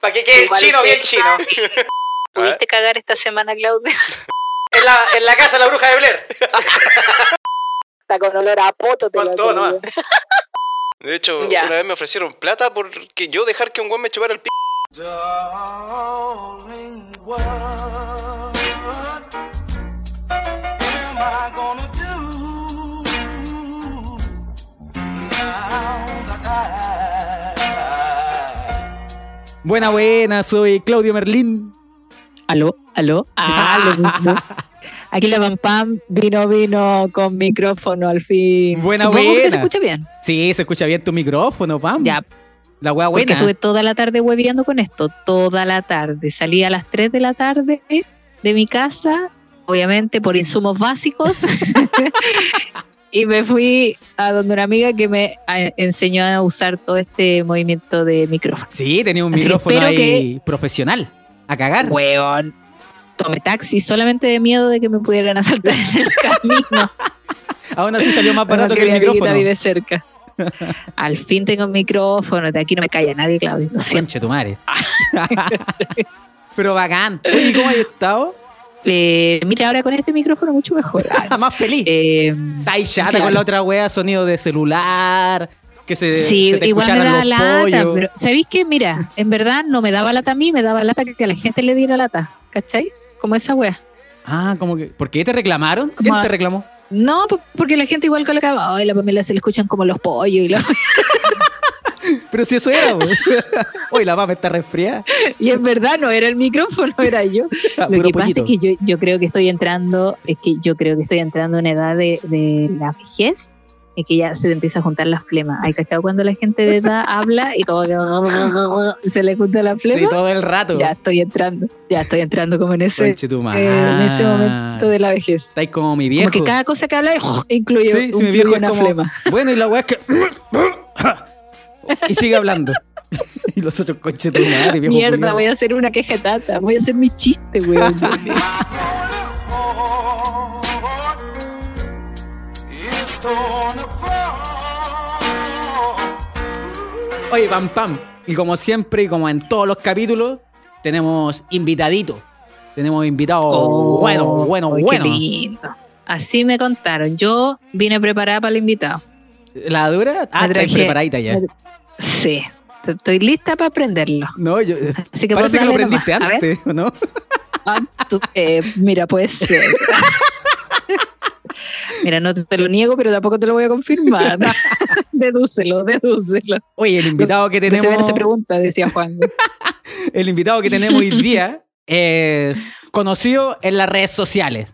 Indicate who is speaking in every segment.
Speaker 1: Para que quede el
Speaker 2: Igual sí,
Speaker 1: chino
Speaker 2: Ah,
Speaker 1: bien chino.
Speaker 2: sí. ¿Pudiste cagar esta semana, Claudia?
Speaker 1: En la, en la casa de la bruja de Blair.
Speaker 2: Está con olor a poto, te
Speaker 1: Con
Speaker 2: lo
Speaker 1: todo
Speaker 2: digo.
Speaker 1: nomás.
Speaker 3: De hecho,
Speaker 2: Ya.
Speaker 3: una vez me ofrecieron plata porque yo dejar que un weón me chupara el p.
Speaker 4: Darling, what am I gonna do now that I
Speaker 5: Buena, buena, soy Claudio Merlín.
Speaker 6: Aló, aló. Ah, lo mismo. Aquí la Pam Pam vino, vino con micrófono al fin.
Speaker 5: Buena,
Speaker 6: Supongo
Speaker 5: buena.
Speaker 6: que se escucha bien.
Speaker 5: Sí, se escucha bien tu micrófono, Pam.
Speaker 6: Ya,
Speaker 5: La wea
Speaker 6: porque
Speaker 5: buena.
Speaker 6: estuve toda la tarde hueviando con esto, toda la tarde. Salí a las 3 de la tarde de mi casa, obviamente por insumos básicos. y me fui a donde una amiga que me eh, enseñó a usar todo este movimiento de micrófono.
Speaker 5: Sí, tenía un
Speaker 6: Así que
Speaker 5: micrófono
Speaker 6: espero
Speaker 5: ahí profesional. A cagar.
Speaker 6: Weón. Tomé taxi solamente de miedo de que me pudieran asaltar en el camino.
Speaker 5: Aún así salió más
Speaker 6: Bueno,
Speaker 5: barato que
Speaker 6: mi
Speaker 5: el
Speaker 6: amiguita
Speaker 5: micrófono.
Speaker 6: vive cerca. Al fin tengo un micrófono. De aquí no me calla nadie, Claudio. Lo siento.
Speaker 5: Conche tu madre.
Speaker 6: Ah.
Speaker 5: Pero bacán. Oye, ¿Y cómo has estado?
Speaker 6: Eh, mira, ahora con este micrófono mucho mejor. Ah,
Speaker 5: más feliz.
Speaker 6: eh,
Speaker 5: Estáis chata
Speaker 6: claro.
Speaker 5: con la otra wea, sonido de celular. Que se,
Speaker 6: sí,
Speaker 5: Eh, se te
Speaker 6: igual me
Speaker 5: escucharan
Speaker 6: da
Speaker 5: los
Speaker 6: lata.
Speaker 5: pollos.
Speaker 6: Pero, ¿sabéis qué? Mira, en verdad no me daba lata a mí, me daba lata que a la gente le diera lata. ¿Cachai? Como esa wea.
Speaker 5: Ah, como que. ¿Por qué te reclamaron? ¿Quién
Speaker 6: Como-
Speaker 5: te reclamó?
Speaker 6: No, po- porque la gente igual colocaba, ay, la Pamela se le escuchan como los pollos. Y, lo-
Speaker 5: Pero si eso era, po. Uy, la papa está resfriada.
Speaker 6: y en verdad no era el micrófono, era yo.
Speaker 5: Ah,
Speaker 6: Lo
Speaker 5: puro
Speaker 6: que pasa
Speaker 5: pollito.
Speaker 6: es que yo, yo creo que estoy entrando, es que yo creo que estoy entrando en una edad de, de la vejez, en que ya se te empieza a juntar la flema. ¿Hay cachado cuando la gente de edad habla y como que se le junta la
Speaker 5: Sí,
Speaker 6: flema?
Speaker 5: todo el rato.
Speaker 6: ya estoy entrando, ya estoy entrando como en ese,
Speaker 5: Conche tu
Speaker 6: eh, en ese momento de la vejez.
Speaker 5: Estáis como mi
Speaker 6: Como
Speaker 5: viejo.
Speaker 6: que cada cosa que habla incluye,
Speaker 5: Sí, si mi
Speaker 6: incluye
Speaker 5: viejo es
Speaker 6: una
Speaker 5: como.
Speaker 6: flema.
Speaker 5: Bueno, y la weá es que. y sigue hablando. y los otros conche tu madre, viejo.
Speaker 6: Mierda,
Speaker 5: culiao.
Speaker 6: voy a hacer una queja tata, voy a hacer mi chiste, weón.
Speaker 4: die? It's torn apart.
Speaker 5: Oye, pam pam. Y como siempre, y como en todos los capítulos, tenemos invitaditos. Tenemos invitados
Speaker 6: Oh,
Speaker 5: bueno, bueno,
Speaker 6: ay, qué
Speaker 5: bueno.
Speaker 6: lindo. Así me contaron. Yo vine preparada para el invitado.
Speaker 5: ¿La dura? Ah,
Speaker 6: Me
Speaker 5: estáis
Speaker 6: traje-
Speaker 5: preparadita ya.
Speaker 6: me- Sí, t- estoy lista para aprenderlo.
Speaker 5: No, yo.
Speaker 6: Así que
Speaker 5: parece
Speaker 6: vos
Speaker 5: que lo
Speaker 6: dale nomás.
Speaker 5: aprendiste
Speaker 6: A ver.
Speaker 5: antes, ¿o no?
Speaker 6: Ah, tú- eh, mira, pues. ser. mira, no te lo niego, pero tampoco te lo voy a confirmar. dedúcelo, dedúcelo.
Speaker 5: Oye, el invitado que
Speaker 6: No se
Speaker 5: tenemos.
Speaker 6: esa pregunta, decía Juan.
Speaker 5: El invitado que tenemos hoy día es conocido en las redes sociales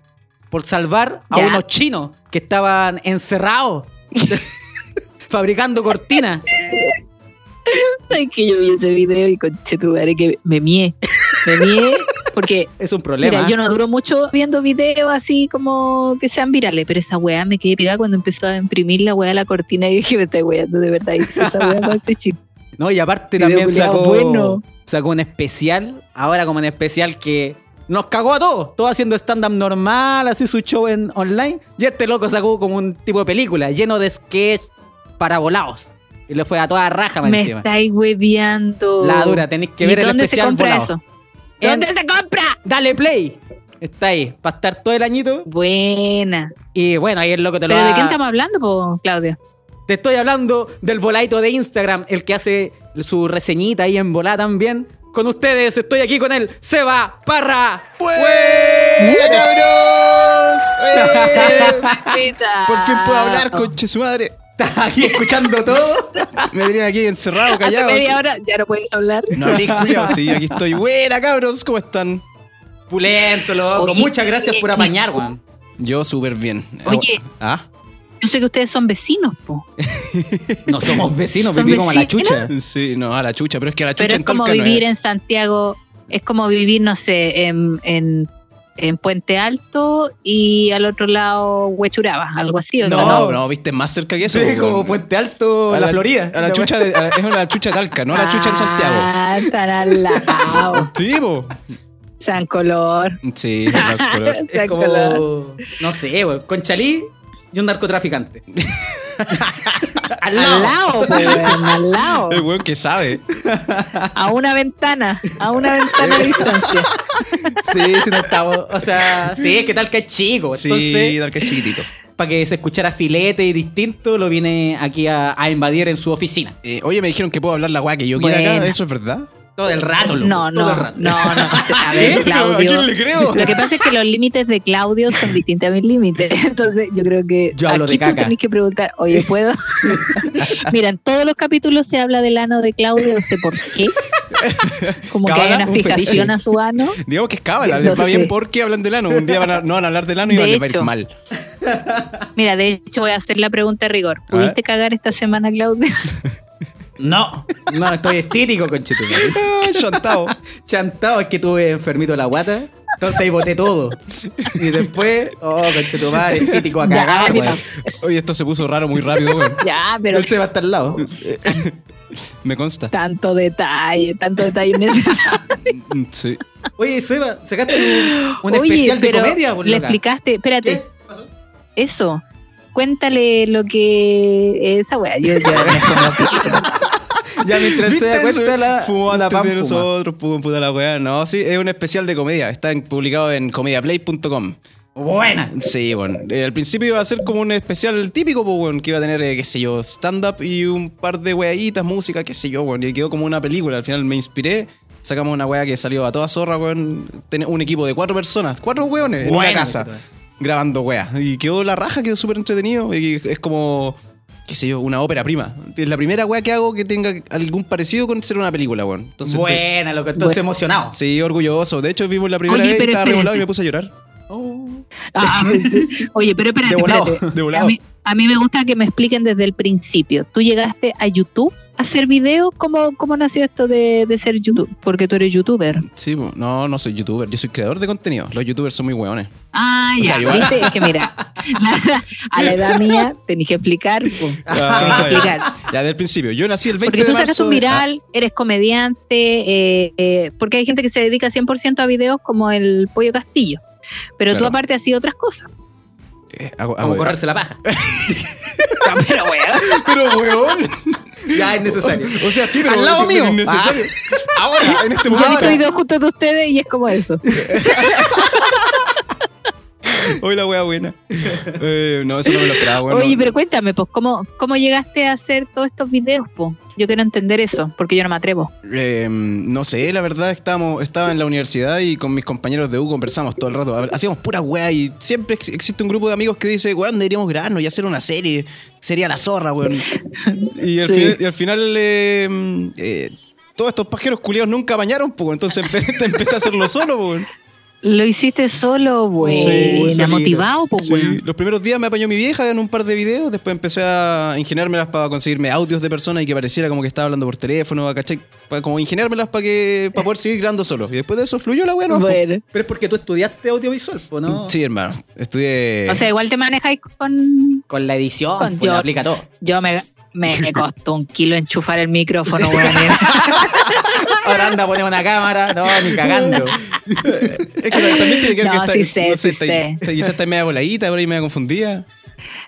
Speaker 5: por salvar a
Speaker 6: Ya.
Speaker 5: unos chinos que estaban encerrados fabricando cortinas.
Speaker 6: Ay, que yo vi ese video y conchetumare que me mié. Me mié porque
Speaker 5: Es un problema.
Speaker 6: Mira, yo no duro mucho viendo videos así como que sean virales, pero esa weá me quedé pegada cuando empezó a imprimir la weá la cortina y dije, me está weando, de verdad hice esa weá con este chip.
Speaker 5: No, y aparte
Speaker 6: Video
Speaker 5: también
Speaker 6: culiao
Speaker 5: sacó,
Speaker 6: bueno.
Speaker 5: sacó un especial, ahora como un especial que nos cagó a todos, todos haciendo stand-up normal, así su show en online, y este loco sacó como un tipo de película, lleno de sketch parabolados, y le fue a toda raja más
Speaker 6: Me
Speaker 5: encima.
Speaker 6: estáis hueveando.
Speaker 5: La dura, tenéis que
Speaker 6: ¿Y
Speaker 5: ver el
Speaker 6: dónde se
Speaker 5: especial
Speaker 6: compra
Speaker 5: volado.
Speaker 6: eso?
Speaker 5: En-
Speaker 6: ¿Dónde se compra?
Speaker 5: Dale play, está ahí, para estar todo el añito,
Speaker 6: Buena.
Speaker 5: y bueno, ahí el loco te lo
Speaker 6: ¿Pero de
Speaker 5: da-
Speaker 6: quién estamos hablando, po, Claudio?
Speaker 5: Te estoy hablando del voladito de Instagram, el que hace su reseñita ahí en volá también. Con ustedes, estoy aquí con él, Seba Parra.
Speaker 1: Pues,
Speaker 3: ¡Buena, cabros! ¡Eh! Por fin
Speaker 6: Ah.
Speaker 3: puedo hablar,
Speaker 6: con
Speaker 3: conche su madre.
Speaker 5: Estás aquí escuchando todo.
Speaker 3: Me tenían aquí encerrado,
Speaker 6: Hace
Speaker 3: callado.
Speaker 6: media hora ya no puedes hablar.
Speaker 3: No hablé, culiao, sí, aquí estoy. Buena, cabros, ¿cómo están?
Speaker 5: Pulento, loco.
Speaker 6: Oye,
Speaker 5: Muchas gracias por apañar, Juan.
Speaker 3: Yo súper bien.
Speaker 6: Oye.
Speaker 3: ¿Ah?
Speaker 6: Yo sé que ustedes son vecinos, po.
Speaker 5: No somos vecinos,
Speaker 6: ¿Son
Speaker 5: vivimos a la
Speaker 6: vecinos?
Speaker 5: chucha.
Speaker 3: Sí, no, a la chucha, pero es que a la chucha
Speaker 6: Pero es
Speaker 3: en
Speaker 6: como
Speaker 3: Talca no
Speaker 6: vivir en Santiago, es como vivir, no sé, en, en, en Puente Alto y al otro lado Huechuraba, algo así. ¿o
Speaker 3: No,
Speaker 6: no?
Speaker 3: no, viste, más cerca que eso.
Speaker 5: Sí,
Speaker 3: weón.
Speaker 5: como Puente Alto,
Speaker 3: A
Speaker 5: la, Florida.
Speaker 3: A la chucha de- a la- es una chucha de Talca, no a la chucha en Santiago.
Speaker 6: Ah, están al lado.
Speaker 3: Sí, po.
Speaker 6: San Color.
Speaker 3: Sí, no, color.
Speaker 6: San
Speaker 5: Es como,
Speaker 6: Color.
Speaker 5: no sé, weón. Conchalí y un narcotraficante.
Speaker 6: Al
Speaker 5: Al lado.
Speaker 6: lado, po, weón, al lado.
Speaker 1: El weón que sabe.
Speaker 6: A una ventana, a una ventana de distancia.
Speaker 5: Sí, sí, no estamos. O sea, sí, que tal que es chico.
Speaker 1: sí,
Speaker 5: Entonces,
Speaker 1: tal que es chiquitito.
Speaker 5: para que se escuchara filete y distinto, lo viene aquí a, a invadir en su oficina.
Speaker 1: Eh, oye, me dijeron que puedo hablar la weá que yo quiera
Speaker 6: Buena.
Speaker 1: acá. ¿Eso es verdad?
Speaker 5: Todo el rato, loco,
Speaker 6: No,
Speaker 5: todo
Speaker 6: no, no,
Speaker 5: el rato. ¿Eh?
Speaker 6: no. A ver,
Speaker 1: Pero, ¿A
Speaker 6: Claudio.
Speaker 1: quién le creo?
Speaker 6: Lo que pasa es que los límites de Claudio son distintos a mis límites. Entonces, yo creo que
Speaker 5: Yo hablo
Speaker 6: aquí
Speaker 5: de
Speaker 6: tú
Speaker 5: caca.
Speaker 6: tenés que preguntar, oye, ¿puedo? Mira, en todos los capítulos se habla del ano de Claudio, no sé por qué. Como que hay
Speaker 1: Cábala,
Speaker 6: una
Speaker 1: un
Speaker 6: fijación
Speaker 1: fetiche.
Speaker 6: a su ano.
Speaker 1: Digamos que es cábala.
Speaker 6: No
Speaker 1: Les va
Speaker 6: sé.
Speaker 1: bien porque hablan del ano. Un día van a- no van a hablar del ano y
Speaker 6: De
Speaker 1: van a ir
Speaker 6: hecho.
Speaker 1: mal.
Speaker 6: Mira, de hecho voy a hacer la pregunta de rigor. ¿Pudiste cagar esta semana, Claudio?
Speaker 5: No, no, estoy estítico, conchetumare.
Speaker 1: Ah, chantao.
Speaker 5: Chantado, es que tuve enfermito la guata. Entonces ahí boté todo. Y después, oh, conchetumare, estítico a
Speaker 6: Ya,
Speaker 5: cagar,
Speaker 6: ya.
Speaker 5: weón.
Speaker 1: Oye, esto se puso raro muy rápido, weón.
Speaker 6: Ya, pero
Speaker 5: Él se va hasta el lado.
Speaker 1: Me consta.
Speaker 6: tanto detalle, tanto detalle innecesario.
Speaker 1: Mm, Sí.
Speaker 5: Oye, Seba, sacaste un, un
Speaker 6: Oye,
Speaker 5: especial de
Speaker 6: pero
Speaker 5: comedia, por
Speaker 6: Le
Speaker 5: loca.
Speaker 6: explicaste, espérate,
Speaker 5: ¿Qué?
Speaker 6: eso. Cuéntale lo que esa wea. Yo, yo
Speaker 5: Ya mientras se da
Speaker 1: ¿Viste eso?
Speaker 5: cuenta la,
Speaker 1: Fumó
Speaker 5: la
Speaker 1: antes
Speaker 5: Pam
Speaker 1: de
Speaker 5: fuma.
Speaker 1: nosotros, pudo puta la weá. No, sí, es un especial de comedia. Está en- publicado en comediaplay.com.
Speaker 5: Buena.
Speaker 1: Sí, bueno. eh, al principio iba a ser como un especial típico, pues, bueno, que iba a tener, eh, qué sé yo, stand-up y un par de weaditas, música, qué sé yo, bueno. Y quedó como una película. Al final me inspiré. Sacamos una wea que salió a toda zorra, weón. Ten- Un equipo de cuatro personas, cuatro weones en una
Speaker 5: Buena,
Speaker 1: casa.
Speaker 5: conchetumare.
Speaker 1: Grabando wea. Y quedó la raja, quedó súper entretenido. Y es como, qué sé yo, una ópera prima. Es la primera wea que hago que tenga algún parecido con ser una película, weón. Entonces, estoy-
Speaker 5: Buena, loco. Entonces
Speaker 6: Bueno.
Speaker 5: emocionado.
Speaker 1: sí, orgulloso. De hecho, vimos la primera
Speaker 6: Oye,
Speaker 1: vez y
Speaker 6: pero
Speaker 1: estaba regulado y
Speaker 6: espérense.
Speaker 1: me puse a llorar.
Speaker 6: Ah, oye, pero espérate,
Speaker 5: De volado,
Speaker 6: espérate.
Speaker 1: de volado.
Speaker 6: A, mí, a mí me gusta que me expliquen desde el principio. ¿Tú llegaste a YouTube a hacer videos? ¿Cómo, cómo nació esto de, de ser YouTube? Porque tú eres youtuber.
Speaker 1: Sí, po. no, no soy youtuber, yo soy creador de contenido. Los youtubers son muy hueones.
Speaker 6: Ah,
Speaker 1: O
Speaker 6: ya,
Speaker 1: sea, igual.
Speaker 6: viste, es que mira, la- a la edad mía tenés que explicar, po. tenés
Speaker 5: Ah,
Speaker 6: que explicar.
Speaker 1: ya del principio, yo nací el 20
Speaker 6: Porque
Speaker 1: de
Speaker 6: tú
Speaker 1: marzo.
Speaker 6: sacas un
Speaker 1: de- ah.
Speaker 6: viral, eres comediante, eh, eh, porque hay gente que se dedica 100% a videos como el Pollo Castillo. Pero tú
Speaker 1: Claro.
Speaker 6: aparte has sido otras cosas.
Speaker 1: Ah, eh, hago-
Speaker 5: Como
Speaker 1: hago-
Speaker 5: correrse la paja.
Speaker 1: Ah,
Speaker 6: Pero weón.
Speaker 1: Pero hueón.
Speaker 5: Ya es necesario.
Speaker 1: O sea, sí, pero
Speaker 5: Al lado
Speaker 1: pero
Speaker 5: mío. Ah.
Speaker 1: innecesario. Ahora, en este
Speaker 6: Yo he
Speaker 1: momento.
Speaker 6: visto videos justo de ustedes y es como eso.
Speaker 1: Hoy la wea buena. Eh, no, eso no me lo esperaba, weón.
Speaker 6: Oye,
Speaker 1: no.
Speaker 6: pero cuéntame, pues, ¿cómo, ¿cómo llegaste a hacer todos estos videos, po? Yo quiero entender eso, porque yo no me atrevo.
Speaker 1: Eh, no sé, la verdad, estábamos, estaba en la universidad y con mis compañeros de U conversamos todo el rato. A ver, Hacíamos pura weá y siempre ex- existe un grupo de amigos que dice, weón, deberíamos grabarnos y hacer una serie. Sería la zorra, weón. Y al,
Speaker 6: Sí.
Speaker 1: final- y al final, eh, eh, todos estos pajeros culiados nunca bañaron, pues. Entonces empe- empecé a hacerlo solo, pues.
Speaker 6: Lo hiciste solo,
Speaker 1: Sí,
Speaker 6: güey.
Speaker 5: solito.
Speaker 6: motivado, pues,
Speaker 1: Sí,
Speaker 6: güey.
Speaker 1: Los primeros días me apañó mi vieja en un par de videos, después empecé a ingeniármelas para conseguirme audios de personas y que pareciera como que estaba hablando por teléfono, ¿cachai? Pa- como ingeniármelas para que para poder seguir grabando solo. Y después de eso fluyó la buena.
Speaker 6: Bueno.
Speaker 5: Pero es porque tú estudiaste audiovisual, po, ¿no?
Speaker 1: Sí, hermano. Estudié.
Speaker 6: O sea, igual te manejáis con.
Speaker 5: Con la edición,
Speaker 6: Con
Speaker 5: pues, le
Speaker 6: yo-
Speaker 5: aplica todo.
Speaker 6: Yo me, me, me costó un kilo enchufar el micrófono, güey.
Speaker 5: Ahora anda a poner una cámara. No, ni cagando.
Speaker 1: es que también tiene que ver
Speaker 6: No,
Speaker 1: que está,
Speaker 6: sí sé, sí
Speaker 1: está-
Speaker 6: sé.
Speaker 1: está- quizás está media voladita, por ahí media confundida.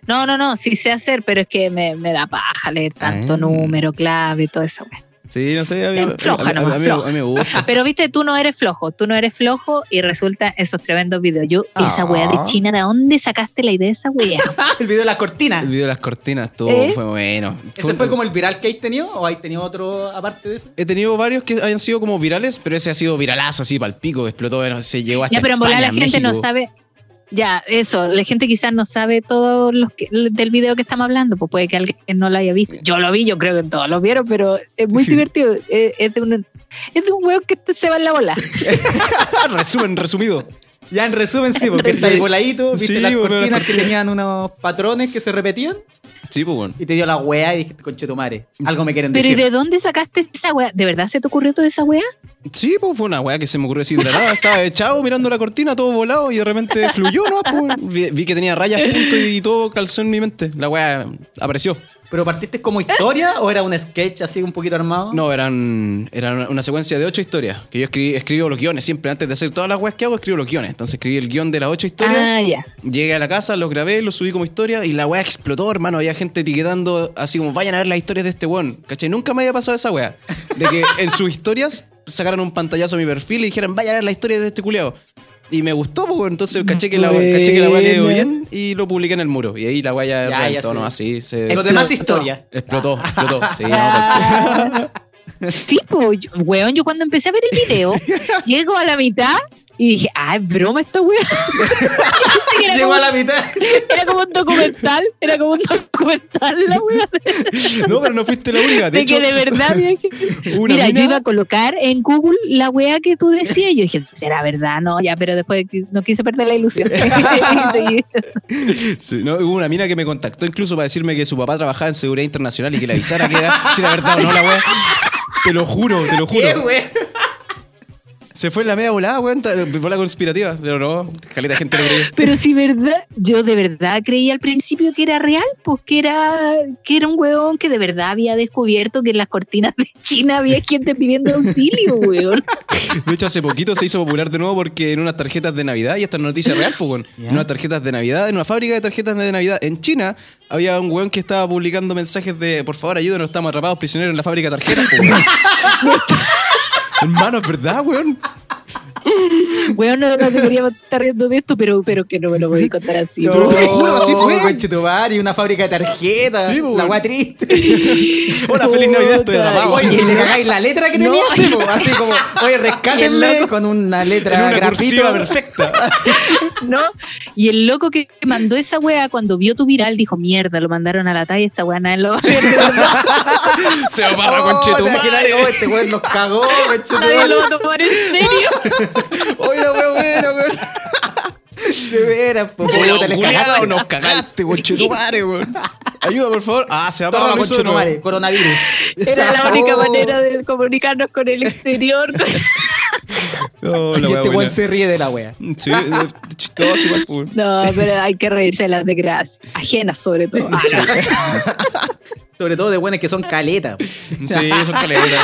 Speaker 6: No, no, no, sí sé hacer, pero es que me, me da paja leer tanto
Speaker 1: Ah.
Speaker 6: número, clave, todo eso, güey.
Speaker 1: Sí, no sé. A mí,
Speaker 6: Eh, floja
Speaker 1: a mí- a mí-
Speaker 6: nomás,
Speaker 1: a mí-
Speaker 6: floja.
Speaker 1: a mí me gusta.
Speaker 6: Pero viste, tú no eres flojo, tú no eres flojo y resulta esos tremendos videos. Yo,
Speaker 1: Ah.
Speaker 6: esa weá de China, ¿de dónde sacaste la idea de esa weá?
Speaker 5: Ah, El video de las cortinas.
Speaker 1: El video de las cortinas estuvo,
Speaker 6: ¿Eh?
Speaker 1: fue bueno.
Speaker 5: ¿Ese fue como el viral que hay tenido? ¿O hay tenido otro aparte de eso?
Speaker 1: He tenido varios que hayan sido como virales, pero ese ha sido viralazo, así, palpico, explotó, no sé, llegó hasta
Speaker 6: Ya, pero en volar la
Speaker 1: España,
Speaker 6: gente no
Speaker 1: México.
Speaker 6: sabe. Ya, eso, la gente quizás no sabe todo los que- del video que estamos hablando, pues puede que alguien no lo haya visto. Yo lo vi, yo creo que todos lo vieron, pero es muy
Speaker 1: Sí.
Speaker 6: divertido. Es, es de un, es de un weón que se va en la bola.
Speaker 1: Ah, resumen, resumido.
Speaker 5: Ya en resumen, sí, porque está ahí voladito, viste
Speaker 1: Sí,
Speaker 5: las
Speaker 1: bo, pero las
Speaker 5: cortinas que tenían unos patrones que se repetían
Speaker 1: Sí, pues bueno.
Speaker 5: y te dio la weá y dijiste, conchetumare, algo me quieren
Speaker 6: Pero ¿y
Speaker 5: decir.
Speaker 6: de dónde sacaste esa weá? ¿De verdad se te ocurrió toda esa weá?
Speaker 1: Sí, pues fue una weá que se me ocurrió así de la nada. Estaba echado mirando la cortina, todo volado y de repente fluyó, ¿no? Pues, vi, vi que tenía rayas, punto y todo calzó en mi mente. La weá apareció.
Speaker 5: ¿Pero partiste como historia o era un sketch así un poquito armado?
Speaker 1: No, eran, eran una secuencia de ocho historias. Que yo escribí, escribo los guiones siempre. Antes de hacer todas las weas que hago, escribo los guiones. Entonces escribí el guión de las ocho historias.
Speaker 6: Ah, ya.
Speaker 1: Llegué a la casa, los grabé, los subí como historia y la wea explotó, hermano. Había gente etiquetando así como, vayan a ver las historias de este weón. ¿Cachai? Nunca me había pasado esa wea. De que en sus historias sacaran un pantallazo a mi perfil y dijeran, vayan a ver las historias de este culeado. Y me gustó, pues, weón.
Speaker 6: Mm,
Speaker 1: entonces caché que la, caché que la wea le dio bien y lo publiqué en el muro. Y ahí la wea ya,
Speaker 5: Ya,
Speaker 1: era en
Speaker 5: ya
Speaker 1: tono
Speaker 5: sé.
Speaker 1: así. Se...
Speaker 5: Lo demás
Speaker 6: Explotó.
Speaker 5: historia.
Speaker 1: Explotó, explotó. Sí, no, Ah.
Speaker 6: Sí, pues, yo- weón, yo cuando empecé a ver el video, llego a la mitad y dije, ah, es broma esta weón. era,
Speaker 5: Llegó
Speaker 6: como,
Speaker 5: a la mitad.
Speaker 6: era como un documental, era como un documental la weón.
Speaker 1: No, pero no fuiste la única. De,
Speaker 6: De
Speaker 1: hecho,
Speaker 6: que de verdad, mira, que-
Speaker 1: una
Speaker 6: mira,
Speaker 1: mina-
Speaker 6: yo iba a colocar en Google la wea que tú decías. Yo dije, será verdad, no, ya, pero después qui- no quise perder la ilusión. Y seguí.
Speaker 1: sí, no, hubo una mina que me contactó incluso para decirme que su papá trabajaba en seguridad internacional y que le avisara que era, si era verdad o no la wea. Te lo juro, te lo
Speaker 5: ¿Qué,
Speaker 1: juro.
Speaker 5: güey?
Speaker 1: Se fue en la media volada, weón, ta- volada conspirativa. Pero no, caleta gente lo creyó.
Speaker 6: pero si verdad, yo de verdad creí al principio que era real, pues que era, que era un weón que de verdad había descubierto que en las cortinas de China había gente pidiendo auxilio, weón.
Speaker 1: De hecho, hace poquito se hizo popular de nuevo porque en unas tarjetas de Navidad, y esta es noticia real, pues, weón,
Speaker 5: Ya.
Speaker 1: en unas tarjetas de Navidad, en una fábrica de tarjetas de Navidad en China, había un weón que estaba publicando mensajes de por favor ayúdenos, estamos atrapados prisioneros en la fábrica de tarjetas, pues, weón. Hermano, es verdad, weón.
Speaker 6: Weón, no, no debería estar riendo de esto, pero, pero que no me lo voy a contar así.
Speaker 1: No.
Speaker 6: porque-
Speaker 1: te lo juro, así fue.
Speaker 5: Conchetumare, y una fábrica de tarjetas.
Speaker 1: Sí, pues,
Speaker 5: la
Speaker 1: güey.
Speaker 5: weá triste.
Speaker 1: Hola, feliz Navidad, estoy
Speaker 6: Puta,
Speaker 1: atrapado. pues,
Speaker 5: Oye, y le cagáis la letra que
Speaker 6: No.
Speaker 5: tenía así, po, así como, oye, rescátenme con una letra
Speaker 1: en una
Speaker 5: grafito.
Speaker 1: cursiva perfecta.
Speaker 6: ¿no? Y el loco que mandó esa wea cuando vio tu viral dijo, mierda, lo mandaron a la talla, esta wea nadie lo va a ver,
Speaker 1: Se va para
Speaker 5: Oh, te imaginas,
Speaker 1: conchetumare.
Speaker 5: oh, este weón nos cagó,
Speaker 6: nadie
Speaker 5: conchetumare.
Speaker 6: lo va a tomar en serio.
Speaker 1: Oye, weón, weón, weón.
Speaker 5: De veras, po, puta, les
Speaker 1: Culeado,
Speaker 5: cagaron.
Speaker 1: nos cagaste, conchetumare, weón. Ayuda, por favor. Ah, se va
Speaker 5: Toma,
Speaker 1: para conchetumare.
Speaker 5: conchetumare, coronavirus.
Speaker 6: Era la única
Speaker 5: Oh.
Speaker 6: manera de comunicarnos con el exterior.
Speaker 1: No, la
Speaker 5: Y este
Speaker 1: wea
Speaker 5: weón
Speaker 1: buena.
Speaker 5: se ríe de la wea.
Speaker 1: Sí, eh, chistoso igual, pues.
Speaker 6: No, pero hay que reírse de las desgracias, ajenas sobre todo. Ah, no.
Speaker 5: Sobre todo de weones que son caletas.
Speaker 1: Sí, eso es caleta.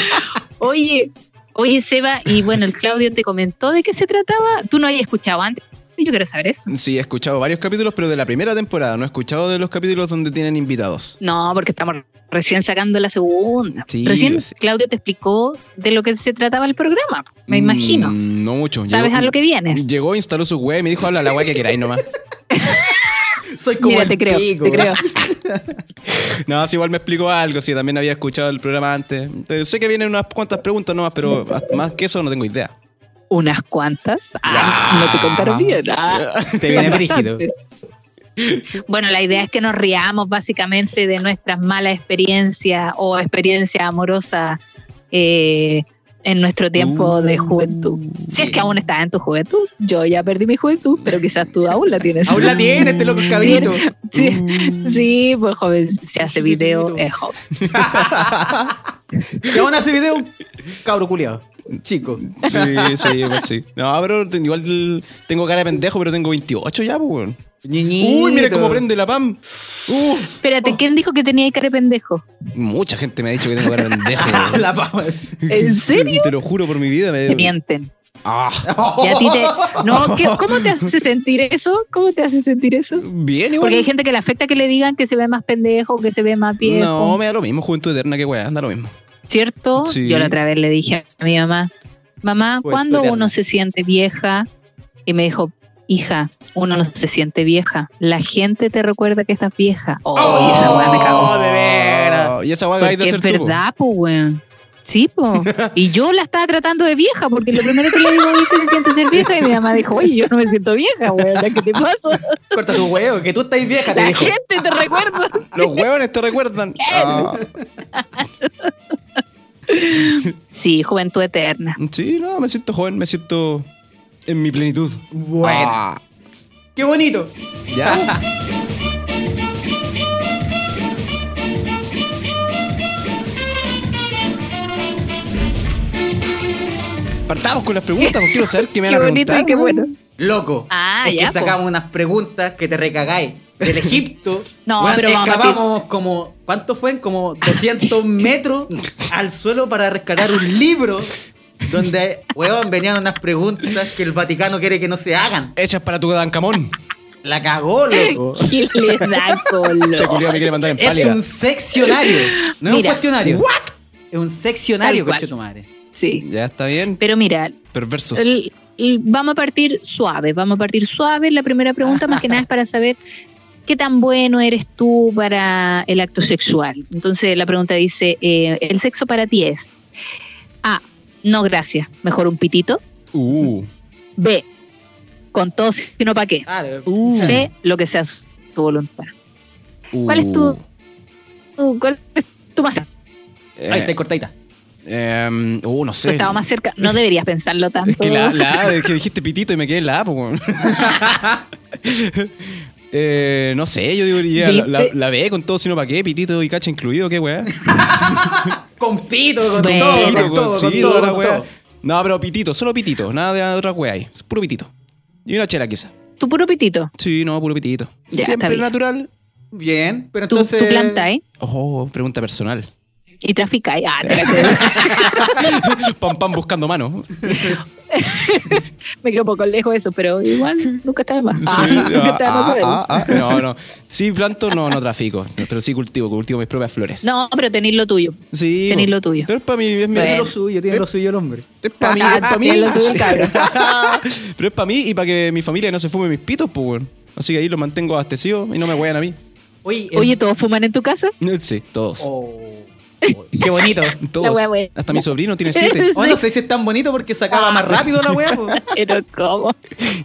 Speaker 6: Oye, oye Seba, y bueno, el Claudio te comentó de qué se trataba, tú no habías escuchado antes, yo quiero saber eso.
Speaker 1: Sí, he escuchado varios capítulos, pero de la primera temporada. No he escuchado de los capítulos donde tienen invitados.
Speaker 6: No, porque estamos recién sacando la segunda.
Speaker 1: Sí,
Speaker 6: recién
Speaker 1: sí.
Speaker 6: Claudio te explicó de lo que se trataba el programa, me
Speaker 1: Mm,
Speaker 6: imagino.
Speaker 1: No mucho.
Speaker 6: ¿Sabes
Speaker 1: Llegó-
Speaker 6: a lo que vienes?
Speaker 1: Llegó, instaló su web y me dijo, habla la wea que queráis nomás.
Speaker 5: Soy como
Speaker 6: Mira,
Speaker 5: el
Speaker 6: te creo,
Speaker 5: pico.
Speaker 6: te creo.
Speaker 1: No, si igual me explicó algo, si también había escuchado el programa antes. Entonces, sé que vienen unas cuantas preguntas nomás, pero hasta más que eso no tengo idea.
Speaker 6: Unas cuantas. Ah, no te contaron bien. Ah,
Speaker 5: Te viene brígido.
Speaker 6: bastante. Bueno, la idea es que nos riamos básicamente de nuestras malas experiencias o experiencias amorosas eh, en nuestro tiempo de juventud. Si es que aún estás en tu juventud, yo ya perdí mi juventud, pero quizás tú aún la tienes.
Speaker 5: Aún la tiene este loco cabrito.
Speaker 6: Sí, sí, pues joven, se hace video, es joven.
Speaker 5: Que aún hace video, cabro culiado. Chico.
Speaker 1: Sí, sí, igual sí. No, pero te- igual el- tengo cara de pendejo, pero tengo 28 ya, pues, weón. Uy, mira cómo prende la PAM. Uh,
Speaker 6: Espérate, ¿quién dijo que tenía cara de pendejo?
Speaker 1: mucha gente me ha dicho que tengo cara de pendejo. weón.
Speaker 5: La pava.
Speaker 6: ¿En serio?
Speaker 1: Te lo juro por mi vida. Me...
Speaker 6: Te mienten.
Speaker 1: Ah,
Speaker 6: Y a ti te. No, ¿qué- ¿cómo te hace sentir eso? ¿Cómo te hace sentir eso?
Speaker 1: bien, igual.
Speaker 6: Porque hay gente que le afecta que le digan que se ve más pendejo, que se ve más viejo.
Speaker 1: No, me da lo mismo, Juventud Eterna, que weá, anda lo mismo.
Speaker 6: ¿Cierto?
Speaker 1: Sí.
Speaker 6: Yo la otra vez le dije a mi mamá, mamá,
Speaker 5: Pues,
Speaker 6: ¿cuándo
Speaker 5: eterna.
Speaker 6: uno se siente vieja? Y me dijo, hija, uno no se siente vieja. La gente te recuerda que estás vieja. Oh, y esa weá me cagó.
Speaker 5: Oh, de veras.
Speaker 1: Y esa weá que hay de
Speaker 6: Porque
Speaker 1: hacer
Speaker 6: es
Speaker 1: tú, po.
Speaker 6: verdad, pues, weón. Sí, po. Y yo la estaba tratando de vieja, porque lo primero que le digo es que se siente ser vieja. Y mi mamá dijo, oye, yo no me siento vieja, weón. ¿Qué te pasa?
Speaker 5: Corta tu huevo, que tú estás vieja, te
Speaker 6: La
Speaker 5: dijo.
Speaker 6: gente te recuerda.
Speaker 1: Los huevones te recuerdan. Ah,
Speaker 6: Sí, juventud eterna.
Speaker 1: sí, no, me siento joven, me siento en mi plenitud.
Speaker 5: Bueno.
Speaker 1: Ah,
Speaker 5: Qué bonito.
Speaker 1: ya. Partamos con las preguntas, porque quiero saber qué me van
Speaker 6: Qué
Speaker 1: a
Speaker 6: bonito
Speaker 1: preguntar.
Speaker 6: y qué
Speaker 1: weón.
Speaker 6: bueno.
Speaker 5: Loco.
Speaker 6: Ah, Ah,
Speaker 5: es
Speaker 6: ya,
Speaker 5: que
Speaker 6: po.
Speaker 5: sacamos unas preguntas que te recagáis. Del Egipto.
Speaker 6: No,
Speaker 5: weón,
Speaker 6: pero vamos a
Speaker 5: Excavamos como. ¿Cuánto fue? Como 200 metros al suelo para rescatar un libro. Donde, weón, venían unas preguntas que el Vaticano quiere que no se hagan.
Speaker 1: Hechas para tu Dancamón.
Speaker 5: La cagó, loco.
Speaker 6: ¿Qué le da
Speaker 1: Este
Speaker 6: color?
Speaker 1: culiao Oh. me quiere mandar en
Speaker 5: Es
Speaker 1: pálida.
Speaker 5: un seccionario. No es un
Speaker 6: Mira.
Speaker 5: cuestionario. Es un seccionario,
Speaker 6: Tal cual.
Speaker 5: coche tu madre.
Speaker 6: Sí.
Speaker 1: Ya está bien.
Speaker 6: Pero mira,
Speaker 1: Perversos.
Speaker 6: el- el- vamos a partir suave, vamos a partir suave. La primera pregunta más que nada es para saber qué tan bueno eres tú para el acto sexual. Entonces la pregunta dice, eh, ¿el sexo para ti es? A, no gracias, mejor un pitito.
Speaker 1: Uh.
Speaker 6: B, con todo, sino para qué.
Speaker 5: Claro.
Speaker 1: Uh.
Speaker 6: C, lo que sea su- tu voluntad. ¿Cuál es
Speaker 1: Uh.
Speaker 6: tu- Tú, ¿Cuál es tu más,
Speaker 1: Eh,
Speaker 5: Ahí está cortadita.
Speaker 1: em, uh, no
Speaker 6: tu
Speaker 1: sé.
Speaker 6: estado más cerca? No deberías pensarlo tanto.
Speaker 1: Es que la, la A, es que dijiste pitito y me quedé en la A, po, weón. Eh, no sé, yo diría la, la, la B con todo, sino para qué, pitito y cacha incluido, qué weá.
Speaker 5: Con pito, con
Speaker 6: Bueno.
Speaker 5: todo,
Speaker 1: Pitito,
Speaker 5: con todo,
Speaker 1: con-
Speaker 5: con
Speaker 1: sí,
Speaker 5: todo,
Speaker 1: toda la
Speaker 5: con
Speaker 1: weá.
Speaker 5: todo.
Speaker 1: No, pero pitito, solo pitito, nada de otra weá ahí. Es Puro pitito. Y una chela quizá.
Speaker 6: Tu puro pitito.
Speaker 1: Sí, no, puro pitito.
Speaker 6: Ya, está
Speaker 1: Siempre
Speaker 6: bien.
Speaker 1: natural.
Speaker 5: Bien, pero
Speaker 6: Tu,
Speaker 5: entonces.
Speaker 6: tu planta, ¿eh?
Speaker 1: Oh, pregunta personal.
Speaker 6: Y trafica. ahí. Ah, te la creo.
Speaker 1: Pam pam buscando mano.
Speaker 6: Me quedo un poco lejos de eso, pero igual nunca está de más.
Speaker 1: Sí,
Speaker 6: Ah, nunca
Speaker 1: ah,
Speaker 6: está de más
Speaker 1: ah,
Speaker 6: saberlo.
Speaker 1: ah, ah. No, no. Sí, planto, no, no trafico. Pero sí cultivo, cultivo mis propias flores.
Speaker 6: No, pero tenéis lo tuyo.
Speaker 1: Sí.
Speaker 6: Tenés
Speaker 1: po.
Speaker 6: lo tuyo.
Speaker 1: Pero es para mí, es mi-
Speaker 6: Bueno.
Speaker 5: suyo, tiene lo suyo el hombre.
Speaker 1: Es para mí, es para mí.
Speaker 6: Tenés lo tuyo, cabrón.
Speaker 1: Pero es para mí y para que mi familia no se fume mis pitos, pues, weón. Así que ahí los mantengo abastecidos y no me huean a mí.
Speaker 5: Oye, el-
Speaker 6: Oye, ¿todos fuman en tu casa?
Speaker 1: Sí, todos.
Speaker 5: Oh, oh, qué bonito.
Speaker 1: Todos.
Speaker 6: La wea buena.
Speaker 1: Hasta mi sobrino tiene siete.
Speaker 5: Oh, no sé si es tan bonito porque sacaba más rápido la weá. po.
Speaker 6: Ah. Pero ¿cómo?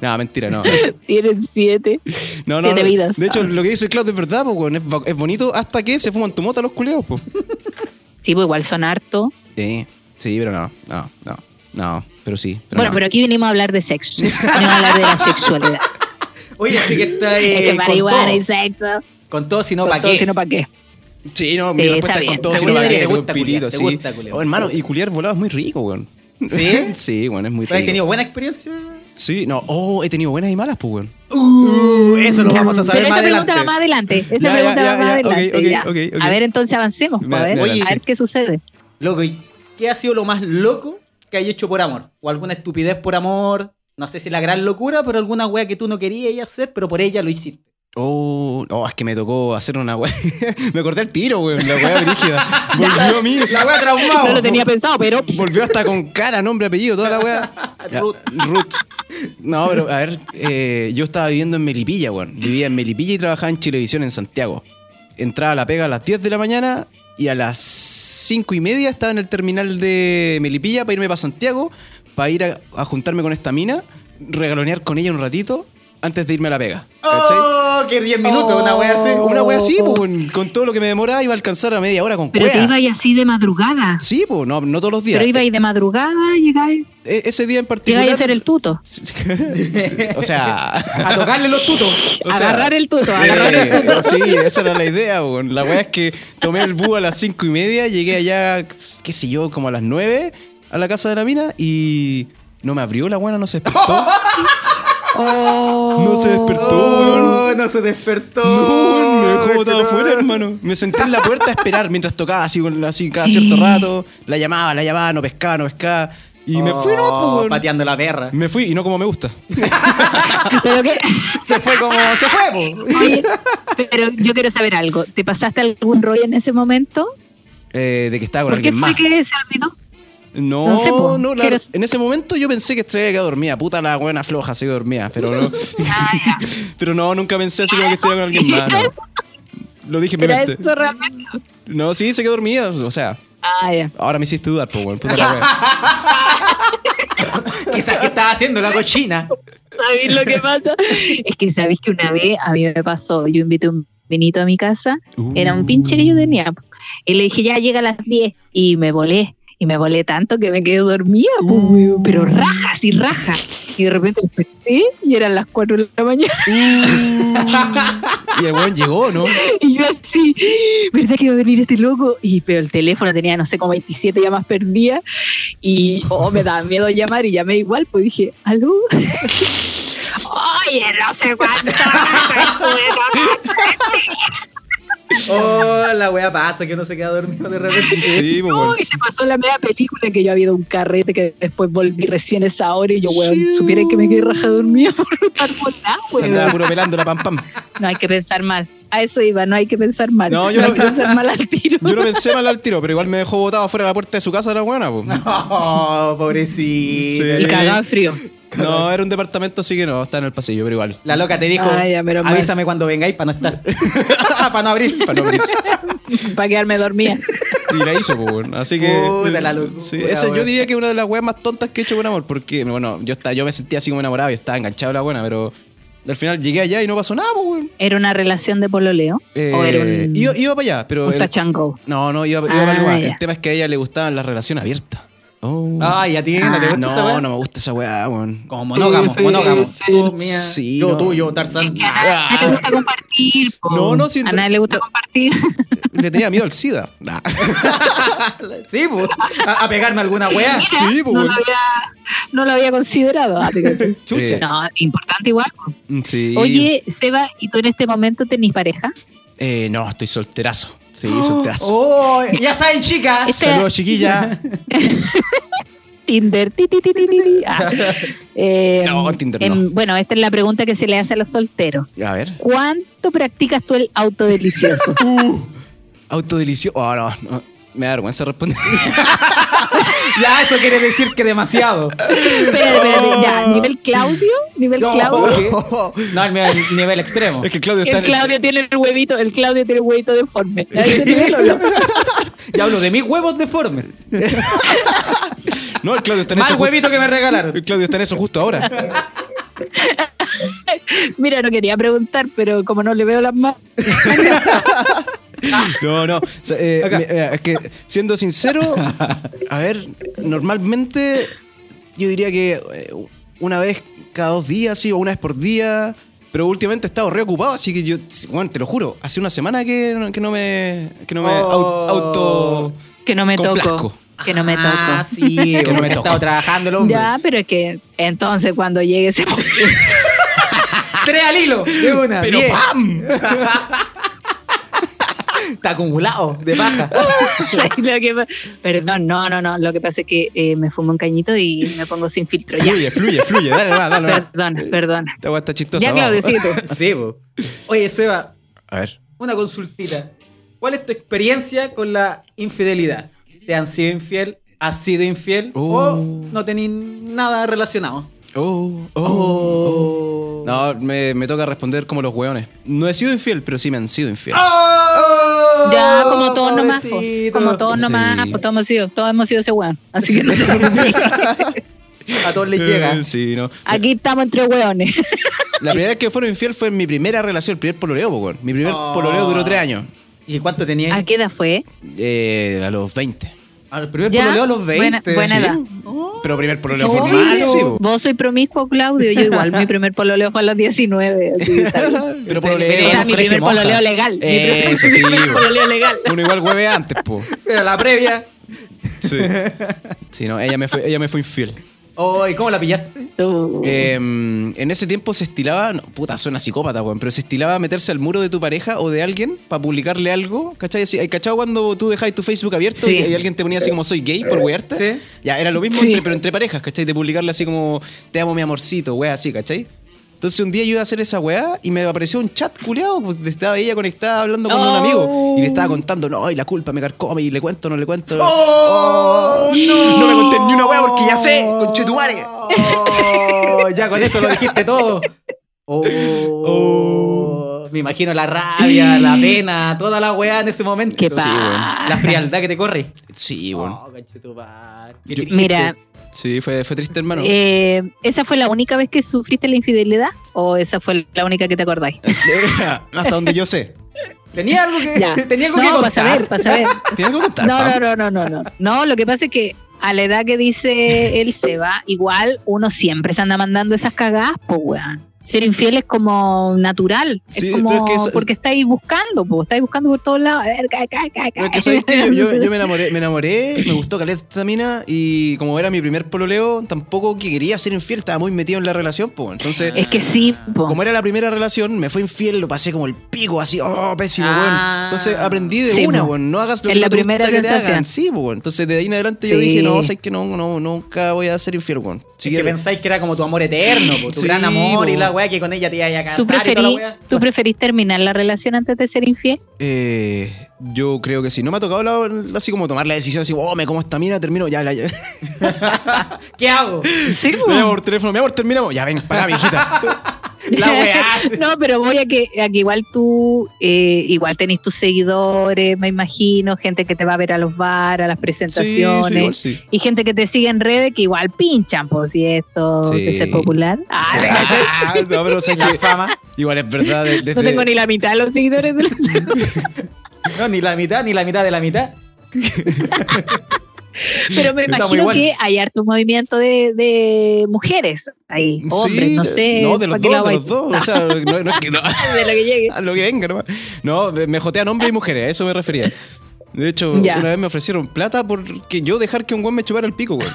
Speaker 1: no, mentira, no.
Speaker 6: Tienen siete.
Speaker 1: No, no,
Speaker 6: Siete
Speaker 1: no.
Speaker 6: vidas. Ah.
Speaker 1: De hecho, lo que dice el Claudio es verdad, pues, weón. Es, va- es bonito hasta que se fuman tu mota los culeos, pues.
Speaker 6: Sí, pues igual son harto.
Speaker 1: Sí, sí, pero no, no, no, no. Pero sí. Pero
Speaker 6: bueno,
Speaker 1: no.
Speaker 6: pero aquí vinimos a hablar de sexo. Venimos a hablar de la sexualidad.
Speaker 5: Oye, así que está
Speaker 6: es que
Speaker 5: eh, con,
Speaker 6: marihuana y
Speaker 5: todo,
Speaker 6: sexo.
Speaker 5: con todo, si no,
Speaker 6: No,
Speaker 5: ¿para qué?
Speaker 6: sino para qué.
Speaker 1: Sí, no, mi
Speaker 6: Sí,
Speaker 1: respuesta es
Speaker 6: está
Speaker 1: con
Speaker 6: bien.
Speaker 1: todo,
Speaker 5: Te
Speaker 1: sino
Speaker 5: gusta,
Speaker 1: para
Speaker 5: te
Speaker 1: qué, un
Speaker 5: gusta
Speaker 1: pitito,
Speaker 5: culiar, te
Speaker 1: sí.
Speaker 5: gusta culiar.
Speaker 1: Oh, hermano, y culiar volado es muy rico, weón.
Speaker 5: ¿Sí?
Speaker 1: sí, weón, es muy
Speaker 5: ¿Pero has
Speaker 1: rico.
Speaker 5: tenido buena experiencia?
Speaker 1: Sí, no, oh, he tenido buenas y malas, pues, weón.
Speaker 5: Uh, eso lo vamos a
Speaker 6: Pero
Speaker 5: saber
Speaker 6: esa
Speaker 5: más
Speaker 6: pregunta va
Speaker 5: adelante.
Speaker 6: más adelante. Esa
Speaker 1: Ya,
Speaker 6: pregunta
Speaker 1: ya,
Speaker 6: va más
Speaker 1: ya, ya. Ok,
Speaker 6: adelante.
Speaker 1: ok,
Speaker 6: ya.
Speaker 1: ok, ok.
Speaker 6: A ver, entonces avancemos. pues,
Speaker 1: Me-
Speaker 6: a ver,
Speaker 1: me
Speaker 5: adelanté.
Speaker 6: a ver qué sucede.
Speaker 5: Loco, ¿y qué ha sido lo más loco que hayas hecho por amor? ¿O alguna estupidez por amor? No sé si la gran locura, pero alguna wea que tú no querías hacer, pero por ella lo hiciste.
Speaker 1: Oh, no, es que me tocó hacer una weá. me corté el tiro, weón, la weá brígida. Volvió a mí.
Speaker 5: La wea traumado.
Speaker 6: No lo tenía pensado, pero.
Speaker 1: Volvió hasta con cara, nombre, apellido, toda la weá. Ya,
Speaker 5: Ruth.
Speaker 1: Ruth. No, pero a ver, eh, yo estaba viviendo en Melipilla, weón. Vivía en Melipilla y trabajaba en Chilevisión en Santiago. Entraba a la pega a las 10 de la mañana y a las 5 y media estaba en el terminal de Melipilla para irme para Santiago, para ir a, a juntarme con esta mina, regalonear con ella un ratito antes de irme a la pega. ¿Cachai?
Speaker 5: ¡Oh! ¡Qué 10 minutos! Una wea así.
Speaker 1: Una wea así, pues, con, con todo lo que me demoraba iba a alcanzar a media hora con
Speaker 6: Pero te
Speaker 1: cuea.
Speaker 6: iba y así de madrugada.
Speaker 1: Sí, pues, no, no todos los días.
Speaker 6: Pero iba y de madrugada, llegáis
Speaker 1: E- ese día en particular.
Speaker 6: llegáis a hacer el tuto.
Speaker 1: o sea.
Speaker 5: A tocarle los tutos.
Speaker 1: o sea,
Speaker 6: agarrar el tuto,
Speaker 1: eh,
Speaker 6: agarrar el tuto.
Speaker 1: sí, eh. esa era la idea, pues. La wea es que tomé el bus a las cinco y media, llegué allá, qué sé yo, como a las nueve a la casa de la mina y. No me abrió la buena, no se despertó.
Speaker 6: Oh.
Speaker 1: No se despertó,
Speaker 5: no se despertó.
Speaker 1: No, me dejó botado afuera, hermano. Me senté en la puerta a esperar mientras tocaba así, con- así cada cierto rato. La llamaba, la llamaba, no pescaba, no pescaba. Y me fui, no,
Speaker 6: Oh,
Speaker 1: pues, weón.
Speaker 5: Pateando la perra.
Speaker 1: Me fui y no como me gusta.
Speaker 6: Pero, que-
Speaker 5: Se fue como. Se fue, po.
Speaker 6: oye, pero yo quiero saber algo. ¿Te pasaste algún rollo en ese momento?
Speaker 1: Eh, de que estaba con
Speaker 6: ¿Por qué
Speaker 1: alguien
Speaker 6: fue
Speaker 1: más.
Speaker 6: que se olvidó?
Speaker 1: No,
Speaker 6: No sé, po,
Speaker 1: no, la-
Speaker 6: quiero-
Speaker 1: en ese momento yo pensé que estuviera quedado dormida. Puta la buena floja, se dormía. Pero no,
Speaker 6: Ah, ya.
Speaker 1: pero no, nunca pensé así como que estuviera con alguien más.
Speaker 6: Era
Speaker 1: no.
Speaker 6: eso,
Speaker 1: Lo dije en mi
Speaker 6: era
Speaker 1: mente.
Speaker 6: eso realmente.
Speaker 1: No, sí, se quedó dormida. O sea,
Speaker 6: Ah, ya.
Speaker 1: ahora me hiciste dudar, po, weón. Puta la wea.
Speaker 5: Quizás que estaba haciendo la cochina.
Speaker 6: ¿Sabéis lo que pasa? Es que sabéis que una vez a mí me pasó, yo invité un vinito a mi casa, era un pinche que yo tenía, po. y le dije, ya llega a las 10, y me volé, y me volé tanto que me quedé dormida, po, weón, pero rajas y rajas, y de repente desperté, y eran las 4 de la mañana,
Speaker 1: Y el weón llegó, ¿no?
Speaker 6: y yo así, ¿verdad que iba a venir este loco? Y pero el teléfono tenía, no sé, como 27 llamadas perdidas, y oh, me daba miedo llamar, y llamé igual, pues dije, ¿aló? ¡Ay,
Speaker 7: oye, no sé cuánto.
Speaker 5: Oh, la wea pasa que uno se queda dormido de repente.
Speaker 1: Sí, pues,
Speaker 6: No,
Speaker 1: weón.
Speaker 6: y se pasó la media película que yo había ido a un carrete que después volví recién esa hora y yo, weón, supiera que me quedé raja dormida por no estar volada,
Speaker 1: Se
Speaker 6: weón.
Speaker 1: andaba puro pelando la pam pam.
Speaker 6: No hay que pensar mal. A eso iba, no hay que pensar mal.
Speaker 1: No,
Speaker 6: No,
Speaker 1: yo
Speaker 6: hay
Speaker 1: no-
Speaker 6: que pensar mal al tiro.
Speaker 1: Yo no pensé mal al tiro, pero igual me dejó botado afuera de la puerta de su casa la buena, pues.
Speaker 5: Oh, pobrecito.
Speaker 1: Sí.
Speaker 6: y cagaba en frío.
Speaker 1: No, era un departamento, así que no, está en el pasillo, pero igual.
Speaker 5: La loca te dijo,
Speaker 6: Ay, ya, menos mal.
Speaker 5: avísame cuando vengáis para no estar. para no abrir.
Speaker 1: Para no abrir.
Speaker 6: Para quedarme dormida.
Speaker 1: Y la hizo, pues, weón. Así que. eh,
Speaker 5: Puta la locura,
Speaker 1: Sí, esa yo
Speaker 5: weón.
Speaker 1: diría que es una de las weas más tontas que he hecho con amor, porque, bueno, yo, estaba, yo me sentía así como enamorado y estaba enganchado a la buena, pero al final llegué allá y no pasó nada, pues, weón.
Speaker 6: ¿Era una relación de pololeo?
Speaker 1: Eh,
Speaker 6: ¿O Oh, era un,
Speaker 1: iba, iba para allá, pero.
Speaker 6: un
Speaker 1: el-
Speaker 6: tachango?
Speaker 1: no, no, iba, iba
Speaker 6: Ah,
Speaker 1: para algo más.
Speaker 6: ya.
Speaker 1: El tema es que a ella le gustaban las relaciones abiertas. Oh.
Speaker 5: Ay, a ti no Ah, te gusta esa
Speaker 1: Ah, no,
Speaker 5: wea?
Speaker 1: no me gusta esa weá, weón.
Speaker 5: Como monógamo,
Speaker 6: Sí,
Speaker 5: monógamo. Oh,
Speaker 6: sí.
Speaker 5: Tú, mía,
Speaker 1: Sí,
Speaker 5: yo,
Speaker 1: no.
Speaker 5: tú, yo, Tarzán.
Speaker 6: A nadie le gusta compartir. po.
Speaker 1: Ah. No, Eh, no, sí,
Speaker 6: A nadie le gusta compartir.
Speaker 1: Le tenía miedo al SIDA. Nah.
Speaker 5: sí, pues. A, a pegarme alguna wea.
Speaker 1: Sí, pues,
Speaker 6: no,
Speaker 1: weón.
Speaker 6: lo había, no lo había considerado. Ah, te cacho.
Speaker 5: Chucha.
Speaker 1: Eh,
Speaker 6: No, importante igual. po.
Speaker 1: Mm, Sí.
Speaker 6: Oye, Seba, ¿y tú en este momento tenés pareja?
Speaker 1: Eh, no, estoy solterazo. Sí, solterazo.
Speaker 5: Oh, ya saben, chicas.
Speaker 6: Este-
Speaker 1: Saludos, chiquilla.
Speaker 6: Tinder. ti, ti, ti, ti, ti, ti. Ah. Eh,
Speaker 1: No, en Tinder
Speaker 6: em, Bueno, esta es la pregunta que se le hace a los solteros.
Speaker 5: oh.
Speaker 1: A ver.
Speaker 6: ¿Cuánto practicas tú el auto delicioso?
Speaker 1: Autodelicioso. Oh, no, no. Me da vergüenza responder.
Speaker 5: Ya, eso quiere decir que demasiado.
Speaker 6: Espérate, espérate, ya, nivel Claudio, nivel
Speaker 5: No.
Speaker 6: Claudio.
Speaker 5: No, el nivel, nivel extremo.
Speaker 1: es que Claudio está
Speaker 6: El
Speaker 1: en-
Speaker 6: Claudio tiene el huevito, el Claudio tiene el huevito deforme. ¿Ahí se tiene?
Speaker 5: Ya hablo de mis huevos deformes.
Speaker 1: No, el Claudio está en
Speaker 5: Mal
Speaker 1: eso. ju-
Speaker 5: huevito que me regalaron.
Speaker 1: El Claudio está en eso justo ahora.
Speaker 6: Mira, no quería preguntar, pero como no le veo las manos,
Speaker 1: No, no. O sea, eh, me- eh, es que, siendo sincero, a ver, normalmente yo diría que eh, una vez cada dos días, sí, o una vez por día. Pero últimamente he estado reocupado, así que yo, bueno, te lo juro, hace una semana que, no- que no me, que no me
Speaker 5: Oh.
Speaker 1: au- auto...
Speaker 6: que no me
Speaker 1: Complazco.
Speaker 6: toco. Que no me toco.
Speaker 5: Ah, sí,
Speaker 1: Que no me
Speaker 5: porque ha
Speaker 1: toco.
Speaker 5: estado trabajando el hombre.
Speaker 6: Ya, pero es que entonces cuando llegue ese momento-
Speaker 5: Tres al hilo. De una.
Speaker 1: Pero
Speaker 5: diez.
Speaker 1: ¡pam!
Speaker 5: Está acumulado de paja.
Speaker 6: Lo que pa- Perdón, no, no, no. Lo que pasa es que eh, me fumo un cañito y me pongo sin filtro. Ya,
Speaker 1: Fluye, fluye, fluye. Dale, va, dale, va.
Speaker 6: perdona, perdona.
Speaker 1: Esta weá está chistosa.
Speaker 6: Ya,
Speaker 1: vamos.
Speaker 6: Claudio, sí, tú.
Speaker 5: Sí, po. Oye, Seba,
Speaker 1: A ver.
Speaker 5: una consultita. ¿Cuál es tu experiencia con la infidelidad? ¿Te han sido infiel? ¿Has sido infiel? ¿O
Speaker 1: Uh.
Speaker 5: no tenés nada relacionado?
Speaker 1: Oh, oh,
Speaker 5: Oh.
Speaker 1: No, me, me toca responder como los hueones. No he sido infiel, pero sí me han sido infiel.
Speaker 6: Ya, como todos nomás. po.
Speaker 5: Oh, pobrecito.
Speaker 6: Como todos
Speaker 1: Sí.
Speaker 6: nomás. po, todos, hemos sido, todos hemos sido ese weón. Así que no te preocupes.
Speaker 5: A todos les
Speaker 1: Eh,
Speaker 5: llega.
Speaker 1: Sí, no.
Speaker 6: Aquí estamos entre weones.
Speaker 1: La primera vez que fueron infiel fue en mi primera relación, el primer pololeo, po, weón. Mi primer
Speaker 6: Ah.
Speaker 5: Oh.
Speaker 1: pololeo duró tres años.
Speaker 5: ¿Y cuánto tenías?
Speaker 6: ¿A qué edad fue?
Speaker 1: Eh, a los 20.
Speaker 5: Al primer
Speaker 6: Ya,
Speaker 5: pololeo a los 20.
Speaker 6: buena- buena
Speaker 5: sí.
Speaker 6: edad.
Speaker 1: Pero primer pololeo
Speaker 6: Oye,
Speaker 1: formal, sí, po.
Speaker 6: Vos soy promiscuo, Claudio. Yo igual, mi primer pololeo fue a los 19. así que está bien.
Speaker 1: Pero pololeo.
Speaker 6: O sea, mi
Speaker 5: Colegio
Speaker 6: primer
Speaker 5: monja.
Speaker 6: pololeo legal. Mi primer-
Speaker 1: Eso sí,
Speaker 6: mi primer
Speaker 1: po.
Speaker 6: pololeo legal.
Speaker 1: Uno igual hueve antes, po.
Speaker 5: Pero la previa.
Speaker 1: Sí. Sí, no, ella me fue, ella me fue infiel.
Speaker 5: Oh, ¿y cómo la pillaste?
Speaker 6: Tú.
Speaker 1: Eh, en ese tiempo se estilaba, no, puta, suena psicópata, weón, pero se estilaba meterse al muro de tu pareja o de alguien para publicarle algo, ¿cachai? Así, ¿Cachai cuando tú dejáis tu Facebook abierto
Speaker 6: Sí.
Speaker 1: y, y alguien te ponía así como soy gay por wearte?
Speaker 5: Sí.
Speaker 1: Ya, era lo mismo,
Speaker 6: Sí.
Speaker 1: entre- pero entre parejas, ¿cachai? De publicarle así como te amo mi amorcito, wea, así, ¿cachai? Entonces un día yo iba a hacer esa weá y me apareció un chat culeado, pues estaba ella conectada hablando con un
Speaker 6: Oh.
Speaker 1: amigo y le estaba contando, no, y la culpa me carcome y le cuento, no le cuento.
Speaker 5: ¡Oh,
Speaker 1: no! No me conté ni una wea porque ya sé, conchetumare.
Speaker 5: Oh, ya con eso lo dijiste todo. Oh,
Speaker 1: Oh.
Speaker 5: Me imagino la rabia, la pena, toda la weá en ese momento.
Speaker 6: Qué
Speaker 5: Sí, weón.
Speaker 6: paja.
Speaker 5: La frialdad que te corre.
Speaker 1: Sí, bueno.
Speaker 5: Oh, conchetumare.
Speaker 1: Yo-
Speaker 5: Qué triste.
Speaker 6: Mira,
Speaker 1: Sí, fue, fue triste, hermano.
Speaker 6: eh, ¿esa fue la única vez que sufriste la infidelidad? ¿O esa fue la única que te acordáis?
Speaker 1: Hasta donde yo sé.
Speaker 5: Tenía algo que,
Speaker 6: Ya.
Speaker 5: tenía algo que
Speaker 6: No, para
Speaker 5: contar.
Speaker 6: saber, para saber.
Speaker 1: ¿Tiene algo que contar?
Speaker 6: No,
Speaker 1: Pam?
Speaker 6: no, no, no, no, no. No, lo que pasa es que a la edad que dice el Seba, igual uno siempre se anda mandando esas cagadas, pues, weón. Ser infiel es como natural,
Speaker 1: Sí,
Speaker 6: es
Speaker 1: pero
Speaker 6: como
Speaker 1: es que es-
Speaker 6: porque estáis buscando, po, estáis buscando por todos lados. A ver, ca, ca, ca,
Speaker 1: Pero es
Speaker 6: ca.
Speaker 1: que, ¿sabes qué? Yo, yo- yo me enamoré, me enamoré, me gustó caleta esta mina y como era mi primer pololeo, tampoco que quería ser infiel, estaba muy metido en la relación, pues. Entonces,
Speaker 6: Es que sí, po.
Speaker 1: como era la primera relación, me fue infiel, lo pasé como el pico, así, oh, pésimo,
Speaker 5: Ah.
Speaker 1: weón. Entonces aprendí de
Speaker 6: Sí,
Speaker 1: una,
Speaker 6: po.
Speaker 1: weón, no hagas lo
Speaker 6: Es
Speaker 1: que
Speaker 6: la
Speaker 1: no te gusta
Speaker 6: primera
Speaker 1: que te
Speaker 6: sensación.
Speaker 1: hagan. Sí, po, weón. Entonces de ahí en adelante yo
Speaker 6: Sí.
Speaker 1: dije, no, sabes que no, no, nunca voy a ser infiel, weón. Sí,
Speaker 5: Sí, que
Speaker 1: que-
Speaker 5: pensáis que era como tu amor eterno, po, tu
Speaker 1: Sí,
Speaker 5: gran amor y
Speaker 1: po.
Speaker 5: la weá que con ella te ibas a casar
Speaker 6: ¿Tú
Speaker 5: y toda la
Speaker 6: preferís,
Speaker 5: weá.
Speaker 6: ¿Tú preferís terminar la relación antes de ser infiel?
Speaker 1: Eh, yo creo que sí. No me ha tocado la- así como tomar la decisión, así, oh, me como esta mina, termino, ya, la,
Speaker 5: ¿Qué hago?
Speaker 6: Sí,
Speaker 1: Me llamo
Speaker 6: po.
Speaker 1: por teléfono, mi amor, terminamos. Ya, ven, para, mijita.
Speaker 5: La weá.
Speaker 6: No, pero voy a que, a que igual tú, eh, igual tenés tus seguidores, me imagino, gente que te va a ver a los bar, a las presentaciones.
Speaker 1: igual sí.
Speaker 6: Y gente que te sigue en redes que igual pinchan, pues, si esto
Speaker 1: Sí.
Speaker 6: de ser popular. Ah,
Speaker 1: Ah, no, pero sé
Speaker 5: La
Speaker 1: que-
Speaker 5: fama.
Speaker 1: igual es verdad. de- desde-
Speaker 6: no tengo ni la mitad de los seguidores de los-
Speaker 5: No, ni la mitad, ni la mitad de la mitad.
Speaker 6: Pero me
Speaker 5: Estamos
Speaker 6: imagino
Speaker 5: igual.
Speaker 6: que hay harto movimiento de, de mujeres ahí, hombres,
Speaker 1: Sí,
Speaker 6: no
Speaker 1: de-
Speaker 6: sé.
Speaker 1: No, de los
Speaker 6: ¿para qué
Speaker 1: dos,
Speaker 6: lo
Speaker 1: de
Speaker 6: vais-
Speaker 1: los dos. O sea, no, no es que no,
Speaker 6: de lo que llegue.
Speaker 1: a lo que venga nomás. No, me jotean hombres y mujeres, a eso me refería. De hecho,
Speaker 6: Ya.
Speaker 1: una vez me ofrecieron plata porque yo dejar que un guan me chupara el pico, güey.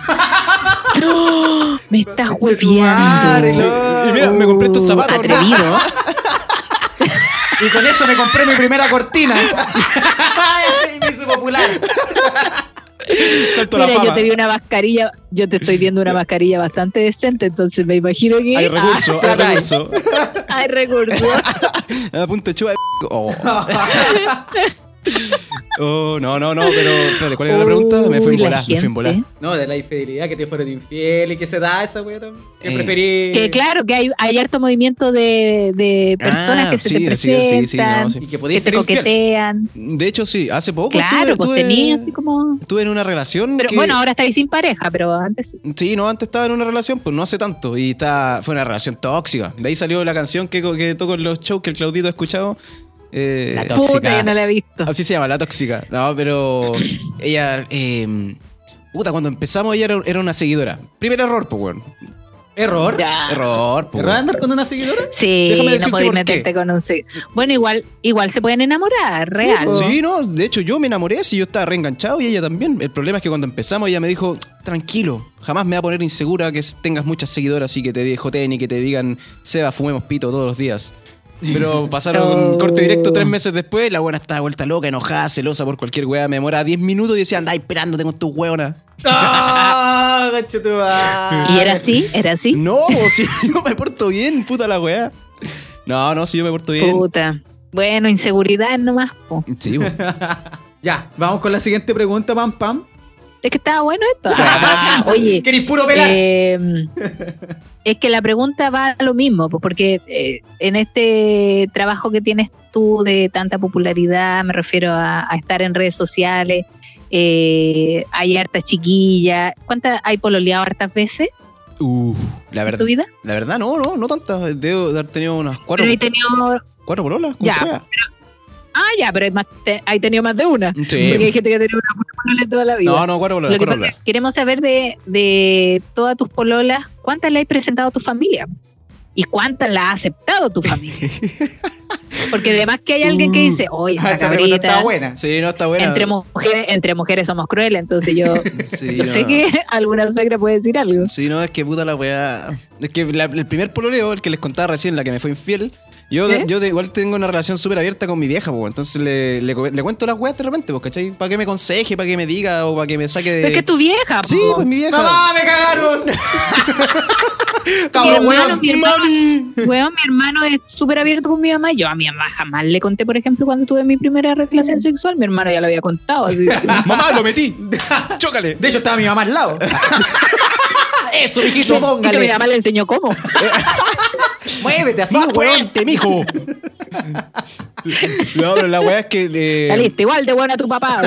Speaker 6: ¡No! Me estás
Speaker 5: madre,
Speaker 6: hueviando.
Speaker 1: Sí,
Speaker 5: no.
Speaker 1: Y mira, me compré estos
Speaker 6: Uh,
Speaker 1: zapatos. ¿no?
Speaker 6: Atrevido.
Speaker 5: Y con eso me compré mi primera cortina. y me hice popular.
Speaker 1: Salto a la
Speaker 6: Mira, yo
Speaker 1: fama.
Speaker 6: te vi una mascarilla, yo te estoy viendo una mascarilla bastante decente, entonces me imagino que
Speaker 1: Hay recurso, hay
Speaker 5: Ah, caray.
Speaker 1: recurso.
Speaker 6: Ah, hay recursos.
Speaker 1: A punta de chupa de p- Ah, Oh. Oh, no, no, no, pero espérate, ¿cuál era la pregunta? Me fui en
Speaker 6: Uy, Oh, la
Speaker 1: volar, me fui en volar.
Speaker 6: gente.
Speaker 5: No, de la infidelidad que te fueron infiel y que se da esa weá también. Que
Speaker 1: Eh.
Speaker 5: preferí.
Speaker 6: Que claro, que hay, hay harto movimiento de, de personas
Speaker 1: Ah,
Speaker 6: que se
Speaker 1: sí, sí,
Speaker 6: te
Speaker 1: sí, sí, no,
Speaker 6: presentan,
Speaker 1: sí.
Speaker 5: Y que
Speaker 6: que
Speaker 5: podías
Speaker 6: te
Speaker 5: ser infiel.
Speaker 6: coquetean.
Speaker 1: De hecho, sí, hace poco
Speaker 6: Claro,
Speaker 1: estuve,
Speaker 6: pues
Speaker 1: estuve-
Speaker 6: tenía así como...
Speaker 1: estuve en una relación.
Speaker 6: Pero
Speaker 1: que-
Speaker 6: bueno, ahora estáis sin pareja, pero antes sí.
Speaker 1: Sí, no, antes estaba en una relación, pues no hace tanto. Y está, fue una relación tóxica. De ahí salió la canción que, que toco en los shows que el Claudito ha escuchado. eh, Ah,
Speaker 5: La tóxica.
Speaker 6: Puta, yo no la he visto.
Speaker 1: así se llama, la tóxica. No, pero ella. eh, puta, cuando empezamos ella era, era una seguidora. Primer error, pues, weón.
Speaker 5: Error.
Speaker 6: Ya.
Speaker 1: Error, pues.
Speaker 5: ¿Error
Speaker 1: weón.
Speaker 5: andar con una seguidora?
Speaker 6: Sí,
Speaker 1: Déjame
Speaker 6: no
Speaker 1: decirte
Speaker 6: podéis
Speaker 1: por qué.
Speaker 6: meterte con un sí. Bueno, igual, igual se pueden enamorar, real.
Speaker 1: Sí, no, de hecho yo me enamoré, si yo estaba reenganchado y ella también. El problema es que cuando empezamos ella me dijo, tranquilo, jamás me va a poner insegura que s- tengas muchas seguidoras y que te joteen y que te digan, Seba, fumemos pito todos los días. Pero pasaron
Speaker 6: Oh.
Speaker 1: corte directo tres meses después, la buena estaba vuelta loca, enojada, celosa por cualquier weá, me demoraba 10 minutos y decía, andá esperándote con tus weonas.
Speaker 5: ¡Ah! coche tu
Speaker 1: pues.
Speaker 5: madre.
Speaker 6: ¿Y era así? ¿Era así?
Speaker 1: No, si yo me porto bien, puta la weá. No, no, si yo me porto bien.
Speaker 6: Puta. Bueno, inseguridad nomás. po.
Speaker 1: Sí, bo.
Speaker 5: Ya, vamos con la siguiente pregunta, pam pam.
Speaker 6: Es que estaba bueno esto.
Speaker 1: Ah,
Speaker 6: Oye,
Speaker 5: ¿Querés puro pelar?
Speaker 6: eh, es que la pregunta va a lo mismo, po, porque eh, en este trabajo que tienes tú de tanta popularidad, me refiero a, a estar en redes sociales, eh, hay harta chiquilla. ¿Cuántas hay pololeado hartas veces
Speaker 1: Uf, la
Speaker 6: en tu
Speaker 1: verdad.
Speaker 6: vida?
Speaker 1: La verdad, no, no, no tantas. Debo de haber tenido unas cuatro.
Speaker 6: Pero he tenido.
Speaker 1: ¿Cuatro pololas? ¿Con
Speaker 6: Ya.
Speaker 1: prueba?
Speaker 6: Ah, ya, pero hay, más, te- hay tenido más de una. Porque hay
Speaker 1: Sí.
Speaker 6: gente que ha tenido una polola toda la vida.
Speaker 1: Eh, No, no, cuatro pololas,
Speaker 6: Lo que
Speaker 1: cuatro
Speaker 6: pasa es
Speaker 1: pololas.
Speaker 6: que queremos saber de, de todas tus pololas, ¿cuántas le has presentado a tu familia? ¿Y cuántas la ha aceptado tu familia? Porque además que hay alguien
Speaker 1: Mm.
Speaker 6: que dice, oye, esta
Speaker 5: Ah, Esa pregunta
Speaker 6: cabrita,
Speaker 5: está buena.
Speaker 1: Sí, no, está buena.
Speaker 6: entre, mujeres, entre mujeres somos crueles, entonces yo,
Speaker 1: Sí,
Speaker 6: yo
Speaker 1: no.
Speaker 6: sé que alguna suegra puede decir algo.
Speaker 1: Sí, no, es que puta la weá. Es que la- el primer pololeo, el que les contaba recién, la que me fue infiel, yo, de-
Speaker 6: ¿Eh?
Speaker 1: yo de- igual tengo una relación súper abierta con mi vieja, pues. Entonces le, le, co- le cuento las weas de repente, pues, ¿cachai? Para que me aconseje, para que me diga o para que me saque de.
Speaker 6: Pero es que tu vieja,
Speaker 1: Sí,
Speaker 6: po.
Speaker 1: pues mi vieja.
Speaker 5: ¡Mamá, me cagaron!
Speaker 6: mi
Speaker 5: ¡Cabrón,
Speaker 6: hermano,
Speaker 5: weón!
Speaker 6: mi hermano, weón, mi hermano es súper abierto con mi mamá. Yo a mi mamá jamás le conté, por ejemplo, cuando tuve mi primera relación sexual, mi hermano ya lo había contado. así que-
Speaker 1: ¡Mamá, lo metí! ¡Chócale!
Speaker 5: De hecho, estaba mi mamá al lado. Eso, mijito,
Speaker 6: Y que mi
Speaker 5: póngale.
Speaker 6: mamá le enseñó cómo.
Speaker 5: Muévete así,
Speaker 1: ¡Más
Speaker 5: weón.
Speaker 1: fuerte, mijo! no, pero la weá es que. eh,
Speaker 6: Saliste igual de buena a tu papá.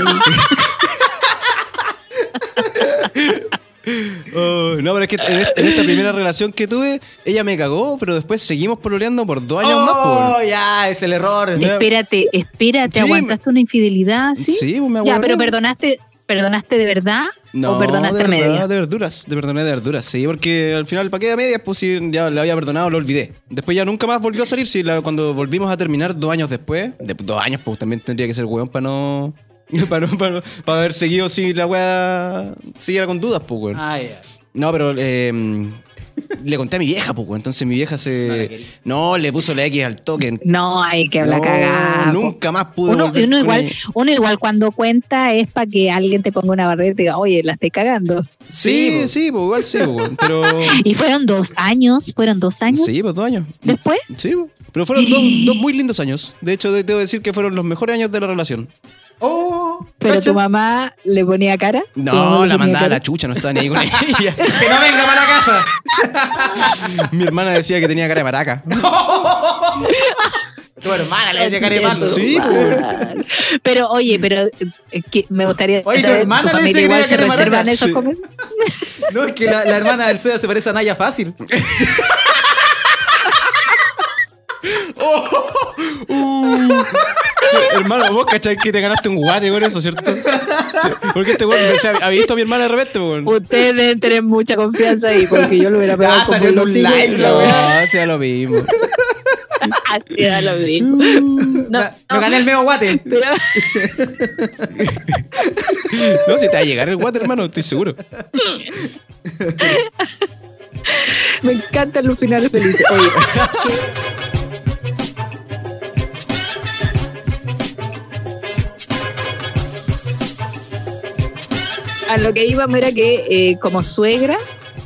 Speaker 1: Oh, no, pero es que en, este- en esta primera relación que tuve, ella me cagó, pero después seguimos pololeando por dos años más,
Speaker 6: pues.
Speaker 1: po.
Speaker 5: Oh, ya, es el error.
Speaker 1: Me-
Speaker 6: espérate, espérate,
Speaker 1: Sí,
Speaker 6: aguantaste una infidelidad, ¿sí?
Speaker 1: Sí, me
Speaker 6: ya,
Speaker 1: aguanté.
Speaker 6: pero perdonaste, ¿Perdonaste de verdad o perdonaste
Speaker 1: de
Speaker 6: a
Speaker 1: verdad,
Speaker 6: media?
Speaker 1: De verduras, de perdoné de verduras, sí, porque al final el paquete de medias, pues sí, ya le había perdonado, lo olvidé. Después ya nunca más volvió a salir, sí, la- cuando volvimos a terminar dos años después, de, dos años, pues también tendría que ser weón para no. Para, no- para no- para haber seguido si la weá siguiera con dudas, pues weón.
Speaker 5: Ah, ya.
Speaker 1: No, pero eh, le conté a mi vieja, pues weón, entonces mi vieja
Speaker 5: No la
Speaker 1: se.
Speaker 5: querí.
Speaker 1: No, le puso la X al token.
Speaker 6: No, hay que hablar
Speaker 1: No,
Speaker 6: cagada. po.
Speaker 1: Nunca más pude.
Speaker 6: Uno,
Speaker 1: volver
Speaker 6: uno
Speaker 1: con
Speaker 6: igual,
Speaker 1: ella.
Speaker 6: uno igual cuando cuenta es para que alguien te ponga una barrera y te diga, oye, la estoy cagando.
Speaker 1: Sí,
Speaker 5: Sí,
Speaker 1: sí,
Speaker 5: po.
Speaker 1: pues igual sí, po, weón, pero.
Speaker 6: Y fueron dos años, fueron dos años
Speaker 1: Sí, pues dos años.
Speaker 6: después.
Speaker 1: Sí, po. pero fueron dos, dos muy lindos años. De hecho, de- debo decir que fueron los mejores años de la relación.
Speaker 5: ¡Oh!
Speaker 6: Pero
Speaker 5: ¿Cacha?
Speaker 6: tu mamá le ponía cara. Tu mamá
Speaker 1: No,
Speaker 6: le
Speaker 1: la
Speaker 6: ponía
Speaker 1: mandaba a
Speaker 6: cara.
Speaker 1: la chucha, no estaba ni ahí con ella.
Speaker 5: ¡Que no venga para la casa!
Speaker 1: Mi hermana decía que tenía cara de maraca.
Speaker 5: Tu hermana le decía carepaso.
Speaker 1: Sí, pues.
Speaker 6: Claro. pues. Pero oye, pero eh, que me gustaría
Speaker 5: Oye, tu
Speaker 6: saber,
Speaker 5: hermana le
Speaker 6: familia
Speaker 5: dice que
Speaker 6: igual
Speaker 5: tiene
Speaker 6: se
Speaker 5: cara de
Speaker 6: reservan
Speaker 5: maraca.
Speaker 6: esos
Speaker 1: Sí.
Speaker 6: comentarios? pues.
Speaker 5: No, es que la, la hermana del SEA se parece a Naya fácil.
Speaker 1: Uh. Hermano, vos cachai que te ganaste un guate con eso, ¿cierto? Porque este weón o sea, había visto a mi hermana de repente, weón.
Speaker 6: Ustedes deben tener mucha confianza ahí, porque yo lo hubiera pegado
Speaker 5: Ah,
Speaker 6: como
Speaker 5: salió en
Speaker 6: el
Speaker 5: un
Speaker 6: hocico.
Speaker 5: live, la
Speaker 1: No,
Speaker 5: weá.
Speaker 1: sea lo mismo.
Speaker 6: Así da lo mismo. No,
Speaker 5: La-
Speaker 6: no,
Speaker 5: Me gané el medio guate.
Speaker 6: pero
Speaker 1: No, si te va a llegar el guate, hermano, estoy seguro.
Speaker 6: me encantan los finales felices. Oye, a lo que íbamos era que eh, como suegra,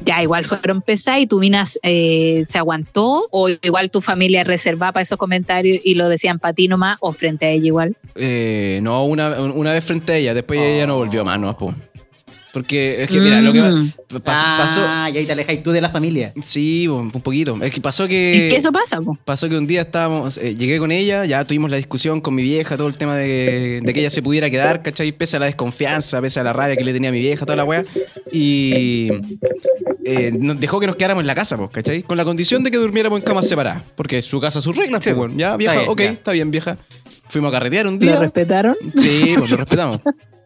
Speaker 6: ya igual fueron pesadas y tu mina eh, se aguantó o igual tu familia reservaba para esos comentarios y lo decían para ti nomás o frente a ella igual.
Speaker 1: Eh, no, una, una vez frente a ella, después ella no volvió más, no, po. Porque es que, mira,
Speaker 6: Mm.
Speaker 1: lo que pa- pasó.
Speaker 5: Ah, y ahí te alejas tú de la familia.
Speaker 1: pasó- sí, po, un poquito. Es que pasó que.
Speaker 6: ¿Y qué eso pasa? po?
Speaker 1: Pasó que un día estábamos, eh, llegué con ella, ya tuvimos la discusión con mi vieja, todo el tema de, de que ella se pudiera quedar, ¿cachai? Pese a la desconfianza, pese a la rabia que le tenía a mi vieja, toda la weá. Y eh, nos dejó que nos quedáramos en la casa, pues, ¿cachai? Con la condición de que durmiéramos en camas separadas, porque es su casa, sus reglas,
Speaker 5: Sí,
Speaker 1: pues, weón. Ya, vieja,
Speaker 5: bien,
Speaker 1: ok,
Speaker 5: ya.
Speaker 1: está bien, vieja. Fuimos a carretear un
Speaker 6: ¿Lo
Speaker 1: día.
Speaker 6: respetaron?
Speaker 1: Sí, pues lo respetamos.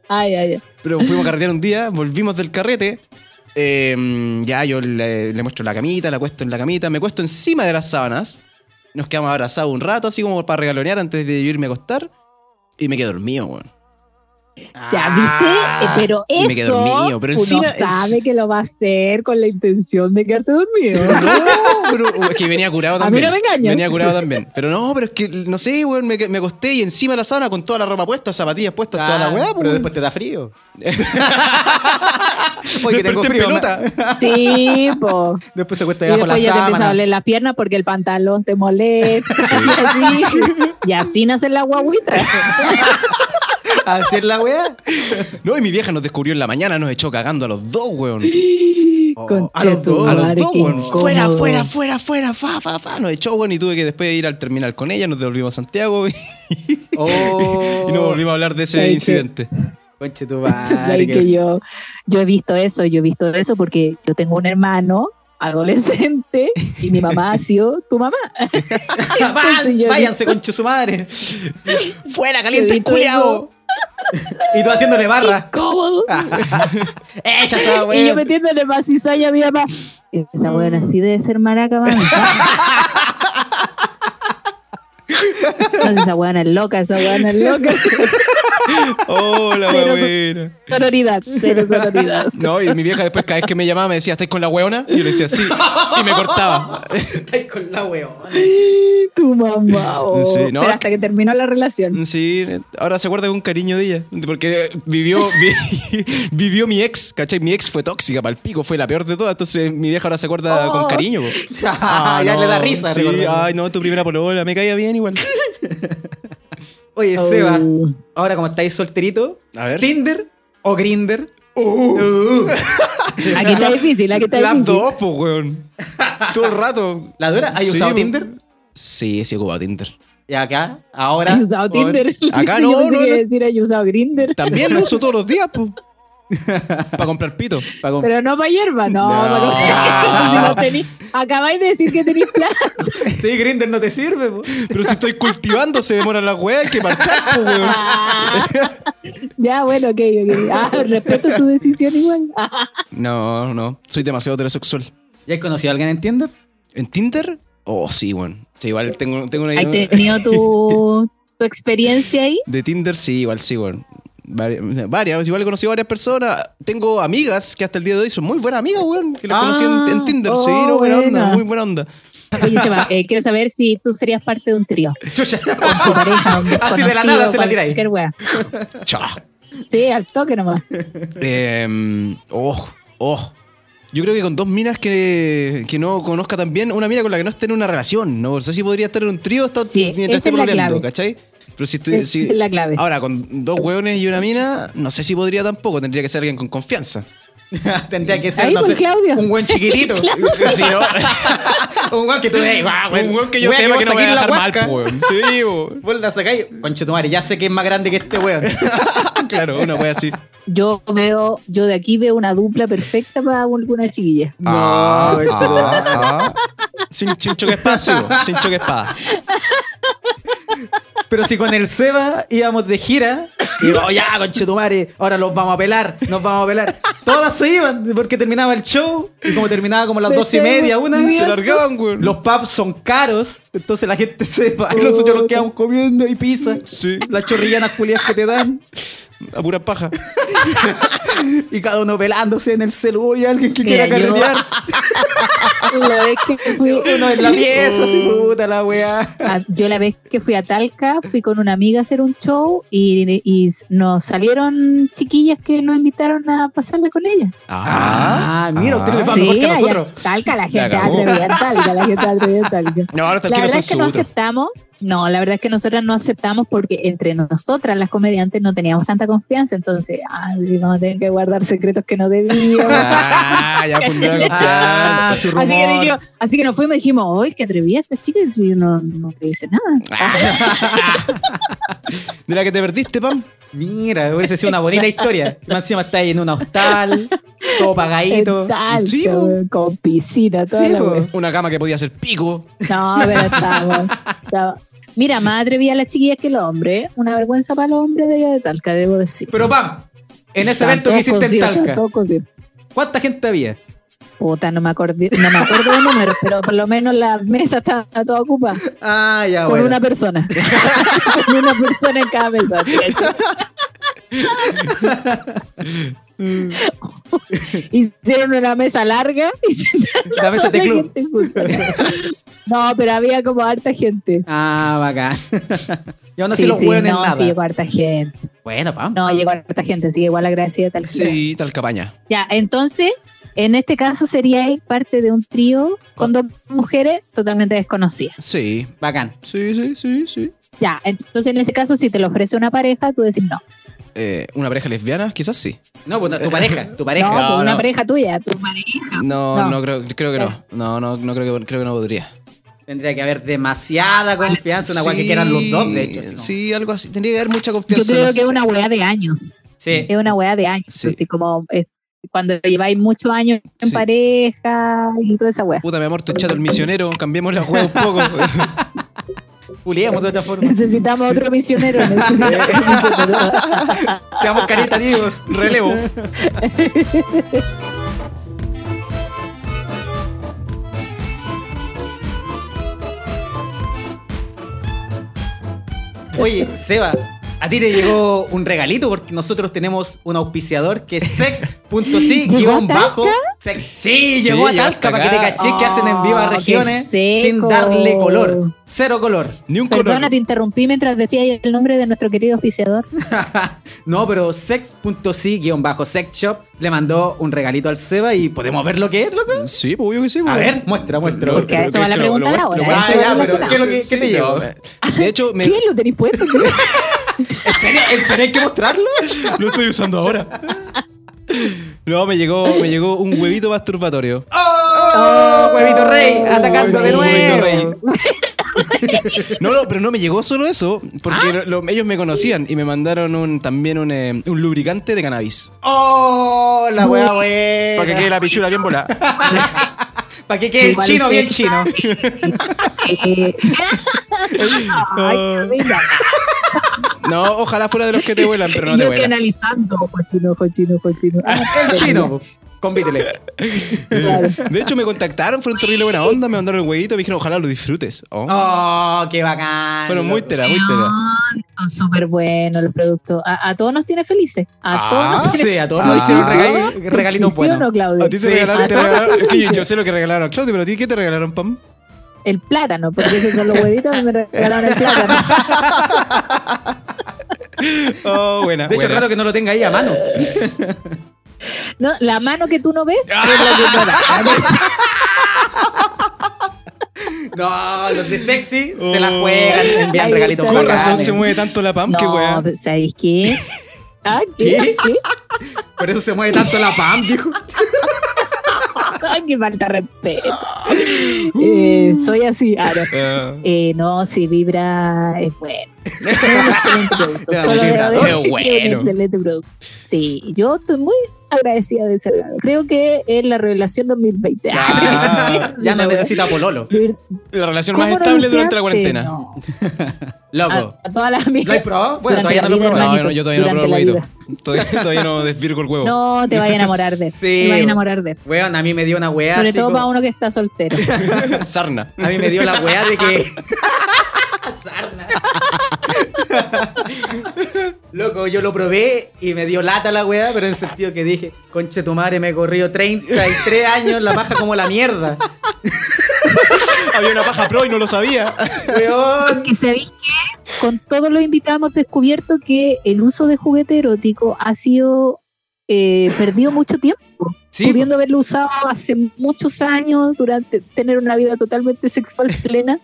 Speaker 6: Ay, ay, ay.
Speaker 1: Pero fuimos a carretear un día, volvimos del carrete. eh, ya yo le, le muestro la camita, la cuesto en la camita, me cuesto encima de las sábanas. Nos quedamos abrazados un rato, así como para regalonear antes de yo irme a acostar. Y me quedé dormido,
Speaker 5: Oh.
Speaker 1: weón.
Speaker 6: Ya, ¿viste? Eh, Pero
Speaker 1: Ah, me quedé
Speaker 6: eso
Speaker 1: dormido, pero
Speaker 6: uno
Speaker 1: encima-
Speaker 6: sabe que lo va a hacer con la intención de quedarse dormido.
Speaker 1: No, pero oh, es que venía curado
Speaker 6: A mí
Speaker 1: también.
Speaker 6: no me engañas.
Speaker 1: Venía curado también. Pero no, pero es que, no sé, weón, me, me acosté y encima de la sábana con toda la ropa puesta, zapatillas puestas, toda
Speaker 6: Ah.
Speaker 1: la weá, pues,
Speaker 5: pero
Speaker 1: weón.
Speaker 5: después te da frío. Oye, que tengo
Speaker 1: Desperté en
Speaker 5: frío.
Speaker 1: pelota.
Speaker 6: Sí, po.
Speaker 5: ma- Después se cuesta
Speaker 6: Y
Speaker 5: debajo la
Speaker 6: después ya te empieza a
Speaker 5: sábana.
Speaker 6: doler las piernas porque el pantalón te molesta. Y, así, y así nace la guaguita.
Speaker 5: Así es la weá.
Speaker 1: No, y mi vieja nos descubrió en la mañana, nos echó cagando a los dos, weón.
Speaker 5: Oh, a los dos,
Speaker 6: Conchetumare,
Speaker 1: A los dos,
Speaker 6: qué
Speaker 1: weón.
Speaker 6: incómodo.
Speaker 1: Fuera, fuera, fuera, fuera, fa, fa, fa. Nos echó, weón, y tuve que después ir al terminal con ella, nos devolvimos a Santiago y,
Speaker 5: Oh,
Speaker 1: y no volvimos a hablar de ese
Speaker 6: Ay, qué-
Speaker 1: incidente.
Speaker 5: Conche
Speaker 6: Sabes que yo, yo he visto eso, yo he visto eso porque yo tengo un hermano adolescente y mi mamá ha sido tu mamá. Entonces yo
Speaker 5: Váyanse, conche su madre.
Speaker 1: ¡Fuera,
Speaker 6: caliente el culiao!
Speaker 5: Y tú haciéndole barra.
Speaker 6: incómodo.
Speaker 5: Ella se va,
Speaker 6: Y yo
Speaker 5: weón.
Speaker 6: metiéndole más cizaña a mi mamá. Esa buena así debe ser maraca, mami. Entonces esa buena es loca, esa buena es loca.
Speaker 1: ¡Hola,
Speaker 6: Pero-
Speaker 1: weón!
Speaker 6: Sonoridad, cero sonoridad.
Speaker 1: No, y mi vieja después cada vez que me llamaba me decía, ¿estáis con la weona? Y yo le decía, sí. Y me cortaba.
Speaker 5: Estáis con la weón.
Speaker 6: Tu mamá. oh.
Speaker 1: Sí, no,
Speaker 6: Pero
Speaker 1: es
Speaker 6: hasta que terminó la relación.
Speaker 1: Sí, ahora se guarda con cariño de ella. Porque vivió, vi- vivió mi ex, ¿cachai? Mi ex fue tóxica, pal pico, fue la peor de todas. Entonces mi vieja ahora se guarda
Speaker 6: Oh.
Speaker 1: con cariño. po.
Speaker 5: Ah,
Speaker 1: Ah,
Speaker 5: ya
Speaker 1: no,
Speaker 5: le da risa.
Speaker 1: sí,
Speaker 5: recordemos.
Speaker 1: ay, no, tu primera polola, me caía bien igual.
Speaker 5: Oye,
Speaker 6: Oh.
Speaker 5: Seba, ahora como estáis solterito,
Speaker 1: A ver.
Speaker 5: ¿Tinder o Grinder?
Speaker 6: Aquí está difícil, aquí está
Speaker 1: Las
Speaker 6: difícil.
Speaker 1: dos, pues, weón. Todo el rato.
Speaker 5: ¿La dura? ¿Hay
Speaker 1: Sí,
Speaker 5: usado
Speaker 1: po.
Speaker 5: Tinder?
Speaker 1: Sí, sí he ocupado Tinder.
Speaker 5: Y acá, ahora.
Speaker 6: ¿Has usado
Speaker 5: ahora-
Speaker 6: Tinder?
Speaker 1: Acá
Speaker 6: Yo
Speaker 1: no,
Speaker 6: pensé
Speaker 1: no,
Speaker 6: que iba a
Speaker 1: no.
Speaker 6: decir, ¿has usado Grinder?
Speaker 1: También lo uso todos los días, pues. Para comprar pito.
Speaker 5: Pa' comp-
Speaker 6: Pero no para hierba, no.
Speaker 5: No.
Speaker 6: pa' comer. Si no tenéis- acabáis de decir que tenéis plata.
Speaker 5: Sí, Grinder no te sirve, po.
Speaker 1: Pero si estoy cultivando, se demora la weá, hay que marchar, pues. po, weón.
Speaker 6: ya, bueno, ok, ok. Ah, respeto tu decisión igual. Ah,
Speaker 1: No, no. Soy demasiado heterosexual.
Speaker 5: ¿Ya has conocido a alguien en Tinder?
Speaker 1: ¿En Tinder? Oh, sí, weón. Sí, igual tengo, tengo una
Speaker 6: ¿Has tenido tu, tu experiencia ahí?
Speaker 1: De Tinder, sí, igual, sí, weón. Vari- Varias, igual he conocido varias personas. Tengo amigas que hasta el día de hoy son muy buenas amigas, weón. Que las
Speaker 5: Ah,
Speaker 1: conocí en, en Tinder. sí,
Speaker 6: oh,
Speaker 1: no, buena
Speaker 6: buena.
Speaker 1: onda, muy buena onda.
Speaker 6: Oye, Seba, eh, quiero saber si tú serías parte de un trío.
Speaker 5: Chucha.
Speaker 6: Con tu pareja, un
Speaker 5: Así de la
Speaker 6: desconocido,
Speaker 5: nada se la tira ahí.
Speaker 6: cualquier wea.
Speaker 1: Chao.
Speaker 6: Sí, al toque nomás.
Speaker 1: Eh, oh, oh. Yo creo que con dos minas que, que no conozca tan bien, una mina con la que no esté en una relación, ¿no? O sea, si podría estar en un trío está,
Speaker 6: Sí,
Speaker 1: mientras
Speaker 6: esa
Speaker 1: esté
Speaker 6: es la
Speaker 1: pololeando,
Speaker 6: clave.
Speaker 1: ¿cachai? Pero si estoy.
Speaker 6: Esa
Speaker 1: si-
Speaker 6: es la clave.
Speaker 1: Ahora, con dos hueones y una mina, no sé si podría tampoco, tendría que ser alguien con confianza.
Speaker 5: Tendría que ser,
Speaker 6: Ahí
Speaker 5: no
Speaker 6: con
Speaker 5: sé,
Speaker 6: Claudio.
Speaker 5: un buen chiquitito.
Speaker 1: Sí, ¿no?
Speaker 5: un buen que tú "Ah, digas, va, weón.
Speaker 1: Un hueón que yo
Speaker 5: Weón,
Speaker 1: sepa
Speaker 5: vos
Speaker 1: que no me va a
Speaker 5: saquís la
Speaker 1: dejar mal, pues.
Speaker 5: huasca.
Speaker 1: po, weón. Sí, po.
Speaker 5: Vos la sacáis. Conche tu madre, ya sé que es más grande que este weón.
Speaker 1: Claro, una wea así.
Speaker 6: Yo veo, yo de aquí veo una dupla perfecta para alguna chiquilla.
Speaker 5: No,
Speaker 1: Ah,
Speaker 5: este weón.
Speaker 1: ah. Sin, sin choque espacio, sin choque espada.
Speaker 5: Pero si con el Seba íbamos de gira, y digo, "Oh, ya, conchetumare, ahora los vamos a pelar, nos vamos a pelar. Todas se iban, porque terminaba el show, y como terminaba como a las
Speaker 6: Me
Speaker 5: dos y
Speaker 6: tengo
Speaker 5: media, una,
Speaker 1: Se largaban, weón.
Speaker 5: Los pubs son caros, entonces la gente se va, y nosotros nos quedamos comiendo y pizza.
Speaker 1: Sí.
Speaker 5: Las chorrillanas culiadas que te dan,
Speaker 1: A pura paja.
Speaker 5: y cada uno pelándose en el celu, y alguien que quiera
Speaker 6: Mira, yo-
Speaker 5: carretear,
Speaker 6: La vez que fui,
Speaker 5: uno en la pieza, así,
Speaker 1: Oh.
Speaker 5: puta la weá.
Speaker 6: a- Ah, yo la vez que fui a Talca, fui con una amiga a hacer un show y, y nos salieron chiquillas que nos invitaron a pasarla con ellas.
Speaker 5: Ah, mira, usted le va
Speaker 6: sí,
Speaker 5: mejor que a
Speaker 6: allá
Speaker 5: nosotros.
Speaker 6: en Talca la gente
Speaker 1: cagó.
Speaker 6: atrevida en Talca, la gente atrevida en Talca.
Speaker 1: No, ahora
Speaker 6: La
Speaker 1: tranquilo
Speaker 6: verdad
Speaker 1: son
Speaker 6: es que no
Speaker 1: seguros.
Speaker 6: aceptamos, no, la verdad es que nosotras no aceptamos porque entre nosotras las comediantes no teníamos tanta confianza, entonces ah, vamos a tener que guardar secretos que no debíamos.
Speaker 1: Ah, ya fundió la
Speaker 5: Ah,
Speaker 1: confianza.
Speaker 5: su rumor.
Speaker 6: Así que, dijimos- así que nos fuimos y dijimos, hoy qué atrevida esta chica, y yo no, no te dice nada.
Speaker 1: De la que te perdiste, Pam.
Speaker 5: Mira, hubiese sido una bonita historia. Más encima está ahí en un hostal, todo
Speaker 6: En
Speaker 5: pagadito.
Speaker 6: Talca,
Speaker 1: Sí, po.
Speaker 6: weón, con piscina, toda
Speaker 5: Sí,
Speaker 6: la
Speaker 5: po.
Speaker 6: wea.
Speaker 1: Una cama que podía ser pico.
Speaker 6: No, pero estaba, estaba- Mira, más atrevida las chiquillas que el hombre, ¿eh? una vergüenza para el hombre de allá de Talca, debo decir.
Speaker 5: Pero pam, en ese
Speaker 6: Estaban
Speaker 5: evento que
Speaker 6: todos
Speaker 5: hiciste en
Speaker 6: cosidos, estaban
Speaker 5: Talca,
Speaker 6: todos cosidos.
Speaker 5: ¿cuánta gente había?
Speaker 6: Puta, no me acuerdo, no me acuerdo de números, pero por lo menos la mesa está toda ocupada.
Speaker 5: Ah, ya,
Speaker 6: con una persona. con una persona en cada mesa. Hicieron una mesa larga y sentaron
Speaker 5: La mesa de
Speaker 6: toda
Speaker 5: club.
Speaker 6: gente junta. No, pero había como harta gente.
Speaker 5: Ah, bacán. Y aún así
Speaker 6: Sí,
Speaker 5: los
Speaker 6: sí,
Speaker 5: hueones
Speaker 6: no,
Speaker 5: nada.
Speaker 6: sí llegó harta gente.
Speaker 5: Bueno, pam.
Speaker 6: No, llegó harta gente, así que igual agradecida tal que-
Speaker 1: Sí, tal capaña.
Speaker 6: Ya, entonces, en este caso sería parte de un trío con dos mujeres totalmente desconocidas.
Speaker 1: Sí,
Speaker 5: Bacán.
Speaker 1: sí, sí, sí, sí.
Speaker 6: Ya, entonces en ese caso, si te lo ofrece una pareja, tú decís no.
Speaker 1: Eh, ¿Una pareja lesbiana? Quizás sí.
Speaker 5: No, pues no, tu pareja, tu pareja.
Speaker 6: No,
Speaker 1: No,
Speaker 6: pues una
Speaker 1: no.
Speaker 6: pareja tuya, tu pareja.
Speaker 1: No, no,
Speaker 6: No.
Speaker 1: creo, creo que no. No, no, no creo que, creo que no podría.
Speaker 5: Tendría que haber demasiada confianza, una hueá que quieran los dos, de hecho. si no.
Speaker 1: Sí, algo así. Tendría que haber mucha
Speaker 6: Yo
Speaker 1: confianza.
Speaker 6: creo
Speaker 1: no
Speaker 6: que es
Speaker 1: sé.
Speaker 6: una weá de años.
Speaker 5: Sí.
Speaker 6: Es una weá de años.
Speaker 1: Sí.
Speaker 6: Así como es cuando lleváis muchos años en
Speaker 1: Sí.
Speaker 6: pareja y toda esa weá.
Speaker 1: Puta, mi amor, estoy chato el misionero. Cambiemos la juega un poco.
Speaker 5: Puliemos de otra forma.
Speaker 6: Necesitamos otro misionero. necesitamos otro misionero.
Speaker 5: Seamos caritativos.
Speaker 1: Relevo.
Speaker 5: Oye, Seba, a ti te llegó un regalito porque nosotros tenemos un auspiciador que es
Speaker 6: ¿Llegó a
Speaker 5: sex.si-bajo.
Speaker 6: Talca?
Speaker 5: Sex- Sí, llegó
Speaker 1: llegó
Speaker 5: a
Speaker 1: hasta
Speaker 5: Talca para que te
Speaker 1: acá.
Speaker 5: caché que hacen envío a
Speaker 6: Oh, qué
Speaker 5: regiones sin
Speaker 6: seco.
Speaker 5: darle color. Cero color.
Speaker 1: Ni un color.
Speaker 6: Perdona, te interrumpí mientras decía el nombre de nuestro querido oficiador.
Speaker 5: no, pero sex.si-sexshop le mandó un regalito al Seba y podemos ver lo que es, loco.
Speaker 1: Sí, pues obvio que sí.
Speaker 5: A
Speaker 1: pues.
Speaker 5: ver, muestra, muestra.
Speaker 1: Lo-
Speaker 6: Porque a
Speaker 1: lo-
Speaker 6: eso va la
Speaker 1: lo-
Speaker 6: pregunta
Speaker 1: lo-
Speaker 6: de ahora,
Speaker 1: lo-
Speaker 6: a
Speaker 5: Ah,
Speaker 6: eso va
Speaker 5: ya, pero
Speaker 6: relacionado.
Speaker 5: ¿qué es lo que, qué te
Speaker 1: Sí,
Speaker 5: llegó?
Speaker 1: no, eh, De hecho, me,
Speaker 6: ¿Quién lo tenéis puesto?
Speaker 5: ¿En serio? ¿En serio hay que mostrarlo?
Speaker 1: Lo estoy usando ahora. No, me llegó, me llegó un huevito masturbatorio.
Speaker 5: ¡Oh! ¡Huevito Rey! Atacando de
Speaker 1: Huevito
Speaker 5: nuevo.
Speaker 3: No, no, pero no me llegó solo eso, porque lo- lo- ellos me conocían y me mandaron un, también un, eh, un lubricante de cannabis.
Speaker 5: ¡Oh! La wea buena.
Speaker 3: Para que quede la pichula bien volada.
Speaker 5: Para que quede el
Speaker 6: Igual
Speaker 5: chino
Speaker 6: es
Speaker 5: bien
Speaker 6: el-
Speaker 5: chino.
Speaker 6: Sí. Ay, mira,
Speaker 3: No, ojalá fuera de los que te vuelan, pero no te
Speaker 6: yo aquí
Speaker 3: vuelan.
Speaker 6: analizando, cochino, cochino, cochino. Ah,
Speaker 5: El chino. Convítele.
Speaker 6: claro.
Speaker 3: De hecho, me contactaron, fueron terrible buena onda, me mandaron el huevito y me dijeron, ojalá lo disfrutes. Oh.
Speaker 5: ¡Oh! ¡Qué bacán!
Speaker 3: fueron muy tera, muy tera.
Speaker 6: No, son súper buenos los productos. A, a todos nos tiene felices. A
Speaker 3: Ah,
Speaker 6: todos nos tiene
Speaker 5: Sí, a todos
Speaker 3: Ah.
Speaker 5: nos hicieron regal-
Speaker 6: Sí,
Speaker 5: regalitos
Speaker 6: sí, ¿sí o
Speaker 5: buenos.
Speaker 6: no, Claudio?
Speaker 3: A ti te
Speaker 5: Sí,
Speaker 3: regalaron,
Speaker 6: a
Speaker 3: te
Speaker 6: todos
Speaker 3: regalaron-
Speaker 6: nos
Speaker 3: es que yo,
Speaker 6: dicen
Speaker 3: yo sé lo que regalaron a Claudio, pero a ti ¿qué te regalaron, Pam?
Speaker 6: El plátano, porque esos son los huevitos y me regalaron el plátano.
Speaker 3: Oh, buena.
Speaker 5: De hecho, es
Speaker 3: buena.
Speaker 5: raro que no lo tenga ahí a mano.
Speaker 6: No, la mano que tú no ves es
Speaker 5: Ah,
Speaker 6: la que no da.
Speaker 5: No, los de sexy se
Speaker 3: Oh.
Speaker 5: la juegan, envían
Speaker 6: Ahí
Speaker 5: regalitos
Speaker 6: está.
Speaker 3: Con
Speaker 5: bacanes.
Speaker 3: razón se mueve tanto la Pam, qué
Speaker 6: No,
Speaker 3: wea.
Speaker 6: pero ¿sabéis qué? Ah, ¿qué? ¿Qué?
Speaker 5: Por eso se mueve tanto la PAM, dijo.
Speaker 6: Ay, qué falta de respeto. Eh, soy así. Ah, no.
Speaker 3: Eh,
Speaker 6: Eh, no, si vibra es bueno. Es un excelente producto.
Speaker 3: Ya,
Speaker 6: Solo
Speaker 3: Vibra,
Speaker 6: debo decir
Speaker 3: es
Speaker 6: que es un
Speaker 3: bueno.
Speaker 6: excelente producto. Sí, yo estoy muy agradecida de ser ganadora. Creo que es la revelación 2020.
Speaker 5: Ya, Ah, ya no necesita pololo.
Speaker 6: Vivir-
Speaker 3: la relación
Speaker 6: ¿Cómo no
Speaker 3: más estable
Speaker 6: anunciaste?
Speaker 3: durante la cuarentena. No,
Speaker 6: No.
Speaker 5: Loco.
Speaker 6: A, a todas las
Speaker 5: ¿Lo has
Speaker 6: amigas.
Speaker 5: probado? Bueno,
Speaker 6: Ah, Durante la
Speaker 5: todavía no lo he
Speaker 6: vida,
Speaker 5: probado.
Speaker 6: hermanito,
Speaker 3: no, yo todavía no
Speaker 6: durante
Speaker 3: pruebo
Speaker 6: la
Speaker 3: el huevito. Todavía, todavía no desvirgo el huevo.
Speaker 6: No te vayan a enamorar de él.
Speaker 5: Sí.
Speaker 6: Te vayan a enamorar de él.
Speaker 5: Weón, a mí me dio una weá.
Speaker 6: Sobre
Speaker 5: así
Speaker 6: todo
Speaker 5: como-
Speaker 6: para uno que está soltero.
Speaker 3: Sarna.
Speaker 5: A mí me dio la weá de que. Sarna. Loco, yo lo probé y me dio lata la weá, pero en el sentido que dije, conche tu madre, me he corrido 33 años la paja como la mierda.
Speaker 3: Había una paja pro y no lo sabía.
Speaker 5: Weón.
Speaker 6: que sabéis que con todos los invitados hemos descubierto que el uso de juguete erótico ha sido eh, perdido mucho tiempo.
Speaker 5: Sí,
Speaker 6: pudiendo haberlo usado hace muchos años, durante tener una vida totalmente sexual plena.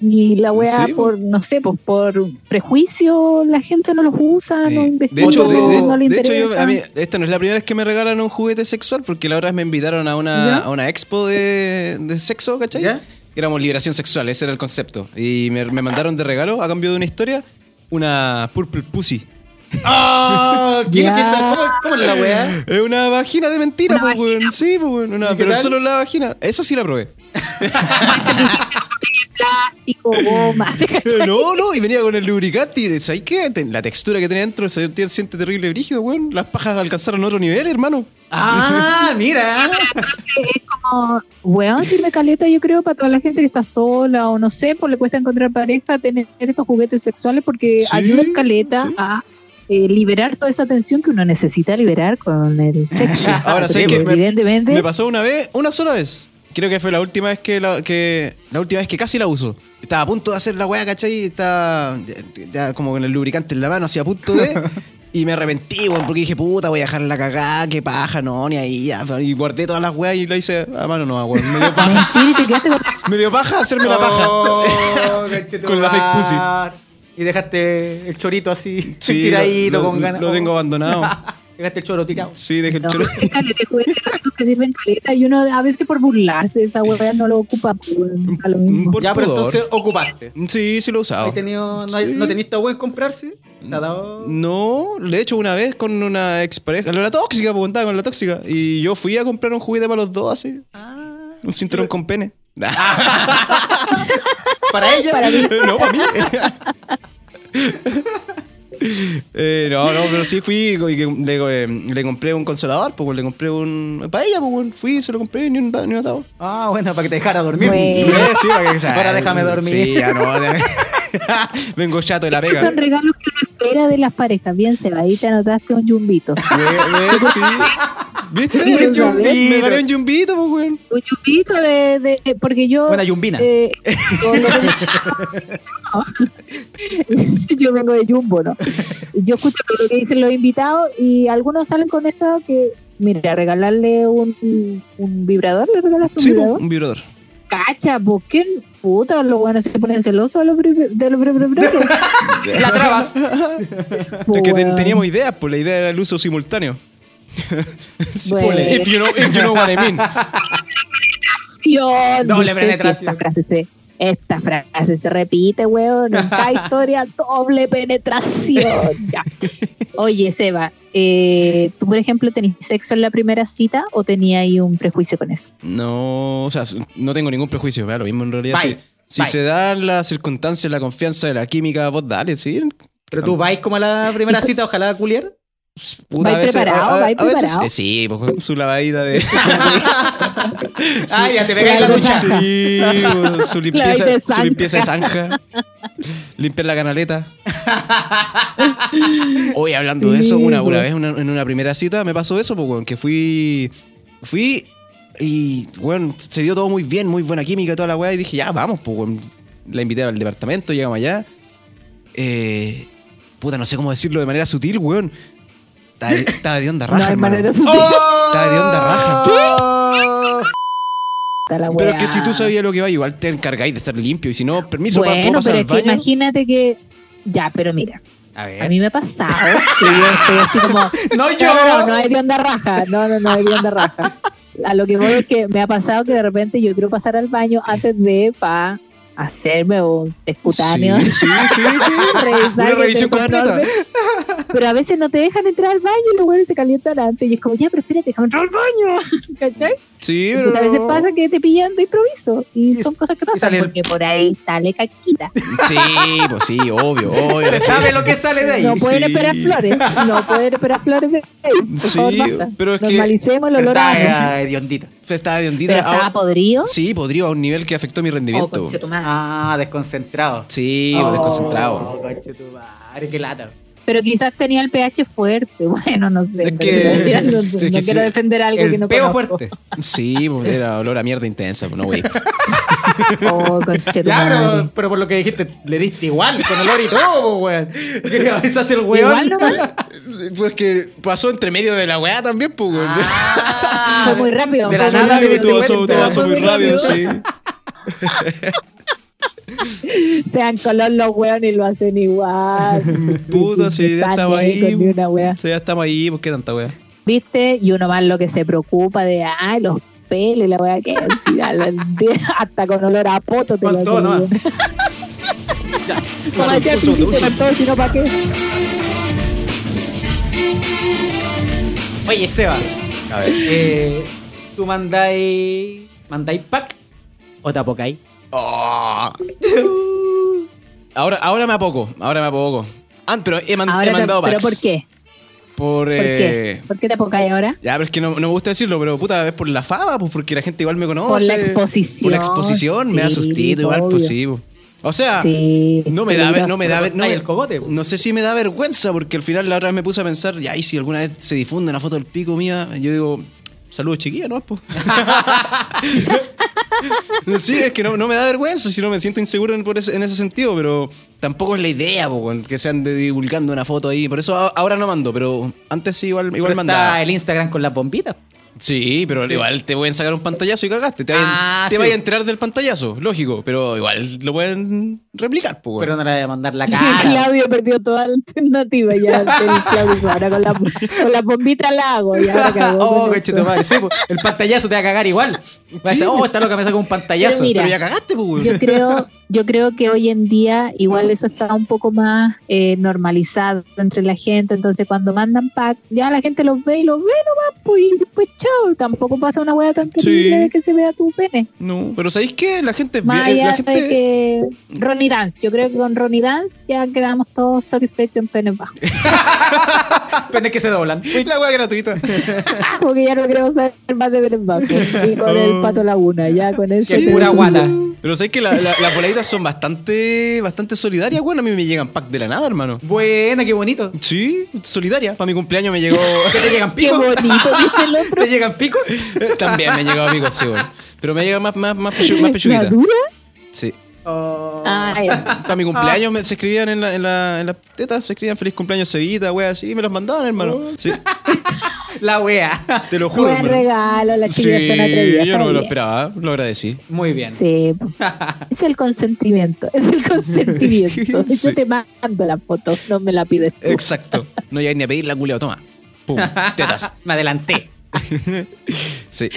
Speaker 6: Y la weá,
Speaker 3: Sí, po.
Speaker 6: por, no sé, pues por prejuicio, la gente no los usa, no
Speaker 3: Sí.
Speaker 6: investiga,
Speaker 3: de hecho, de,
Speaker 5: no
Speaker 3: de-
Speaker 6: no le
Speaker 3: de hecho
Speaker 6: interesa.
Speaker 3: yo- a mí, esta no es la primera vez que me regalan un juguete sexual, porque la otra vez me invitaron a una,
Speaker 6: ¿Ya?
Speaker 3: a una expo de, de sexo, ¿cachai?
Speaker 5: ¿Ya?
Speaker 3: Que éramos liberación sexual, ese era el concepto. Y me, me mandaron de regalo, a cambio de una historia, una Purple Pussy.
Speaker 5: ¡Ah! ¿Qué es lo que es?
Speaker 6: Ya.
Speaker 5: ¿Cómo, cómo es la weá?
Speaker 3: Es una vagina de mentira,
Speaker 6: Una
Speaker 3: pues, weón. Sí, pues, weón. Una,
Speaker 5: ¿Y qué
Speaker 3: pero
Speaker 5: tal?
Speaker 3: solo la vagina. Esa sí la probé.
Speaker 6: Ese principio de plástico, goma,
Speaker 3: Pero Eh, no, no, y venía con el lubricante. Y, ¿Sabes qué? Ten- La textura que tenía dentro se te- siente terrible brígido, weón. Las pajas alcanzaron otro nivel, hermano.
Speaker 5: ¡Ah! ¡Mira!
Speaker 6: Entonces es como, weón, sirve caleta, yo creo, para toda la gente que está sola o no sé, pues le cuesta encontrar pareja, tener estos juguetes sexuales porque
Speaker 3: Sí,
Speaker 6: ayuda en caleta a eh, liberar toda esa tensión que uno necesita liberar con el sexo.
Speaker 3: Ahora,
Speaker 6: Porque
Speaker 3: ¿sabes qué? Me-
Speaker 6: Evidentemente,
Speaker 3: Me pasó una vez, una sola vez. Creo que fue la última vez que la, que, la última vez que casi la uso. Estaba a punto de hacer la weá, ¿cachai? Estaba ya- ya como con el lubricante en la mano, así a punto de. Y me arrepentí, weón, porque dije, puta, voy a dejar la cagada, qué paja, no, ni ahí, ya. Y guardé todas las weas y la hice a mano no, weón. Me dio paja,
Speaker 6: mentir y te quedaste con la
Speaker 3: me dio paja hacerme la paja.
Speaker 5: Oh, conchetumar.
Speaker 3: Con la fake pussy.
Speaker 5: Y dejaste el chorito así,
Speaker 3: Sí,
Speaker 5: tiradito,
Speaker 3: lo-
Speaker 5: con
Speaker 3: lo-
Speaker 5: ganas. Oh.
Speaker 3: Lo tengo abandonado.
Speaker 5: Dejaste el choro tirado.
Speaker 3: Sí, dejé el
Speaker 6: no,
Speaker 3: choro.
Speaker 6: es caleta de juguetes eróticos que sirven caleta y uno a veces por burlarse de esa weá no lo ocupa pues, weón, a lo mismo.
Speaker 3: Por
Speaker 5: ya, pero
Speaker 3: pudor.
Speaker 5: entonces ocupaste.
Speaker 3: Sí, sí lo he usado.
Speaker 5: ¿Has tenido, no,
Speaker 3: Sí. Mm.
Speaker 5: ¿No tenías tabú en comprarse? ¿Te ha dado?
Speaker 3: No, de hecho una vez con una expareja, la tóxica, pues contaba con la tóxica. Y yo fui a comprar un juguete para los dos así.
Speaker 5: Ah.
Speaker 3: Un cinturón con pene.
Speaker 5: ¿Para ella?
Speaker 6: Para mí.
Speaker 3: Ah, no, para mí. Eh, no, no, pero sí fui y que- le, eh, le compré un consolador, pues le compré un... Para ella, pues bueno, fui, se lo compré, ni un, ta- ni un atado.
Speaker 5: Ah, bueno, para que te dejara dormir.
Speaker 6: Bueno.
Speaker 3: Eh, sí, para que-
Speaker 5: Ahora déjame dormir.
Speaker 3: Sí, ya no. déjame- Vengo chato de la
Speaker 6: Estos
Speaker 3: pega.
Speaker 6: son regalos que uno espera de las parejas. Bien, Seba, ahí te anotaste un yumbito.
Speaker 3: We- we- sí. ¿Viste?
Speaker 6: Sí,
Speaker 3: Un
Speaker 6: lo sabía.
Speaker 3: yumbito. Me gané un yumbito, pues, weón.
Speaker 6: Un chupito de, de- de- porque yo
Speaker 5: Buena yumbina.
Speaker 6: eh, yo, lo- Yo vengo de Jumbo no yo escucho lo que dicen los invitados y algunos salen con esto que mira regalarle un, un vibrador le regalas un
Speaker 3: Sí, pues,
Speaker 6: vibrador
Speaker 3: un vibrador.
Speaker 6: cacha ¿por qué puta los buenos se ponen celosos de los vibra- de los vibradores
Speaker 5: La trabas.
Speaker 3: Es que ten-
Speaker 6: Weón.
Speaker 3: teníamos ideas, pues la idea era el uso simultáneo. Sí, pues,
Speaker 6: Bueno.
Speaker 3: ponle, If you know, if you know what I mean.
Speaker 6: penetración.
Speaker 5: Doble
Speaker 6: ¿viste?
Speaker 5: penetración.
Speaker 6: Sí, esta frase se- Esta frase se repite, weón. En cada historia, doble penetración. Ya. Oye, Seba, eh, ¿tú, por ejemplo, tenés sexo en la primera cita o tenías ahí un prejuicio con eso?
Speaker 3: No, o sea, no tengo ningún prejuicio, vea, lo mismo en realidad.
Speaker 5: Bye,
Speaker 3: Si, si
Speaker 5: bye.
Speaker 3: se dan las circunstancias, la confianza de la química, vos dale, sí.
Speaker 5: Pero tú vais como a la primera cita, ojalá culiar.
Speaker 3: Puta,
Speaker 6: Vais preparado, vais
Speaker 3: veces-
Speaker 6: preparado.
Speaker 3: eh, sí, pues con su lavadita de.
Speaker 5: Ah, ya te
Speaker 6: pegáis la ducha.
Speaker 3: Sí, pues, su, limpieza,
Speaker 6: Lavadita de
Speaker 3: su
Speaker 6: zanja.
Speaker 3: limpieza de zanja. Limpiar la canaleta. Hoy hablando de
Speaker 6: Sí,
Speaker 3: eso, una, una
Speaker 6: pues.
Speaker 3: vez una- en una primera cita me pasó eso, pues, weón, que fui. Fui y, weón, se dio todo muy bien, muy buena química y toda la weá. Y dije, ya, vamos, pues, weón. La invité al departamento, llegamos allá. Eh, puta, no sé cómo decirlo de manera sutil, weón. Estaba- Estaba de onda raja.
Speaker 6: no hay
Speaker 3: hermano. ¡Oh!
Speaker 6: manera sutil.
Speaker 3: Estaba de onda raja.
Speaker 6: Está la weá.
Speaker 3: Pero es que si tú sabías lo que va, igual te encargáis de estar limpio. Y si no, permiso, pa- ¿puedo
Speaker 6: Bueno,
Speaker 3: pasar
Speaker 6: pero
Speaker 3: al
Speaker 6: es que
Speaker 3: baño?
Speaker 6: imagínate que. Ya, pero mira,
Speaker 5: A
Speaker 6: a
Speaker 5: ver.
Speaker 6: mí me ha pasado que yo estoy así como.
Speaker 5: No
Speaker 6: No, no, no,
Speaker 5: yo.
Speaker 6: no hay de onda raja. No, no, no hay de onda raja. A lo que voy es que me ha pasado que de repente yo quiero pasar al baño antes de pa hacerme un escutáneo.
Speaker 3: Sí, sí, sí, sí. Una
Speaker 6: revisar que
Speaker 3: revisión
Speaker 6: esté todo en
Speaker 3: completa.
Speaker 6: orden. Pero a veces no te dejan entrar al baño y los güeyes se calientan antes. Y es como, ya, pero espérate, déjame entrar al baño. ¿Cachai?
Speaker 3: Sí, pero.
Speaker 6: Entonces a veces pasa que te pillan de improviso. Y
Speaker 5: Y-
Speaker 6: son cosas que
Speaker 5: sale
Speaker 6: pasan.
Speaker 5: el-
Speaker 6: Porque por ahí sale caquita.
Speaker 3: Sí, pues sí, obvio, obvio.
Speaker 5: Se
Speaker 3: sí.
Speaker 5: sabe lo que sale de ahí.
Speaker 6: No pues, pueden
Speaker 3: sí.
Speaker 6: esperar flores. No pueden esperar flores de ahí. Por
Speaker 3: Sí,
Speaker 6: favor, basta.
Speaker 3: pero es que-
Speaker 6: Normalicemos el olor a ano.
Speaker 5: Está eh, hediondita.
Speaker 3: Estaba de
Speaker 6: Pero
Speaker 3: ondita. a-
Speaker 6: estaba podrido.
Speaker 3: Sí, podría a un nivel que afectó mi
Speaker 6: Oh,
Speaker 3: rendimiento.
Speaker 6: concha tu madre.
Speaker 5: Ah, desconcentrado.
Speaker 3: Sí, pues,
Speaker 6: Oh.
Speaker 3: desconcentrado.
Speaker 5: Oh, conche tu madre, qué lata.
Speaker 6: Pero quizás tenía el pH fuerte. Bueno, no sé.
Speaker 3: Es
Speaker 6: no
Speaker 3: que-
Speaker 6: quiero- no
Speaker 3: es que
Speaker 6: no
Speaker 3: sí.
Speaker 6: quiero defender algo que
Speaker 5: El
Speaker 6: no
Speaker 5: peo
Speaker 6: conozco.
Speaker 5: fuerte.
Speaker 3: Sí, pues era olor a mierda intensa, pues no, güey.
Speaker 6: Oh, conche tu
Speaker 5: Ya,
Speaker 6: madre.
Speaker 5: pero, pero por lo que dijiste, le diste igual, con olor y todo, po, weón. Que a veces hace el weón.
Speaker 6: Igual nomás.
Speaker 3: Pues que pasó entre medio de la weá también, pues, güey.
Speaker 5: Ah,
Speaker 6: Fue muy rápido.
Speaker 5: De la
Speaker 6: Fue
Speaker 5: nada
Speaker 6: muy rápido.
Speaker 5: le diste
Speaker 3: todo pasó,
Speaker 5: vuelta.
Speaker 3: todo pasó muy
Speaker 6: Fue muy
Speaker 3: rápido, sí.
Speaker 6: rápido. Sean color los hueones y lo hacen igual.
Speaker 3: Puta, sí, ya
Speaker 6: Están
Speaker 3: estaba ahí.
Speaker 6: con ni una wea.
Speaker 3: Sí, ya estamos ahí, pues qué tanta weá.
Speaker 6: ¿Viste? Y uno más lo que se preocupa de, ay, los peles, la wea que es. y al- al- de- hasta con olor a poto te
Speaker 5: Con
Speaker 6: lo
Speaker 5: todo,
Speaker 6: digo. Para echar
Speaker 3: un segundo, un
Speaker 6: pichito con todo, si no, ¿para qué?
Speaker 5: Oye, Seba. Eh, ¿Tú mandáis. mandáis pack o tapocáis?
Speaker 3: Oh. Ahora, ahora me apoco, ahora me apoco. Ah, pero he, man- he
Speaker 6: Ahora te-
Speaker 3: mandado
Speaker 6: ¿Pero
Speaker 3: packs.
Speaker 6: por qué? ¿Por
Speaker 3: Por,
Speaker 6: qué?
Speaker 3: eh,
Speaker 6: ¿Por qué te apocáis ahora?
Speaker 3: Ya, pero es que no, no me gusta decirlo, pero puta, es por la fama, pues porque la gente igual me conoce.
Speaker 6: Por la exposición.
Speaker 3: Por la exposición, me da
Speaker 6: Sí,
Speaker 3: sustito igual,
Speaker 6: obvio.
Speaker 3: pues sí. pues. O sea,
Speaker 6: Sí.
Speaker 3: no me da, ver- no
Speaker 6: peligroso.
Speaker 3: me da, ver- no,
Speaker 5: Ay,
Speaker 3: me-
Speaker 5: el cogote, po.
Speaker 3: no sé si me da vergüenza, porque al final la otra vez me puse a pensar, ya, y si alguna vez se difunde una foto del pico mía, yo digo, saludos chiquilla, ¿no? Po? sí, es que no, no me da vergüenza, si no me siento inseguro en, por ese, en ese sentido, pero tampoco es la idea, po, con que se ande divulgando una foto ahí. Por eso a- ahora no mando, pero antes sí, igual, igual
Speaker 5: Pero
Speaker 3: mandaba.
Speaker 5: Está el Instagram con las bombitas.
Speaker 3: Sí, pero
Speaker 5: Sí.
Speaker 3: igual te pueden sacar un pantallazo y cagaste. Te, vayan-
Speaker 5: Ah,
Speaker 3: te
Speaker 5: sí.
Speaker 3: vayan a enterar del pantallazo, lógico, pero igual lo pueden replicar, po,
Speaker 5: Pero
Speaker 3: weón.
Speaker 5: no le voy a mandar la cara.
Speaker 6: Claudio perdió toda alternativa ya. el Claudio dijo, ahora con la, con la bombita la hago. Y ahora cagó con
Speaker 5: oh,
Speaker 6: esto.
Speaker 5: coche tu madre. Sí, po. el pantallazo te va a cagar igual. Va a
Speaker 3: Sí.
Speaker 5: decir, oh, está loca, me sacó un pantallazo.
Speaker 6: Pero mira,
Speaker 3: Pero ya cagaste, po, weón.
Speaker 6: Yo creo, yo creo que hoy en día igual eso está un poco más eh, normalizado entre la gente, entonces cuando mandan pack, ya la gente los ve y los ve nomás, pues, y después chao, tampoco pasa una hueá tan terrible
Speaker 3: Sí.
Speaker 6: de que se vea tu pene.
Speaker 3: No, pero ¿sabéis qué? La gente es bien- eh,
Speaker 6: Más allá
Speaker 3: la gente
Speaker 6: de que Ronnie Dance, yo creo que con Ronnie Dance ya quedamos todos satisfechos en penes bajos.
Speaker 5: Pene que se doblan.
Speaker 3: la weá gratuita.
Speaker 6: Porque ya no queremos saber más de penes bajos. Y con
Speaker 3: Oh.
Speaker 6: el Pato Laguna, ya con eso.
Speaker 5: Que pura guata.
Speaker 3: Pero ¿sabéis que la- la- las voladitas son bastante bastante solidarias, weón? A mí me llegan pack de la nada, hermano.
Speaker 5: Buena, qué bonito.
Speaker 3: Sí, solidaria. Para mi cumpleaños me llegó.
Speaker 5: ¿Qué te llegan
Speaker 6: Qué
Speaker 5: picos?
Speaker 6: bonito, dice el otro.
Speaker 5: ¿Te llegan picos?
Speaker 3: También me llegaba pico, sí, weón. Pero me llega más, más, más, pechu- más
Speaker 6: ¿La
Speaker 3: pechuguita.
Speaker 6: dura?
Speaker 3: Sí.
Speaker 5: Oh.
Speaker 6: Ah, ya.
Speaker 3: Para mi cumpleaños me, se escribían en la, en la, en la teta, se escribían feliz cumpleaños Cevita, weón, así, y me los mandaban, hermano. Sí,
Speaker 5: La wea.
Speaker 3: te lo juro,
Speaker 6: Buen
Speaker 3: hermano.
Speaker 6: regalo, la chica
Speaker 3: Sí,
Speaker 6: son atrevidas.
Speaker 3: yo no me lo
Speaker 6: está
Speaker 3: esperaba, lo agradecí.
Speaker 5: Muy bien.
Speaker 6: bien. Sí, po. es el consentimiento, es el consentimiento.
Speaker 3: Sí. Eh.
Speaker 6: Yo te mando la foto, no me la pides tú.
Speaker 3: Exacto. No llegáis ni a pedirla, culeo, toma. Pum, tetas.
Speaker 5: Me adelanté.
Speaker 3: Sí.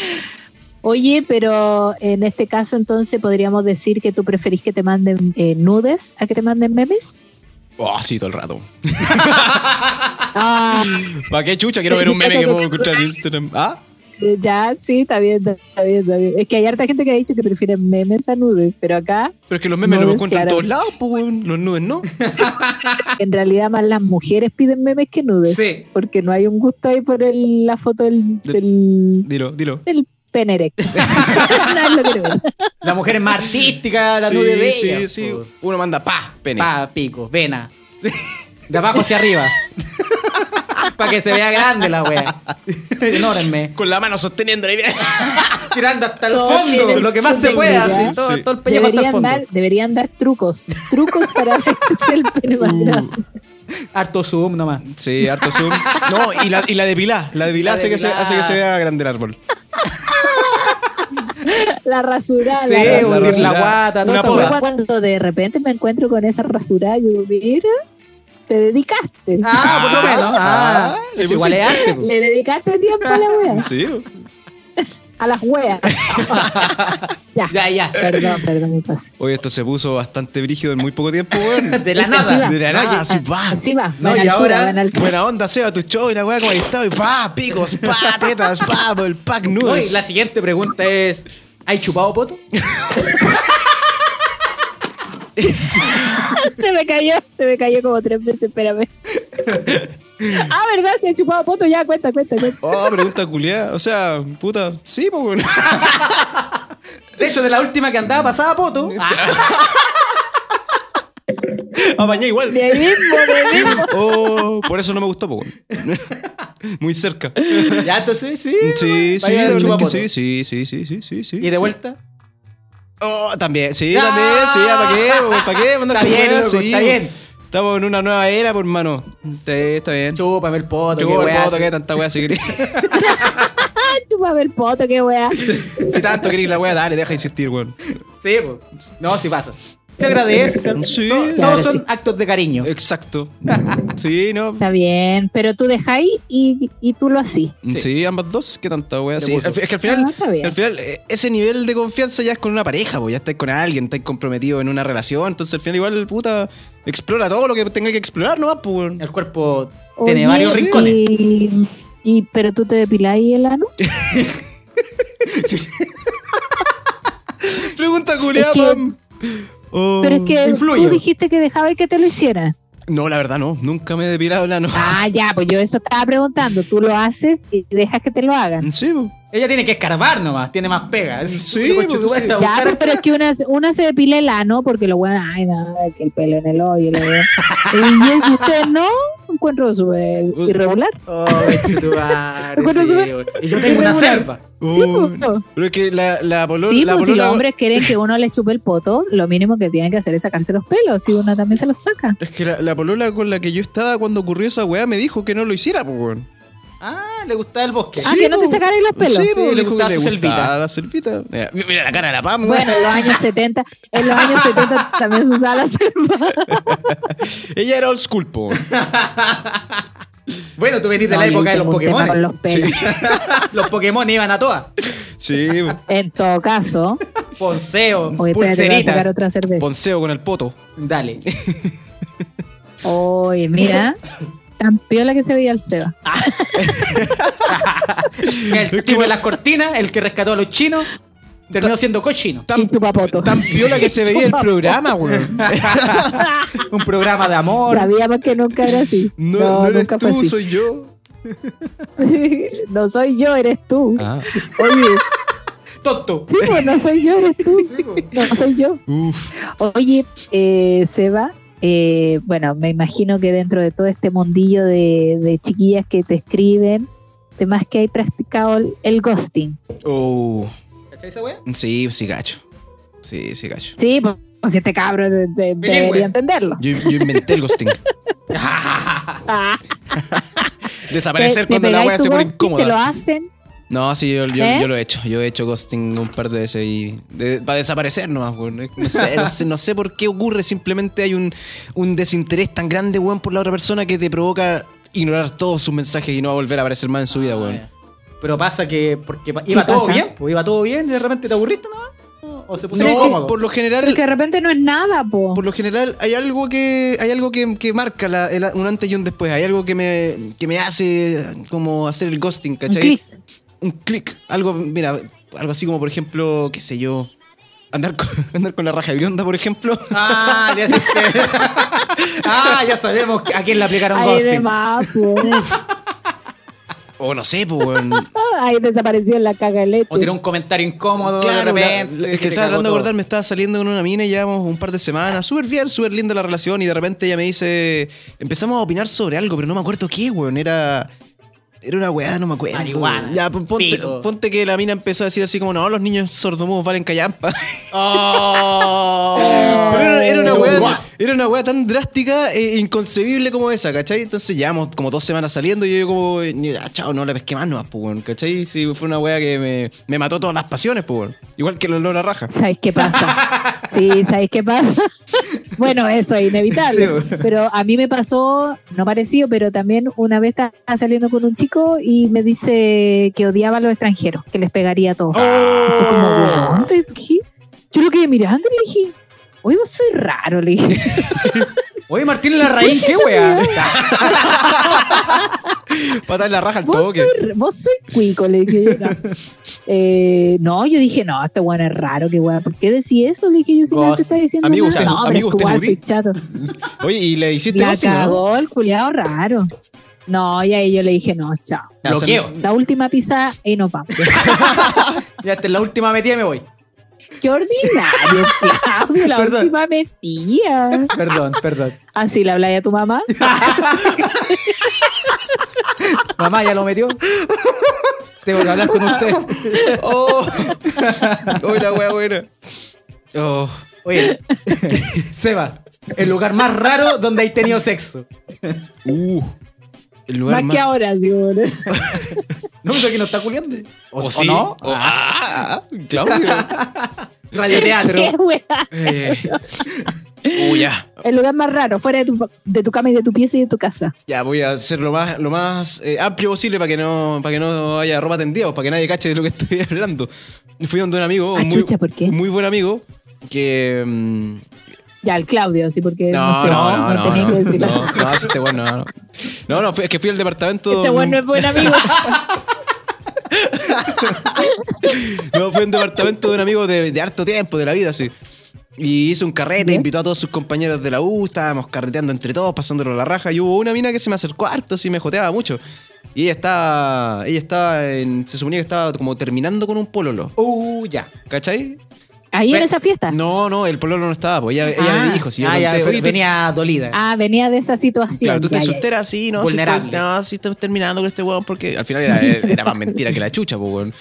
Speaker 6: Oye, pero en este caso entonces podríamos decir que tú preferís que te manden eh, nudes a que te manden memes.
Speaker 3: Oh, sí, todo el rato.
Speaker 6: Ah,
Speaker 3: ¿Para qué chucha? Quiero ver un meme que puedo encontrar en Instagram. ¿Ah?
Speaker 6: eh, ya, sí, está bien, está bien, está bien. Es que hay harta gente que ha dicho que prefiere memes a nudes, pero acá
Speaker 3: Pero es que los memes
Speaker 6: No, es
Speaker 3: los encuentro en
Speaker 6: claro.
Speaker 3: todos lados, pues, weón. Los nudes, ¿no?
Speaker 6: en realidad más las mujeres piden memes que nudes.
Speaker 5: Sí.
Speaker 6: Porque no hay un gusto ahí por el- la foto del,
Speaker 3: De-
Speaker 6: del,
Speaker 3: Dilo, dilo.
Speaker 6: del pene erecto. No, es lo que creo.
Speaker 5: La mujer es más artística, la
Speaker 3: sí,
Speaker 5: nude de
Speaker 3: sí,
Speaker 5: ella,
Speaker 3: sí.
Speaker 5: po.
Speaker 3: Uno manda pa, pene.
Speaker 5: Pa, pico, vena. De abajo hacia arriba. Para que se vea grande la wea. Enorme.
Speaker 3: Con la mano sosteniendo la idea.
Speaker 5: Tirando hasta el
Speaker 6: Todo
Speaker 5: fondo,
Speaker 6: tiene
Speaker 5: lo que más se
Speaker 6: su
Speaker 5: pueda.
Speaker 6: seguridad.
Speaker 5: así, todo,
Speaker 3: Sí.
Speaker 5: todo el pellejo hasta el
Speaker 6: Deberían
Speaker 5: fondo.
Speaker 6: dar, deberían dar trucos, trucos para ver si el pene más
Speaker 5: Uh.
Speaker 6: grande.
Speaker 5: Harto zoom nomás.
Speaker 3: Sí, harto zoom. No, y la, y la de Pilar. La de Pilar
Speaker 5: La
Speaker 3: hace, que se,
Speaker 5: depilá.
Speaker 3: hace que se vea grande el árbol.
Speaker 6: La rasurada.
Speaker 5: Sí,
Speaker 6: la
Speaker 5: un-
Speaker 6: rasurada.
Speaker 5: la
Speaker 3: rasurada.
Speaker 5: guata, toda
Speaker 3: Una
Speaker 5: esa
Speaker 6: Yo
Speaker 5: weá.
Speaker 3: poda.
Speaker 6: cuando de repente me encuentro con esa rasurada, yo mira, te dedicaste.
Speaker 5: Ah, por lo menos. Ah,
Speaker 3: Ah,
Speaker 5: eso
Speaker 3: le
Speaker 5: igual es arte. pues. po.
Speaker 6: Le dedicaste tiempo a la wea,
Speaker 3: Sí.
Speaker 6: a las weas. ya.
Speaker 5: Ya, ya.
Speaker 6: Perdón, perdón, me pasé.
Speaker 3: Oye, esto se puso bastante brígido en muy poco tiempo, weón.
Speaker 5: De la
Speaker 6: Así
Speaker 5: nada.
Speaker 6: va.
Speaker 3: De la nada, así va.
Speaker 6: Ah, Así va,
Speaker 5: No,
Speaker 6: va en
Speaker 5: y
Speaker 6: altura,
Speaker 5: ahora-
Speaker 6: va en altura.
Speaker 3: Buena onda, Seba, tu show y la weá como estado y pa, picos, pa, tetas, pa, el pack
Speaker 5: No, y
Speaker 3: nudes.
Speaker 5: la siguiente pregunta es: ¿Hay chupado poto?
Speaker 6: se me cayó, se me cayó como tres veces, espérame. ah, ¿verdad? Se ha chupado poto, ya, cuenta, cuenta, cuenta.
Speaker 3: Oh, pregunta culiada. O sea, puta, sí, pues weón.
Speaker 5: De hecho, de la última que andaba pasaba poto. Ah,
Speaker 3: Apañé igual.
Speaker 6: De ahí mismo, de ahí mismo.
Speaker 3: Oh, por eso no me gustó, pues weón. Muy cerca.
Speaker 5: Ah, ya, entonces sí.
Speaker 3: Sí, sí,
Speaker 5: vaya
Speaker 3: la
Speaker 5: el
Speaker 3: verdad
Speaker 5: chupapoto.
Speaker 3: es que sí, sí, sí, sí, sí, sí.
Speaker 5: Y de vuelta.
Speaker 3: Oh, también, sí,
Speaker 5: Ya.
Speaker 3: también, sí, ¿para qué? po? ¿Para qué? Mandar
Speaker 5: Está
Speaker 3: tu
Speaker 5: bien,
Speaker 3: weá,
Speaker 5: loco,
Speaker 3: sí,
Speaker 5: está
Speaker 3: po.
Speaker 5: bien.
Speaker 3: Estamos en una nueva era, por hermano. Sí, está bien.
Speaker 5: Chúpame el poto.
Speaker 3: Yo
Speaker 5: qué
Speaker 3: el
Speaker 5: weá,
Speaker 3: poto,
Speaker 5: sí.
Speaker 3: que tanta wea si querés.
Speaker 6: Ah, chupame el poto, qué wea.
Speaker 3: Si tanto querés la wea, dale, deja de insistir, weón.
Speaker 5: Sí, pues. No, sí pasa. Se agradece. se agradece.
Speaker 3: Sí.
Speaker 5: Todo-
Speaker 6: Claro,
Speaker 5: todos son
Speaker 6: sí.
Speaker 5: actos de cariño.
Speaker 3: Exacto. Sí, no.
Speaker 6: Está bien, pero tú dejáis y, y tú lo así.
Speaker 3: Sí. ambas dos, qué tanta wea.
Speaker 5: Te
Speaker 3: Sí,
Speaker 5: puso.
Speaker 3: al fi- es que al final,
Speaker 6: Ah, está bien.
Speaker 3: al final, eh, ese nivel de confianza ya es con una pareja, po, ya estáis con alguien, estáis comprometido en una relación, entonces al final igual, puta, explora todo lo que tenga que explorar, ¿no? Pues, weón.
Speaker 5: El cuerpo
Speaker 6: Oye,
Speaker 5: tiene varios rincones.
Speaker 6: Y, y- pero tú te depiláis el ano.
Speaker 3: Pregunta culiada,
Speaker 6: Es que-
Speaker 3: pam. Oh.
Speaker 6: pero es que
Speaker 5: influye.
Speaker 6: tú dijiste que dejabas que te lo hicieran.
Speaker 3: No, la verdad no, nunca me he depilado el ano.
Speaker 6: Ah, ya, pues yo eso estaba preguntando. Tú lo haces y dejas que te lo hagan.
Speaker 3: Sí, po.
Speaker 5: Ella tiene que escarbar nomás, tiene más pega.
Speaker 3: Sí,
Speaker 5: Oye,
Speaker 3: pues,
Speaker 5: conche, tú
Speaker 3: sí.
Speaker 5: vas
Speaker 3: Ya,
Speaker 5: a
Speaker 6: Ya,
Speaker 5: buscar-
Speaker 6: pues, pero es que una, una se depila el ano porque lo bueno, ay, no, que el pelo en el hoyo. Lo bueno. y, y usted no, encuentro súper irregular.
Speaker 5: Oh, conche tu madre,
Speaker 6: Bueno,
Speaker 5: sí,
Speaker 6: sube-
Speaker 5: güey. Y yo tengo una
Speaker 6: Regular.
Speaker 5: selva.
Speaker 6: Sí, pues,
Speaker 3: Oh,
Speaker 6: po.
Speaker 3: Pero es que la, la polo-
Speaker 6: Sí,
Speaker 3: la
Speaker 6: pues si los
Speaker 3: polola-
Speaker 6: hombres quieren que uno les chupe el poto, lo mínimo que tienen que hacer es sacarse los pelos y una también se los saca.
Speaker 3: Es que la, la polola con la que yo estaba cuando ocurrió esa weá me dijo que no lo hiciera, pues, weón.
Speaker 5: Ah, le gustaba el bosque.
Speaker 6: Ah, que no te
Speaker 3: po.
Speaker 6: sacaras los pelos.
Speaker 3: Sí,
Speaker 5: Sí,
Speaker 3: po,
Speaker 5: le
Speaker 3: le dijo
Speaker 5: gustaba
Speaker 3: que le
Speaker 5: su selvita.
Speaker 3: gustaba la selvita. Mira, mira la cara de la pam, weón.
Speaker 6: Bueno, en los años 70, en los años 70 también se usaba la selva.
Speaker 3: Ella era old school, po.
Speaker 5: Bueno, tú venís de
Speaker 6: No,
Speaker 5: la
Speaker 6: yo
Speaker 5: época de los
Speaker 6: tengo un tema con
Speaker 5: Pokémon.
Speaker 6: los pelos.
Speaker 5: los Pokémon iban a todas.
Speaker 3: Sí, po.
Speaker 6: En todo caso,
Speaker 5: Ponceo,
Speaker 6: oye, espérate, voy a sacar
Speaker 5: pulserita.
Speaker 6: otra cerveza.
Speaker 3: ponceo con el poto.
Speaker 5: Dale.
Speaker 6: Oye, mira, tan piola que se veía el Seba.
Speaker 5: El que abrió las cortinas, el que rescató a los chinos, terminó siendo cochino.
Speaker 3: Tan,
Speaker 6: Y chupapoto.
Speaker 3: tan piola que se veía el programa, weón.
Speaker 5: Un programa de amor.
Speaker 6: Sabíamos que nunca era así.
Speaker 3: No,
Speaker 6: No,
Speaker 3: no eres
Speaker 6: nunca
Speaker 3: tú,
Speaker 6: fue así.
Speaker 3: soy yo.
Speaker 6: no soy yo, eres tú.
Speaker 3: Ah.
Speaker 6: Oye,
Speaker 5: Tonto.
Speaker 6: sí, pues, no soy yo, eres tú.
Speaker 3: pues.
Speaker 6: No soy yo.
Speaker 3: Uf.
Speaker 6: Oye, eh, Seba, eh, bueno, me imagino que dentro de todo este mundillo de, de chiquillas que te escriben, además que hay practicado el, el ghosting.
Speaker 3: Oh.
Speaker 5: ¿Cachai esa wea?
Speaker 3: Sí, sí, gacho. Sí, sí, gacho.
Speaker 6: Sí, pues si este cabro de- de-
Speaker 5: Bilingüe.
Speaker 6: debería entenderlo.
Speaker 3: Yo, yo inventé el ghosting.
Speaker 6: Ah,
Speaker 3: Desaparecer cuando la
Speaker 6: Eh, pegáis
Speaker 3: weá
Speaker 6: tu
Speaker 3: se pone
Speaker 6: ghosting, Te lo
Speaker 3: incómoda.
Speaker 6: hacen.
Speaker 3: No, sí, yo, yo,
Speaker 6: ¿Eh?
Speaker 3: yo lo he hecho. Yo he hecho ghosting un par de veces y. para desaparecer nomás, weón. No sé, no, sé, no sé por qué ocurre. Simplemente hay un, un desinterés tan grande, weón, por la otra persona que te provoca ignorar todos sus mensajes y no volver a aparecer más en su vida,
Speaker 5: Ah,
Speaker 3: weón.
Speaker 5: ya. Pero pasa que porque pa-
Speaker 6: Sí,
Speaker 5: iba todo
Speaker 6: pasa.
Speaker 5: bien, pues iba todo bien y de repente te aburriste nomás. O se puso
Speaker 6: Pero es que-
Speaker 5: incómodo.
Speaker 3: por lo
Speaker 6: Pero
Speaker 3: general,
Speaker 6: que de repente no es nada, po.
Speaker 3: por lo general hay algo que hay algo que, que marca la- el- un antes y un después. Hay algo que me, que me hace como hacer el ghosting,
Speaker 6: Un
Speaker 3: ¿cachai?
Speaker 6: clic.
Speaker 3: un clic, algo, mira, algo así como por ejemplo, qué sé yo, andar con, andar con la raja de onda, por ejemplo.
Speaker 5: Ah, ya sé que- ah, ya sabemos a quién le aplicaron
Speaker 6: Ahí de
Speaker 5: ghosting.
Speaker 6: más, po.
Speaker 3: O no sé, pues, weón.
Speaker 6: Ahí desapareció la caga de leche.
Speaker 5: O tirar un comentario incómodo
Speaker 3: Claro,
Speaker 5: de
Speaker 3: la-
Speaker 5: repente.
Speaker 3: la- es que
Speaker 5: te
Speaker 3: estaba
Speaker 5: cagó
Speaker 3: tratando de
Speaker 5: todo.
Speaker 3: acordar, me estaba saliendo con una mina y llevamos un par de semanas, súper bien, súper linda la relación y de repente ella me dice, empezamos a opinar sobre algo, pero no me acuerdo qué, weón, era... Era una weá, no me acuerdo.
Speaker 5: Marihuana,
Speaker 3: Ya, pon- ponte,
Speaker 5: pico.
Speaker 3: ponte que la mina empezó a decir así como, no, los niños sordomudos valen callampa.
Speaker 5: Oh.
Speaker 3: Pero era, era una
Speaker 5: Pero
Speaker 3: weá,
Speaker 5: guas.
Speaker 3: era una weá tan drástica e inconcebible como esa, ¿cachai? Entonces llevamos como dos semanas saliendo y yo como, "Ah, chao, no la pesqué más nomás, pues, weón", ¿cachai? Sí, fue una weá que me, me mató todas las pasiones, pues, weón. Igual que el olor a raja.
Speaker 6: ¿Sabes qué pasa? Sí, ¿sabes qué pasa? Bueno, eso es
Speaker 3: Sí,
Speaker 6: inevitable.
Speaker 3: bueno.
Speaker 6: pero a mí me pasó, no parecido, pero también una vez estaba saliendo con un chico y me dice que odiaba a los extranjeros, que les pegaría a todos.
Speaker 3: ¡Oh!
Speaker 6: Estoy como, weón, te dije- yo lo quedé mirando y le dije, oye, vos soy raro, le dije.
Speaker 5: Oye, Martín Larraín, qué wea.
Speaker 3: Patar la raja al
Speaker 6: Vos
Speaker 3: toque.
Speaker 6: soy, vos soy cuico, le dije. No. Eh, no, yo dije, no, este weón es raro, qué weón. ¿Por qué decís eso? Le dije, yo si no
Speaker 5: Ghost.
Speaker 6: te estaba diciendo
Speaker 3: Amigo,
Speaker 6: nada.
Speaker 3: usted-
Speaker 6: no, pero es que
Speaker 3: amigo, usted
Speaker 6: igual
Speaker 3: es budí.
Speaker 6: estoy chato.
Speaker 3: Oye, ¿y le hiciste
Speaker 6: La
Speaker 3: ghosting, no?
Speaker 6: cagó el culiado raro. No, y ahí yo le dije, no, chao.
Speaker 3: Ya, o sea,
Speaker 5: Bloqueo.
Speaker 6: La última pizza y nos vamos.
Speaker 5: Ya esta es la última metida y me voy.
Speaker 6: Qué ordinario, Claudio. La
Speaker 5: Perdón.
Speaker 6: última mentira.
Speaker 5: Perdón, perdón.
Speaker 6: Así le habláis a tu mamá.
Speaker 5: Mamá ya lo metió. Tengo que hablar con usted.
Speaker 3: Oh, Uy, la weá buena. Oh.
Speaker 5: Oye, Seba, el lugar más raro donde hay tenido sexo.
Speaker 3: Uh. El lugar
Speaker 6: Más
Speaker 3: más...
Speaker 6: que ahora, sí, boludo.
Speaker 5: No sé quién nos está culiando. ¿O,
Speaker 3: ¿O,
Speaker 5: o
Speaker 3: sí?
Speaker 5: no?
Speaker 3: O- ah, Claudio.
Speaker 5: Radioteatro.
Speaker 6: Qué weá.
Speaker 3: Eh. Uh, ya.
Speaker 6: El lugar más raro, fuera de tu, de tu cama y de tu pieza y de tu casa.
Speaker 3: Ya, voy a hacer lo más, lo más eh, amplio posible para que no para que no haya ropa tendida, o para que nadie cache de lo que estoy hablando. Fui donde un amigo,
Speaker 6: Ah,
Speaker 3: un muy,
Speaker 6: chucha, ¿por qué?
Speaker 3: muy buen amigo, que... mm,
Speaker 6: Ya, el Claudio, sí, porque no,
Speaker 3: no,
Speaker 6: sé,
Speaker 3: no,
Speaker 6: no,
Speaker 3: no, no,
Speaker 6: tenía
Speaker 3: no,
Speaker 6: que decirlo.
Speaker 3: no, no, este weón no, no. No, no, fui- es que fui al departamento...
Speaker 6: Este
Speaker 3: de
Speaker 6: weón
Speaker 3: un-
Speaker 6: no es buen amigo.
Speaker 3: No, fue un departamento de un amigo de, de harto tiempo, de la vida, sí. Y hizo un carrete, invitó a todos sus compañeros de la U, estábamos carreteando entre todos, pasándolo a la raja. Y hubo una mina que se me acercó harto, sí, me joteaba mucho. Y ella estaba, ella estaba en- se suponía que estaba como terminando con un pololo,
Speaker 5: Uh, ya.
Speaker 3: ¿cachai?
Speaker 6: Ahí en
Speaker 5: Ve-
Speaker 6: esa fiesta.
Speaker 3: No, no, el pololo no estaba, pues ella, ella
Speaker 5: Ah,
Speaker 3: le dijo, sí, yo
Speaker 5: ah, ya,
Speaker 3: conté,
Speaker 5: pero
Speaker 3: "Oye, tú-
Speaker 5: venía dolida.
Speaker 6: Ah, venía de esa situación.
Speaker 3: Claro, tú
Speaker 6: Ya,
Speaker 3: estás
Speaker 6: ya, ya.
Speaker 3: soltera, sí, no, si estás,
Speaker 5: Vulnerable.
Speaker 3: no, si estás terminando con este weón, porque al final era, era más mentira que la chucha, pues, weón.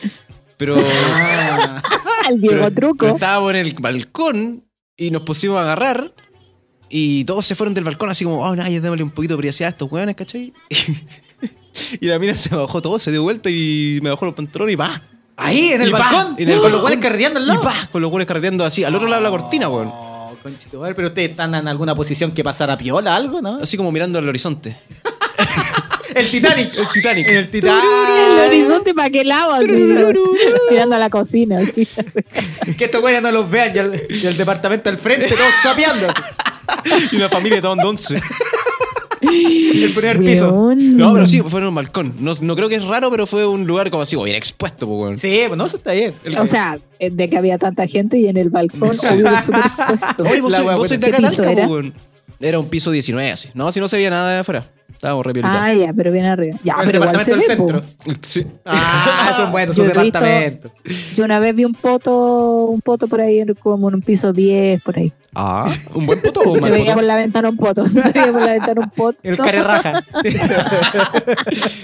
Speaker 3: Pero...
Speaker 5: Ah.
Speaker 6: El viejo
Speaker 3: Pero-
Speaker 6: truco.
Speaker 3: pero estábamos en el balcón y nos pusimos a agarrar. Y todos se fueron del balcón así como, oh, nadie, démosle un poquito de privacidad a estos hueones, ¿cachai? Y la mina se bajó todo, se dio vuelta y me bajó los pantalones y pa.
Speaker 5: Ahí, en el
Speaker 3: Y pa,
Speaker 5: balcón.
Speaker 3: en el
Speaker 5: con los
Speaker 3: balcón.
Speaker 5: cuales carreteando al
Speaker 3: Y
Speaker 5: lado.
Speaker 3: pa, con los hueones carreteando así, al otro lado de la cortina, weón.
Speaker 5: No, Oh, conchito, madre, pero ustedes están en alguna posición que pasara piola, algo, ¿no?
Speaker 3: Así como mirando al horizonte.
Speaker 5: El Titanic. El Titanic. El
Speaker 6: El
Speaker 5: Titanic.
Speaker 6: horizonte para qué lado, así, mirando a la cocina. así.
Speaker 5: que estos güeyes no los vean y el, y el departamento al frente, todos sapeando.
Speaker 3: Y la familia tomando once.
Speaker 5: Y el primer piso.
Speaker 6: Weón.
Speaker 3: No, pero sí, fue en un balcón. No, no creo que es raro, pero fue un lugar como así, como bien expuesto, pues, weón.
Speaker 5: Sí, bueno, eso está bien. El-
Speaker 6: O sea, eh, de que había tanta gente y en el balcón
Speaker 3: Sí.
Speaker 6: había súper expuesto.
Speaker 3: Oye, vos,
Speaker 5: La
Speaker 3: sois-
Speaker 5: wea
Speaker 3: vos
Speaker 5: buena.
Speaker 3: sois de
Speaker 6: ¿Qué
Speaker 3: acá,
Speaker 6: piso
Speaker 3: Talca,
Speaker 6: era?
Speaker 3: po, weón. Era un piso 19 así. No, si no se veía nada de afuera. Estábamos re piolita.
Speaker 6: Ah, ya, pero bien arriba. Ya,
Speaker 5: el
Speaker 6: pero igual se
Speaker 5: departamento del
Speaker 6: ve. po.
Speaker 5: centro.
Speaker 3: Sí.
Speaker 5: Ah, son buenos,
Speaker 6: Yo
Speaker 5: son
Speaker 6: he visto-
Speaker 5: departamentos.
Speaker 6: Yo una vez vi un poto, un poto por ahí, en- como en un piso 10, por ahí.
Speaker 3: Ah, un buen poto o un
Speaker 6: se
Speaker 3: mal
Speaker 6: veía
Speaker 3: poto.
Speaker 6: por la ventana un poto. Se veía por la ventana un poto.
Speaker 5: Oh, El carerraja.